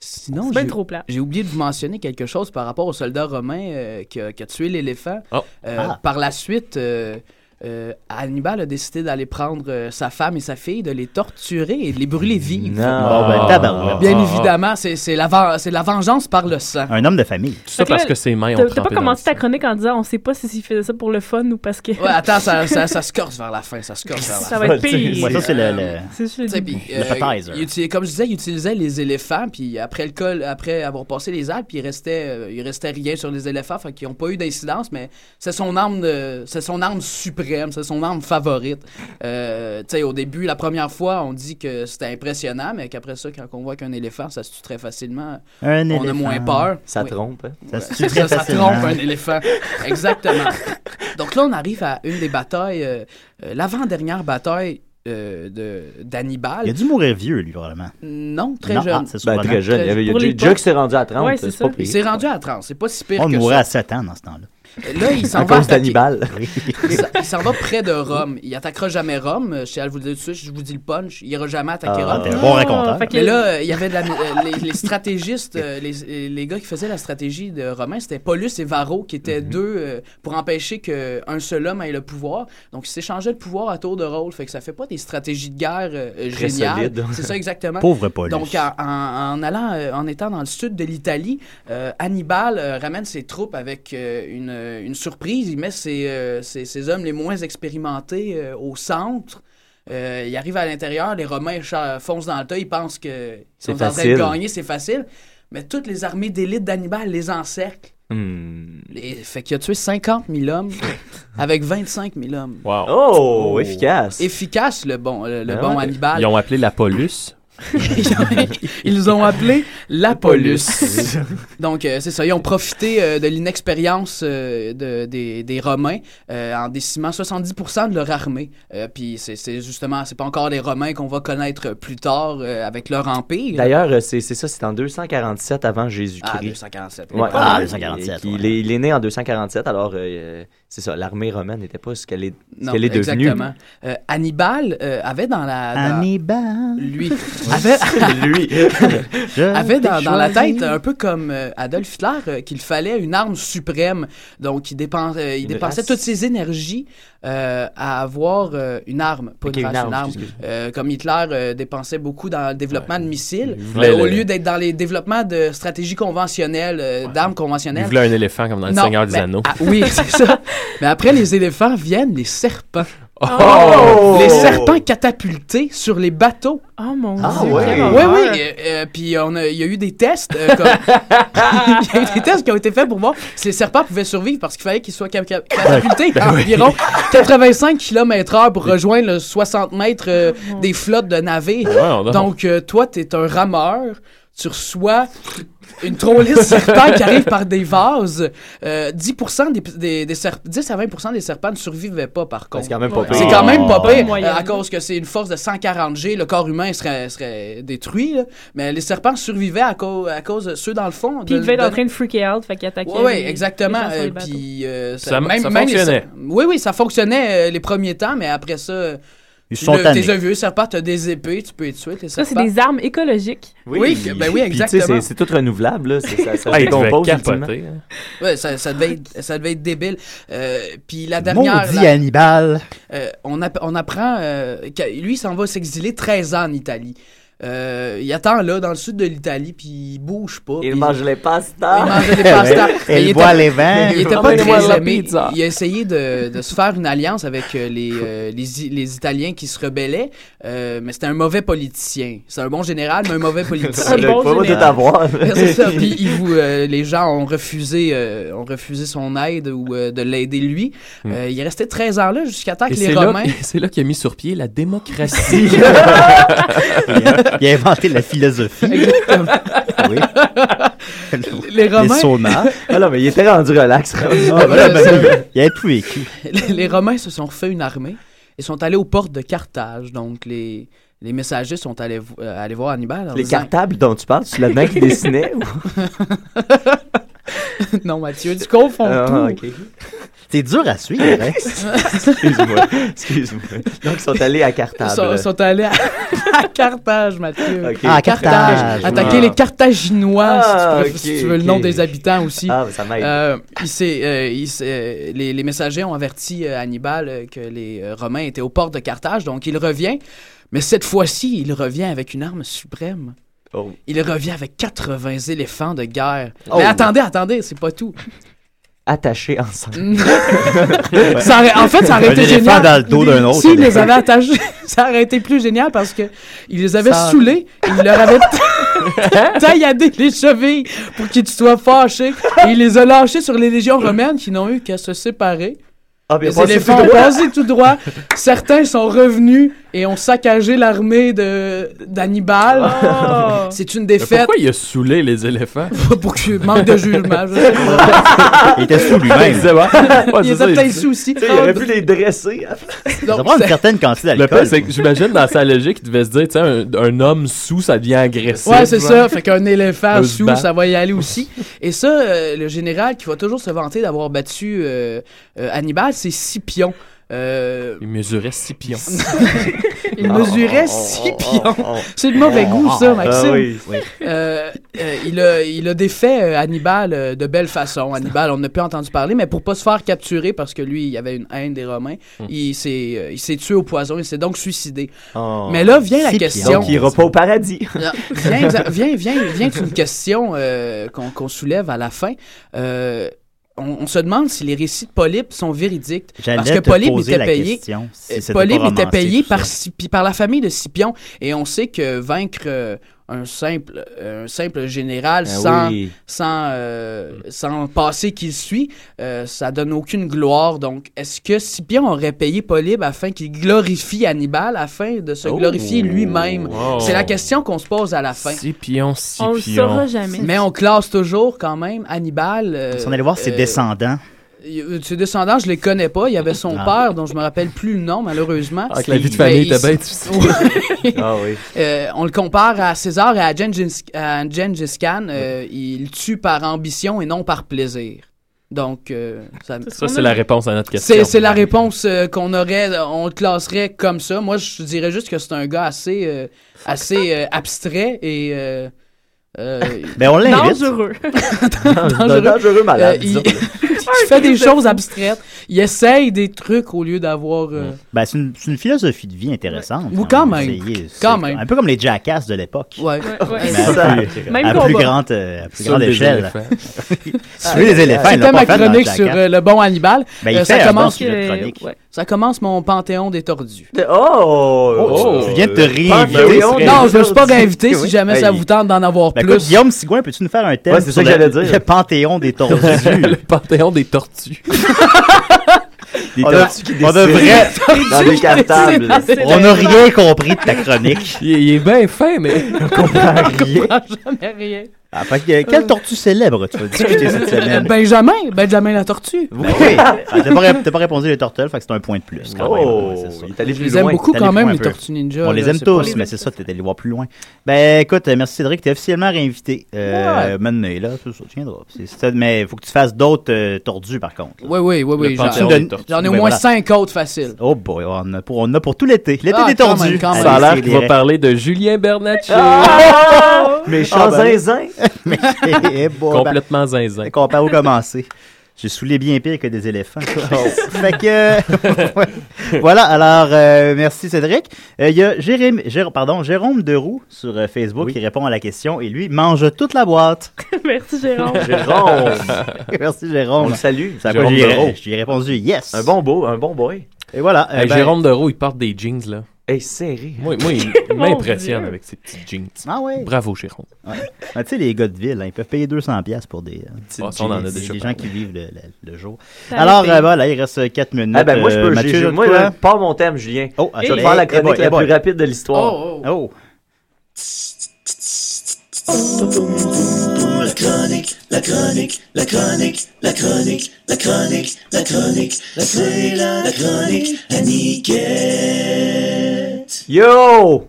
Sinon,
bien
j'ai-
trop plat.
j'ai oublié de vous mentionner quelque chose par rapport au soldat romain euh, qui, a, qui a tué l'éléphant. Euh,
Ah.
Par la suite, euh, euh, Hannibal a décidé d'aller prendre euh, sa femme et sa fille, de les torturer et de les brûler vives.
Bon, ben, tabarouette.
Bien évidemment, c'est c'est la, ven- c'est la vengeance par le sang.
Un homme de famille. Tout
ça Fait que parce là, que ses mains
T'as t'as pas commencé ta chronique en disant on sait pas si s'il faisait ça pour le fun ou parce que.
Ouais, attends, ça, ça, ça se corse vers la fin, ça se corse vers la
Ça
fin.
va être pire.
Ouais, ça, c'est le-
Euh,
le-
C'est juste le
tu sais,
début.
puis, euh,
L'appetizer.
il utilisait- comme je disais, il utilisait les éléphants, puis après le col, après avoir passé les Alpes, il restait, euh, il restait rien sur les éléphants, fait qu'ils n'ont pas eu d'incidence, mais c'est son arme, de- c'est son arme suprême, c'est son arme favorite. Euh, tu sais, au début, la première fois, on dit que c'était impressionnant, mais qu'après ça, quand on voit qu'un éléphant, ça se tue très facilement,
Un
on a
éléphant.
moins peur.
Ça
Oui.
trompe, hein?
Ça se tue
Ouais.
très
Ça- ça
facilement.
trompe un éléphant. Exactement. Donc là, on arrive à une des batailles, euh, euh, l'avant-dernière bataille euh, de- d'Hannibal.
Il a dû mourir vieux, lui, probablement.
Non, très
Non, ah,
jeune.
Ben,
c'est surprenant.
très jeune. Il y avait- il y a Pour Jake- les Jake
Jack
qui s'est rendu à 30,
Ouais,
c'est
c'est
pas
ça.
pire.
Il s'est rendu à 30. C'est pas si pire
On
que
mourait
ça. Euh,
à 7 ans dans ce temps-là.
Là, il s'en
À
va
cause
attaquer-
d'Hannibal.
Il s'en- il s'en va près de Rome. Il attaquera jamais Rome. Euh, Je tiens à vous le dire tout de suite, je vous dis le punch. Il ira jamais attaquer
Ah,
Rome.
t'es un bon Ah, raconteur. fait que-
Mais là, euh, il y avait de la- euh, les, les stratégistes, euh, les, les gars qui faisaient la stratégie de Romain, c'était Paulus et Varro, qui étaient
Mhm.
deux euh, pour empêcher qu'un seul homme ait le pouvoir. Donc, ils s'échangeaient le pouvoir à tour de rôle. Fait que ça fait pas des stratégies de guerre euh, euh,
Très
géniales.
solide.
C'est ça, exactement.
Pauvre Paulus.
Donc, en, en- en allant, euh, en étant dans le sud de l'Italie, euh, Hannibal euh, ramène ses troupes avec euh, une, euh, une surprise. Il met ses, euh, ses- ses hommes les moins expérimentés euh, au centre. Euh, il arrive à l'intérieur, les Romains cha- foncent dans le tas, ils pensent qu'ils sont
C'est
en train de
facile.
gagner, c'est facile. Mais toutes les armées d'élite d'Hannibal les encerclent.
Hmm.
Les- fait qu'il a tué 50 000 hommes avec 25 000 hommes.
Wow.
Oh, efficace.
Efficace, le bon, le, le
Ah
bon
ouais.
Hannibal.
Ils ont appelé la police.
Ils ont appelé la police.
police.
Donc, euh, c'est ça. Ils ont profité euh, de l'inexpérience euh, de- des, des Romains euh, en décimant 70 de leur armée. Euh, Puis, c'est- c'est justement, c'est pas encore les Romains qu'on va connaître plus tard euh, avec leur empire.
D'ailleurs, euh, c'est c'est ça, c'est en 247 avant Jésus-Christ.
Ah, 247.
Ouais.
Ah, 247,
Il, est, il est né en 247, alors euh, c'est ça, l'armée romaine n'était pas ce qu'elle est, ce
Non,
qu'elle est devenue.
exactement. Euh, Hannibal euh, avait dans la. dans-
Hannibal.
Lui. Avait,
Lui.
avait dans,
t'ai
dans la
choisi.
tête, un peu comme euh, Adolf Hitler, euh, qu'il fallait une arme suprême. Donc, il, dépen- euh, il
Une
dépensait
race.
toutes ses énergies euh, à avoir euh, une arme. Pas
Ok,
une
une
race,
arme,
une arme.
excuse.
Euh, comme Hitler euh, dépensait beaucoup dans le développement de missiles,
voulait
euh, au
le-
lieu d'être dans les développements de stratégies conventionnelles, euh, d'armes
Ils
conventionnelles.
voulaient un éléphant comme dans Le
Non,
Seigneur des
mais-
Anneaux.
ah, oui, c'est ça. Mais après les éléphants viennent les serpents.
Oh!
Les serpents catapultés sur les bateaux.
Oh mon
Ah
dieu.
oui,
quelle
oui,
horreur.
oui. euh, euh, puis on a- il y a eu des tests. euh, comme- Il y a eu des tests qui ont été faits pour voir si les serpents pouvaient survivre parce qu'il fallait qu'ils soient cap- cap- catapultés
Ben
à
oui.
environ 85 km/h pour rejoindre le 60 mètres euh,
Oh.
des flottes de navires.
Ouais, non.
Donc euh, toi, t'es un rameur. Tu reçois une trolliste serpent qui arrive par des vases. Euh, 10%, des, des, des serp- 10 à 20% des serpents ne survivaient pas, par contre.
Ben, C'est quand même pas pire.
C'est quand même pas
Oh.
pire,
Moyenne.
euh, à cause que c'est une force de 140 G, le corps humain serait, serait détruit, là. mais les serpents survivaient à, cause à cause de ceux dans le fond.
Puis il devait être en
de-
train de freaker out, fait qu'il attaquait.
oui, oui,
les- les
exactement.
gens sur les
Euh,
bateaux.
puis, euh,
Ça- ça
les-
fonctionnait.
oui, oui, ça fonctionnait euh, les premiers temps, mais après ça,
Ils
tu
sont
le-
tannés.
t'es un vieux serpent, t'as des épées, tu peux les tuer.
Ça, c'est des armes écologiques.
Oui, ben oui,
Puis, tu sais,
exactement.
c'est- C'est tout renouvelable, là. c'est- Ça, ça se
Hey,
décompose
tu devais capoter,
hein.
ultimement.
Ouais, ça, ça, devait être, ça devait être débile. Euh, puis la dernière.
Maudit
la-
Hannibal.
Euh, on, app- on apprend euh, que lui, il s'en va s'exiler 13 ans en Italie. Euh, il attend là, dans le sud de l'Italie, puis il bouge pas.
Il mange les
il
pastas.
mangeait des pastas.
Il
Mais
boit les vins.
Il était pas
Emmène-moi
très
la
aimé.
pizza.
Il a essayé de, de se faire une alliance avec euh, les, euh, les, I- les Italiens qui se rebellaient, euh, mais c'était un mauvais politicien. C'est un bon général, mais un mauvais politicien.
Il faut pas tout avoir.
C'est ça. Puis il vous, euh, les gens ont refusé, euh, ont refusé son aide ou euh, de l'aider lui.
Hmm.
Euh, il est resté 13 ans là jusqu'à temps
Et
que
c'est
les
là,
Romains.
c'est là qu'il a mis sur pied la démocratie.
Il a inventé la philosophie. Ah oui.
Les Romains.
Les saunas.
Ah non, mais il était rendu relax. rendu-
Ah, voilà, ben, il avait plus vécu.
les, les Romains se sont refait une armée et sont allés aux portes de Carthage. Donc, les, les messagers sont allés, vo- euh, allés voir Hannibal. en
Les
disant-
cartables dont tu parles, c'est la main qui dessinait ou-
non, Mathieu, tu confonds
Ah,
tout.
ok.
C'est dur à suivre. Hein?
Excuse-moi. Excuse-moi. Donc, ils sont allés à
Ils
cartable.
sont, sont allés à, à Carthage, Mathieu.
Ok.
Ah, Carthage.
Attaquer
Ah.
les Carthaginois,
Ah,
si, tu peux-
ok,
si tu veux le
ok.
nom des habitants aussi.
Ah, ben, ça m'aide.
Euh, il s'est, euh, il s'est, euh, les, les messagers ont averti euh, Hannibal euh, que les euh, Romains étaient aux portes de Carthage, donc il revient. Mais cette fois-ci, il revient avec une arme suprême.
Oh.
Il revient avec 80 éléphants de guerre.
Oh.
Mais attendez, attendez, c'est pas tout.
Attachés ensemble.
Ça aurait- en fait, ça aurait
Mm. Un
été
éléphant
génial.
dans le dos d'un autre.
S'il les avait attachés, ça aurait été plus génial parce que il les avait
Ça-
saoulés, et il leur avait ta- tailladé les chevilles pour qu'ils soient fâchés. Et il les a lâchés sur les légions romaines qui n'ont eu qu'à se séparer.
Ah, bien,
Les éléphants ont passé tout droit. Certains sont revenus et ont saccagé l'armée de d'Hannibal. C'est une
Mais
défaite.
Pourquoi il a saoulé les éléphants?
pour que manque de jugement. je sais pas.
Ah.
Il était sous lui-même.
Exactement. Ouais,
il
c'est
était
ça,
peut-être sous aussi. Ah,
Il aurait pu les dresser.
Ça doit prendre une certaine quantité
Le pire,
d'alcool.
c'est que j'imagine dans sa logique, il devait se dire, tu sais, un, un homme sous, ça devient agressif.
Ouais, c'est ça. Fait qu'un éléphant
Un
sous,
bat.
ça va y aller aussi. Et ça, euh, le général qui va toujours se vanter d'avoir battu euh, euh, Hannibal, c'est Scipion. Euh,
Il mesurait six pions.
il mesurait
Oh,
six pions. C'est de mauvais goût, ça, Maxime. Euh, euh, il, a, il a défait euh, Hannibal euh, de belle façon. Hannibal, on n'a plus entendu parler, mais pour pas se faire capturer, parce que lui, il avait une haine des Romains,
Hmm.
il s'est euh, il s'est tué au poison, il s'est donc suicidé. Mais là vient la question.
Oh. Donc, il ira pas au paradis.
Là, Vient, vient, vient, vient une question euh, qu'on qu'on soulève à la fin. Euh, on, on se demande si les récits de Polype sont véridiques.
J'allais
Parce que
te
Polype
poser
était
la
payé.
question, si
euh,
c'était pas
Polype
romancé,
était payé
tout ça.
par, Scipi- par la famille de Scipion. Et on sait que vaincre euh, un simple, euh, un simple général
Ah
sans,
oui.
sans, euh, sans passé qu'il suit, euh, ça donne aucune gloire. Donc, est-ce que Scipion aurait payé Polybe afin qu'il glorifie Hannibal, afin de se
Oh.
glorifier lui-même?
Wow.
C'est la question qu'on se pose à la fin.
Six pions, six
On le
pions.
saura jamais. Mais on classe toujours quand même Hannibal. euh,
Si on allait voir ses
euh,
descendants.
il- Ses descendants, je les connais pas. Il y avait son
Ah.
père, dont je me rappelle plus le nom, malheureusement.
Ah, que la vie de
Mais
famille
il-
était bien difficile.
Ouais.
Ah oui.
Euh, on le compare à César et à Gengis, à Gengis Khan. Euh, Il tue par ambition et non par plaisir. Donc, euh, ça,
Ça, c'est la réponse à notre question.
c'est, c'est la réponse euh, qu'on aurait, on le classerait comme ça. Moi, je dirais juste que c'est un gars assez, euh, assez euh, abstrait et. euh, euh,
Ben, on l'invite.
Dangereux.
dangereux.
dangereux malade,
Euh, il, il fait des choses abstraites. Il essaye des trucs au lieu d'avoir. euh,
Ben, c'est une, c'est une philosophie de vie intéressante.
Ou
On
quand
va
même.
essayer, c'est-
Quand même.
Un peu comme les jackasses de l'époque.
Ouais.
Mais
C'est
à
ça.
plus,
Même
à plus
combat.
grande, euh, à plus
Sur
grande
des
échelle.
éléphants.
Tuer des éléphants, ils
C'était
l'ont
Ah, ma
pas fait dans
chronique
Jack
sur
Hat.
euh, le bon Hannibal.
Ben, il
Euh,
fait
ça
un bon
commence
sujet de chronique.
Ça commence mon panthéon des tordus.
Oh!
Oh, tu viens
euh,
de te
ben
réinviter.
Panthéon,
non, je ne suis pas
tordus.
réinvité si jamais
Oui.
ça vous tente d'en avoir
Ben, écoute,
plus.
Guillaume Sigouin, peux-tu nous faire un thème
Ouais, c'est ça
sur
que
le,
j'allais dire.
le panthéon des tordus?
le panthéon des tortues.
Des
On a-
tortues qui
on
dessinent
devrait-
dans des cartables.
On n'a rien compris de ta chronique.
Il, est- il est bien fin, mais
Jamais rien.
Ah, fait que, euh, quelle tortue célèbre tu veux discuter cette
Euh,
semaine?
Benjamin, Benjamin la tortue.
Ben oui. Ah, T'as pas, ré- t'as pas répondu les tortelles, fait que c'est un point de plus. Quand
Oh,
même. Ouais, c'est ça.
il est allé
Je
plus
les aime
loin.
beaucoup
T'es allé
quand même,
loin un
les
peu.
tortues ninja.
On
là,
les aime
c'est pas-
tous, mais c'est ça, t'es allé voir plus loin. Ben écoute, euh, merci Cédric, t'es officiellement réinvité. Euh, Maintenant, là, ça, ça tiendra. C'est- c'est- Mais faut que tu fasses d'autres euh, tordus par contre. là.
Oui, oui, oui, oui.
Le
j'en-
panthéon
des
j'en-
tortues.
J'en ai au
Ben
moins
voilà.
cinq autres faciles.
Oh boy, on a pour, on a pour tout l'été. L'été
Ah,
des
quand
tordus.
même, quand même. Ah!
ça a
Allez,
l'air
c'est
qu'il va
direct.
parler de Julien Bernatchez.
ben
Méchant zinzin.
Eh boy, ben,
Complètement zinzin.
Fait qu'on part où commencer. J'ai saoulé bien pire que des éléphants. fait que. ouais. voilà, alors, euh, merci Cédric. Euh, Il y a Jérémy, Jér- pardon, Jérôme Deroux sur euh, Facebook qui répond à la question et lui mange toute la boîte.
Merci, Jérôme.
Jérôme.
merci
On
Jérôme.
le salue.
Ça
Jérôme Dereau.
J'ai répondu yes.
Un bon beau, un bon boy.
Et voilà. euh,
Hey,
ben,
Jérôme Dereau, il porte des jeans, là.
Hey, serré. hein.
Moi, moi il il
Mon
m'impressionne
Dieu.
avec ses petits jeans.
Ah ouais.
Bravo, Jérôme.
Ben, tu sais, les gars de ville, hein, ils peuvent payer 200$ piastres pour des. euh,
Ah, ça, on en a
des-
déjà
des gens
parlé.
qui vivent le, le- le jour.
Ça
Alors,
fait-
euh, voilà, il reste 4 minutes.
Ah ben moi je
Euh,
peux,
Mathieu,
j'ai-
de
moi
quoi?
là, pas mon thème Julien.
Oh,
Je vais te
eh,
faire la
eh
chronique
boy, eh
la
boy.
plus rapide de l'histoire. Ah
Oh, oh.
Oh.
La chronique, la chronique, la chronique, la chronique, la chronique, la chronique, la chronique, la chronique, la
Yo!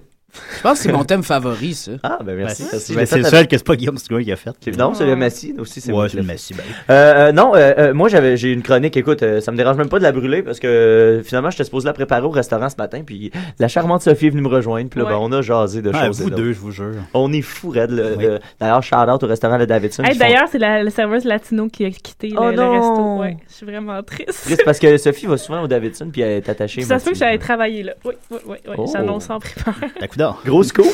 Je pense que c'est mon thème favori, ça.
Ah ben merci.
Ben,
merci.
ben, c'est le seul que c'est pas Guillaume Sigouin qui a fait.
C'est- Non, c'est le Messi aussi. c'est moi
Ouais,
qui
c'est
l'ai
le
fait.
Messi. ben.
Euh, euh, non, euh, euh, moi j'avais j'ai une chronique, écoute, euh, ça me dérange même pas de la brûler parce que euh, finalement j'étais supposé la préparer au restaurant ce matin, puis la charmante Sophie est venue me rejoindre, puis là
Ouais.
ben, on a jasé de
Ah,
choses.
vous
et d'autres.
deux, je vous jure.
On est fou raide. le-
Oui.
le- D'ailleurs, shout out au restaurant de Davidson.
Hey,
ils font-
D'ailleurs, c'est la, la serveuse latino qui a quitté le-
Oh
le,
non.
resto. Ouais, je suis vraiment triste.
Triste parce que Sophie va souvent au Davidson puis elle est attachée.
Puis ça se peut que j'allais
émotivement.
travailler là. Oui, oui, oui. oui.
Oh.
J'annonce en préparant.
T'as coup d'or.
Gros scoop?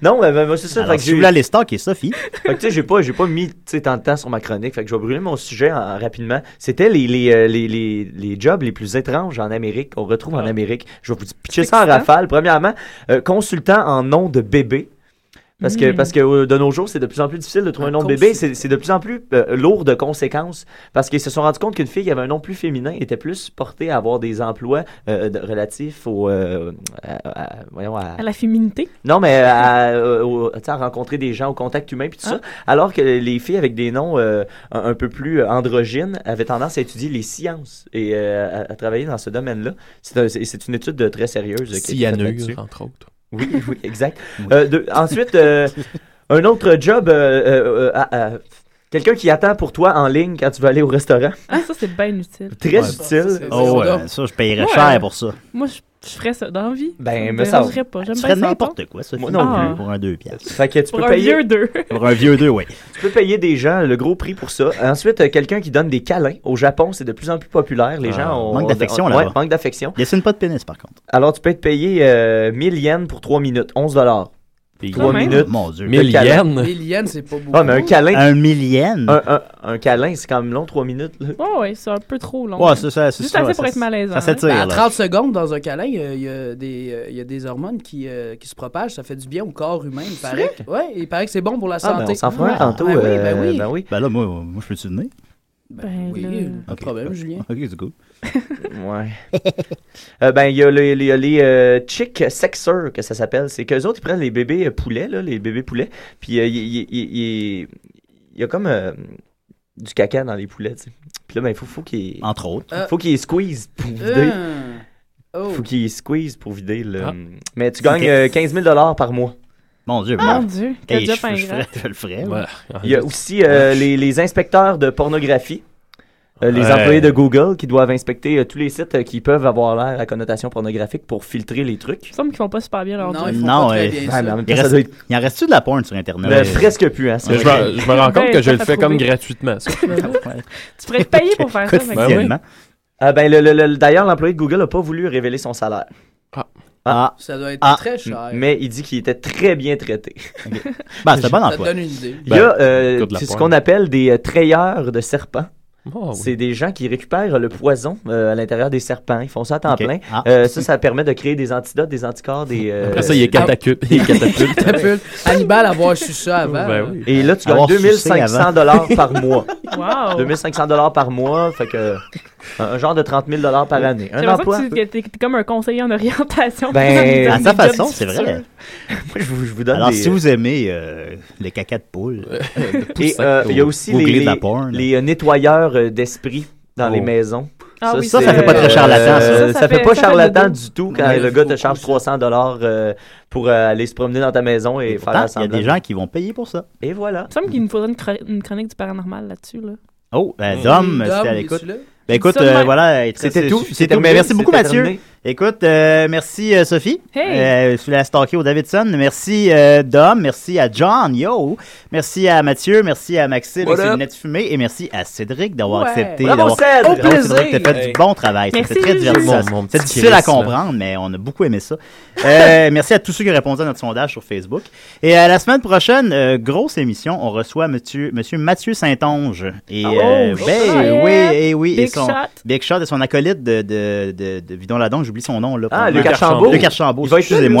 Non, ben, ben, moi c'est ça. fait
Alors,
que
si
j'ai-
vous voulez aller stalker Sophie,
Fait que tu sais, j'ai pas, j'ai pas mis tu sais, tant de temps sur ma chronique. Fait que je vais brûler mon sujet en- rapidement. C'était les, les, euh, les, les, les jobs les plus étranges en Amérique, qu'on retrouve en Amérique. Je vais vous pitcher ça en
Excitant.
rafale. Premièrement, euh, consultant en nom de bébé. Parce que,
Mm.
parce que euh, de nos jours, c'est de plus en plus difficile de trouver un nom de bébé. C'est c'est de plus en plus euh, lourd de conséquences. Parce qu'ils se sont rendus compte qu'une fille qui avait un nom plus féminin était plus portée à avoir des emplois euh, de- relatifs au. euh, à- à- voyons, à-
À la féminité.
non, mais à, euh, au- tu sais, à rencontrer des gens au contact humain puis tout ça.
Ah.
Alors que les filles avec des noms euh, un, un peu plus androgynes avaient tendance à étudier les sciences et euh, à, à travailler dans ce domaine-là. C'est un- c'est- c'est une étude de très sérieuse. qui a été faite
Cyanure,
là-dessus.
entre autres.
Oui, oui, exact. Euh, de- ensuite, euh, un autre job, euh, euh, euh, à- à- quelqu'un qui attend pour toi en ligne quand tu vas aller au restaurant.
Ah, ça, c'est bien utile.
Très utile.
Oh, ouais, ça, je paierais cher pour ça.
Moi, je, je ferais ça d'envie.
Ben,
me
me semble.
dérangerait pas. J'aime
Tu
bien
ferais
ça,
n'importe
attends.
quoi, ça.
Moi non
finalement,
plus.
Pour un deux piastres.
Fait que tu
Pour
peux
un
payer.
vieux deux.
Pour un vieux deux, oui.
Tu peux payer des gens le gros prix pour ça. Ensuite, euh, quelqu'un qui donne des câlins. Au Japon, c'est de plus en plus populaire. Les gens ont.
Ah, Manque d'affection,
ont-
là-bas.
ouais, manque d'affection.
Dessine pas de pénis, par contre.
Alors, tu peux être payé euh, 1000 yens pour 3 minutes, 11 dollars.
Quand
3
même.
minutes.
Mon Dieu.
Le
1000
câlin.
yens?
1000 yens, c'est pas beaucoup.
Ah, mais un câlin.
Un millième?
Un, un- un câlin, c'est quand même long, 3 minutes. là.
Ouais, ouais, c'est un peu trop long.
Ouais, c'est ça, c'est
Juste
ça,
assez
ouais,
pour
ça-
être malaisant.
ça s'étire,
hein.
Ben, à
là.
30 secondes dans un câlin, il y a- il y, a des, euh, il y a des hormones qui, euh, qui se propagent. Ça fait du bien au corps humain. Il paraît que, ouais, il paraît que c'est bon pour la
Ah, ben,
santé.
on s'en fera un
Ouais.
tantôt.
Ben oui, ben
euh,
oui.
ben oui.
Ben là, moi, moi je peux te donner.
Ben,
Oui,
là,
pas de problème, Julien.
Ok, c'est cool.
Ouais. Euh, ben, il y a les, les, les, euh, chick sexers que ça s'appelle. C'est qu'eux autres, ils prennent les bébés euh, poulets, là, les bébés poulets, puis euh, il il- il- il- il y a comme euh, du caca dans les poulets, tu sais. Puis là, ben, il faut, faut qu'ils...
Entre autres.
faut qu'ils squeeze pour vider.
Euh, oh.
faut qu'ils squeeze pour vider, le...
Ah.
Mais tu gagnes euh, 15 000 par mois.
Mon Dieu,
Ah,
mais-
Mon Dieu, quel
Hey,
job
je, je
ingrat.
ferais- je le ferais.
Ouais.
Il y a aussi euh, les, les inspecteurs de pornographie. Euh, les
Ouais.
employés de Google qui doivent inspecter euh, tous les sites euh, qui peuvent avoir l'air à connotation pornographique pour filtrer les trucs.
Il me semble qu'ils font pas super bien leur
Non,
job.
ils font pas
Non,
très
euh,
bien
ben,
ça.
mais en même temps,
il,
ça
reste-
doit être-
il en reste-tu de la porn sur Internet?
Mais presque plus, hein.
Mais je, me, je me rends
Ben,
compte que je le fais comme gratuitement. ça. ben
Tu pourrais être payé pour faire ça. fait que-
Quotidiennement.
Ah, ben, le- le- le- D'ailleurs, l'employé de Google n'a pas voulu révéler son salaire.
Ah.
Ah.
Ça doit être
Ah.
très cher.
Mais il dit qu'il était très bien traité.
Ben, c'est un bon
Ça te
emploi. Ben,
donne une idée.
Il y a euh,
écoute, la
c'est ce
pointe.
qu'on appelle des euh, trayeurs de serpents.
Oh, oui.
C'est des gens qui récupèrent le poison euh, à l'intérieur des serpents. Ils font ça à temps
Ok.
plein.
Ah.
Euh, ça, ça permet de créer des antidotes, des anticorps, des. euh,
Après ça, il est cataculte. Il est catapulte.
Catapulte. Hannibal avoir su ça avant.
Ben oui.
Et là, tu gagnes
Avoir
2500
sucé
dollars par mois.
Wow.
2500 dollars par mois, fait que un, un genre de 30 000 dollars par année.
J'ai
Un emploi.
l'impression que tu- que t'es t'es comme un conseiller en orientation.
Ben,
À
Dans
sa
des jobs
façon, c'est
futurs.
vrai.
Moi, je vous, je vous donne
Alors,
des-
si vous aimez euh, le caca de poule, euh, de
Et
poussin,
euh, il y a
ou-
aussi
ou
les,
griller de la
les-
porn.
les, euh, nettoyeurs euh, d'esprit dans
Oh.
les maisons.
Ah oui,
ça,
c'est-
ça fait pas très charlatan, ça.
ça, fait pas
ça
charlatan
dodo.
du tout quand
Ouais,
le gars
beaucoup,
te charge
ça.
300 dollars pour euh, aller se promener dans ta maison et, faire
Pourtant,
la
il y a des gens qui vont payer pour ça.
Et voilà.
Il me semble qu'il nous faudrait une, chro- une chronique du paranormal là-dessus. Là.
Oh, euh, Dom, c'était à
Mmh. Dom,
l'écoute.
es-tu là?
Ben écoute,
Seulement-
euh, voilà, il te
C'était
reste-
tout. C'est
C'est tout. Mais
terminé.
merci beaucoup,
C'était
Mathieu.
terminé.
Écoute, euh, merci euh, Sophie.
Hey.
Euh, tu l'as stalké au Davidson. Merci euh, Dom. Merci à John. Yo. Merci à Mathieu. Merci à Maxime
What
avec ses
up?
lunettes fumées. Et merci à Cédric d'avoir
Ouais.
accepté.
Bravo,
d'avoir-
Cédric.
Bravo,
Au
Cédric,
plaisir.
T'as fait
Hey.
du bon travail.
Merci,
C'était très
Juju.
divertissant.
Mon- mon
C'est
petit
difficile à
Chris, là.
comprendre, mais on a beaucoup aimé ça. Euh, merci à tous ceux qui ont répondu à notre sondage sur Facebook. Et à la semaine prochaine, euh, grosse émission, on reçoit monsieur, monsieur Mathieu Saint-Onge. Et,
oh,
euh, ben,
shit.
oui, et oui, et
Big
son,
shot.
Big Shot et son acolyte de, de, de, de Vidon Ladon, j'oublie son nom là. pour
Ah,
le moment.
Lucas
Lucas
Archambault.
Lucas Archambault,
Il va être là, lui
excusez-moi.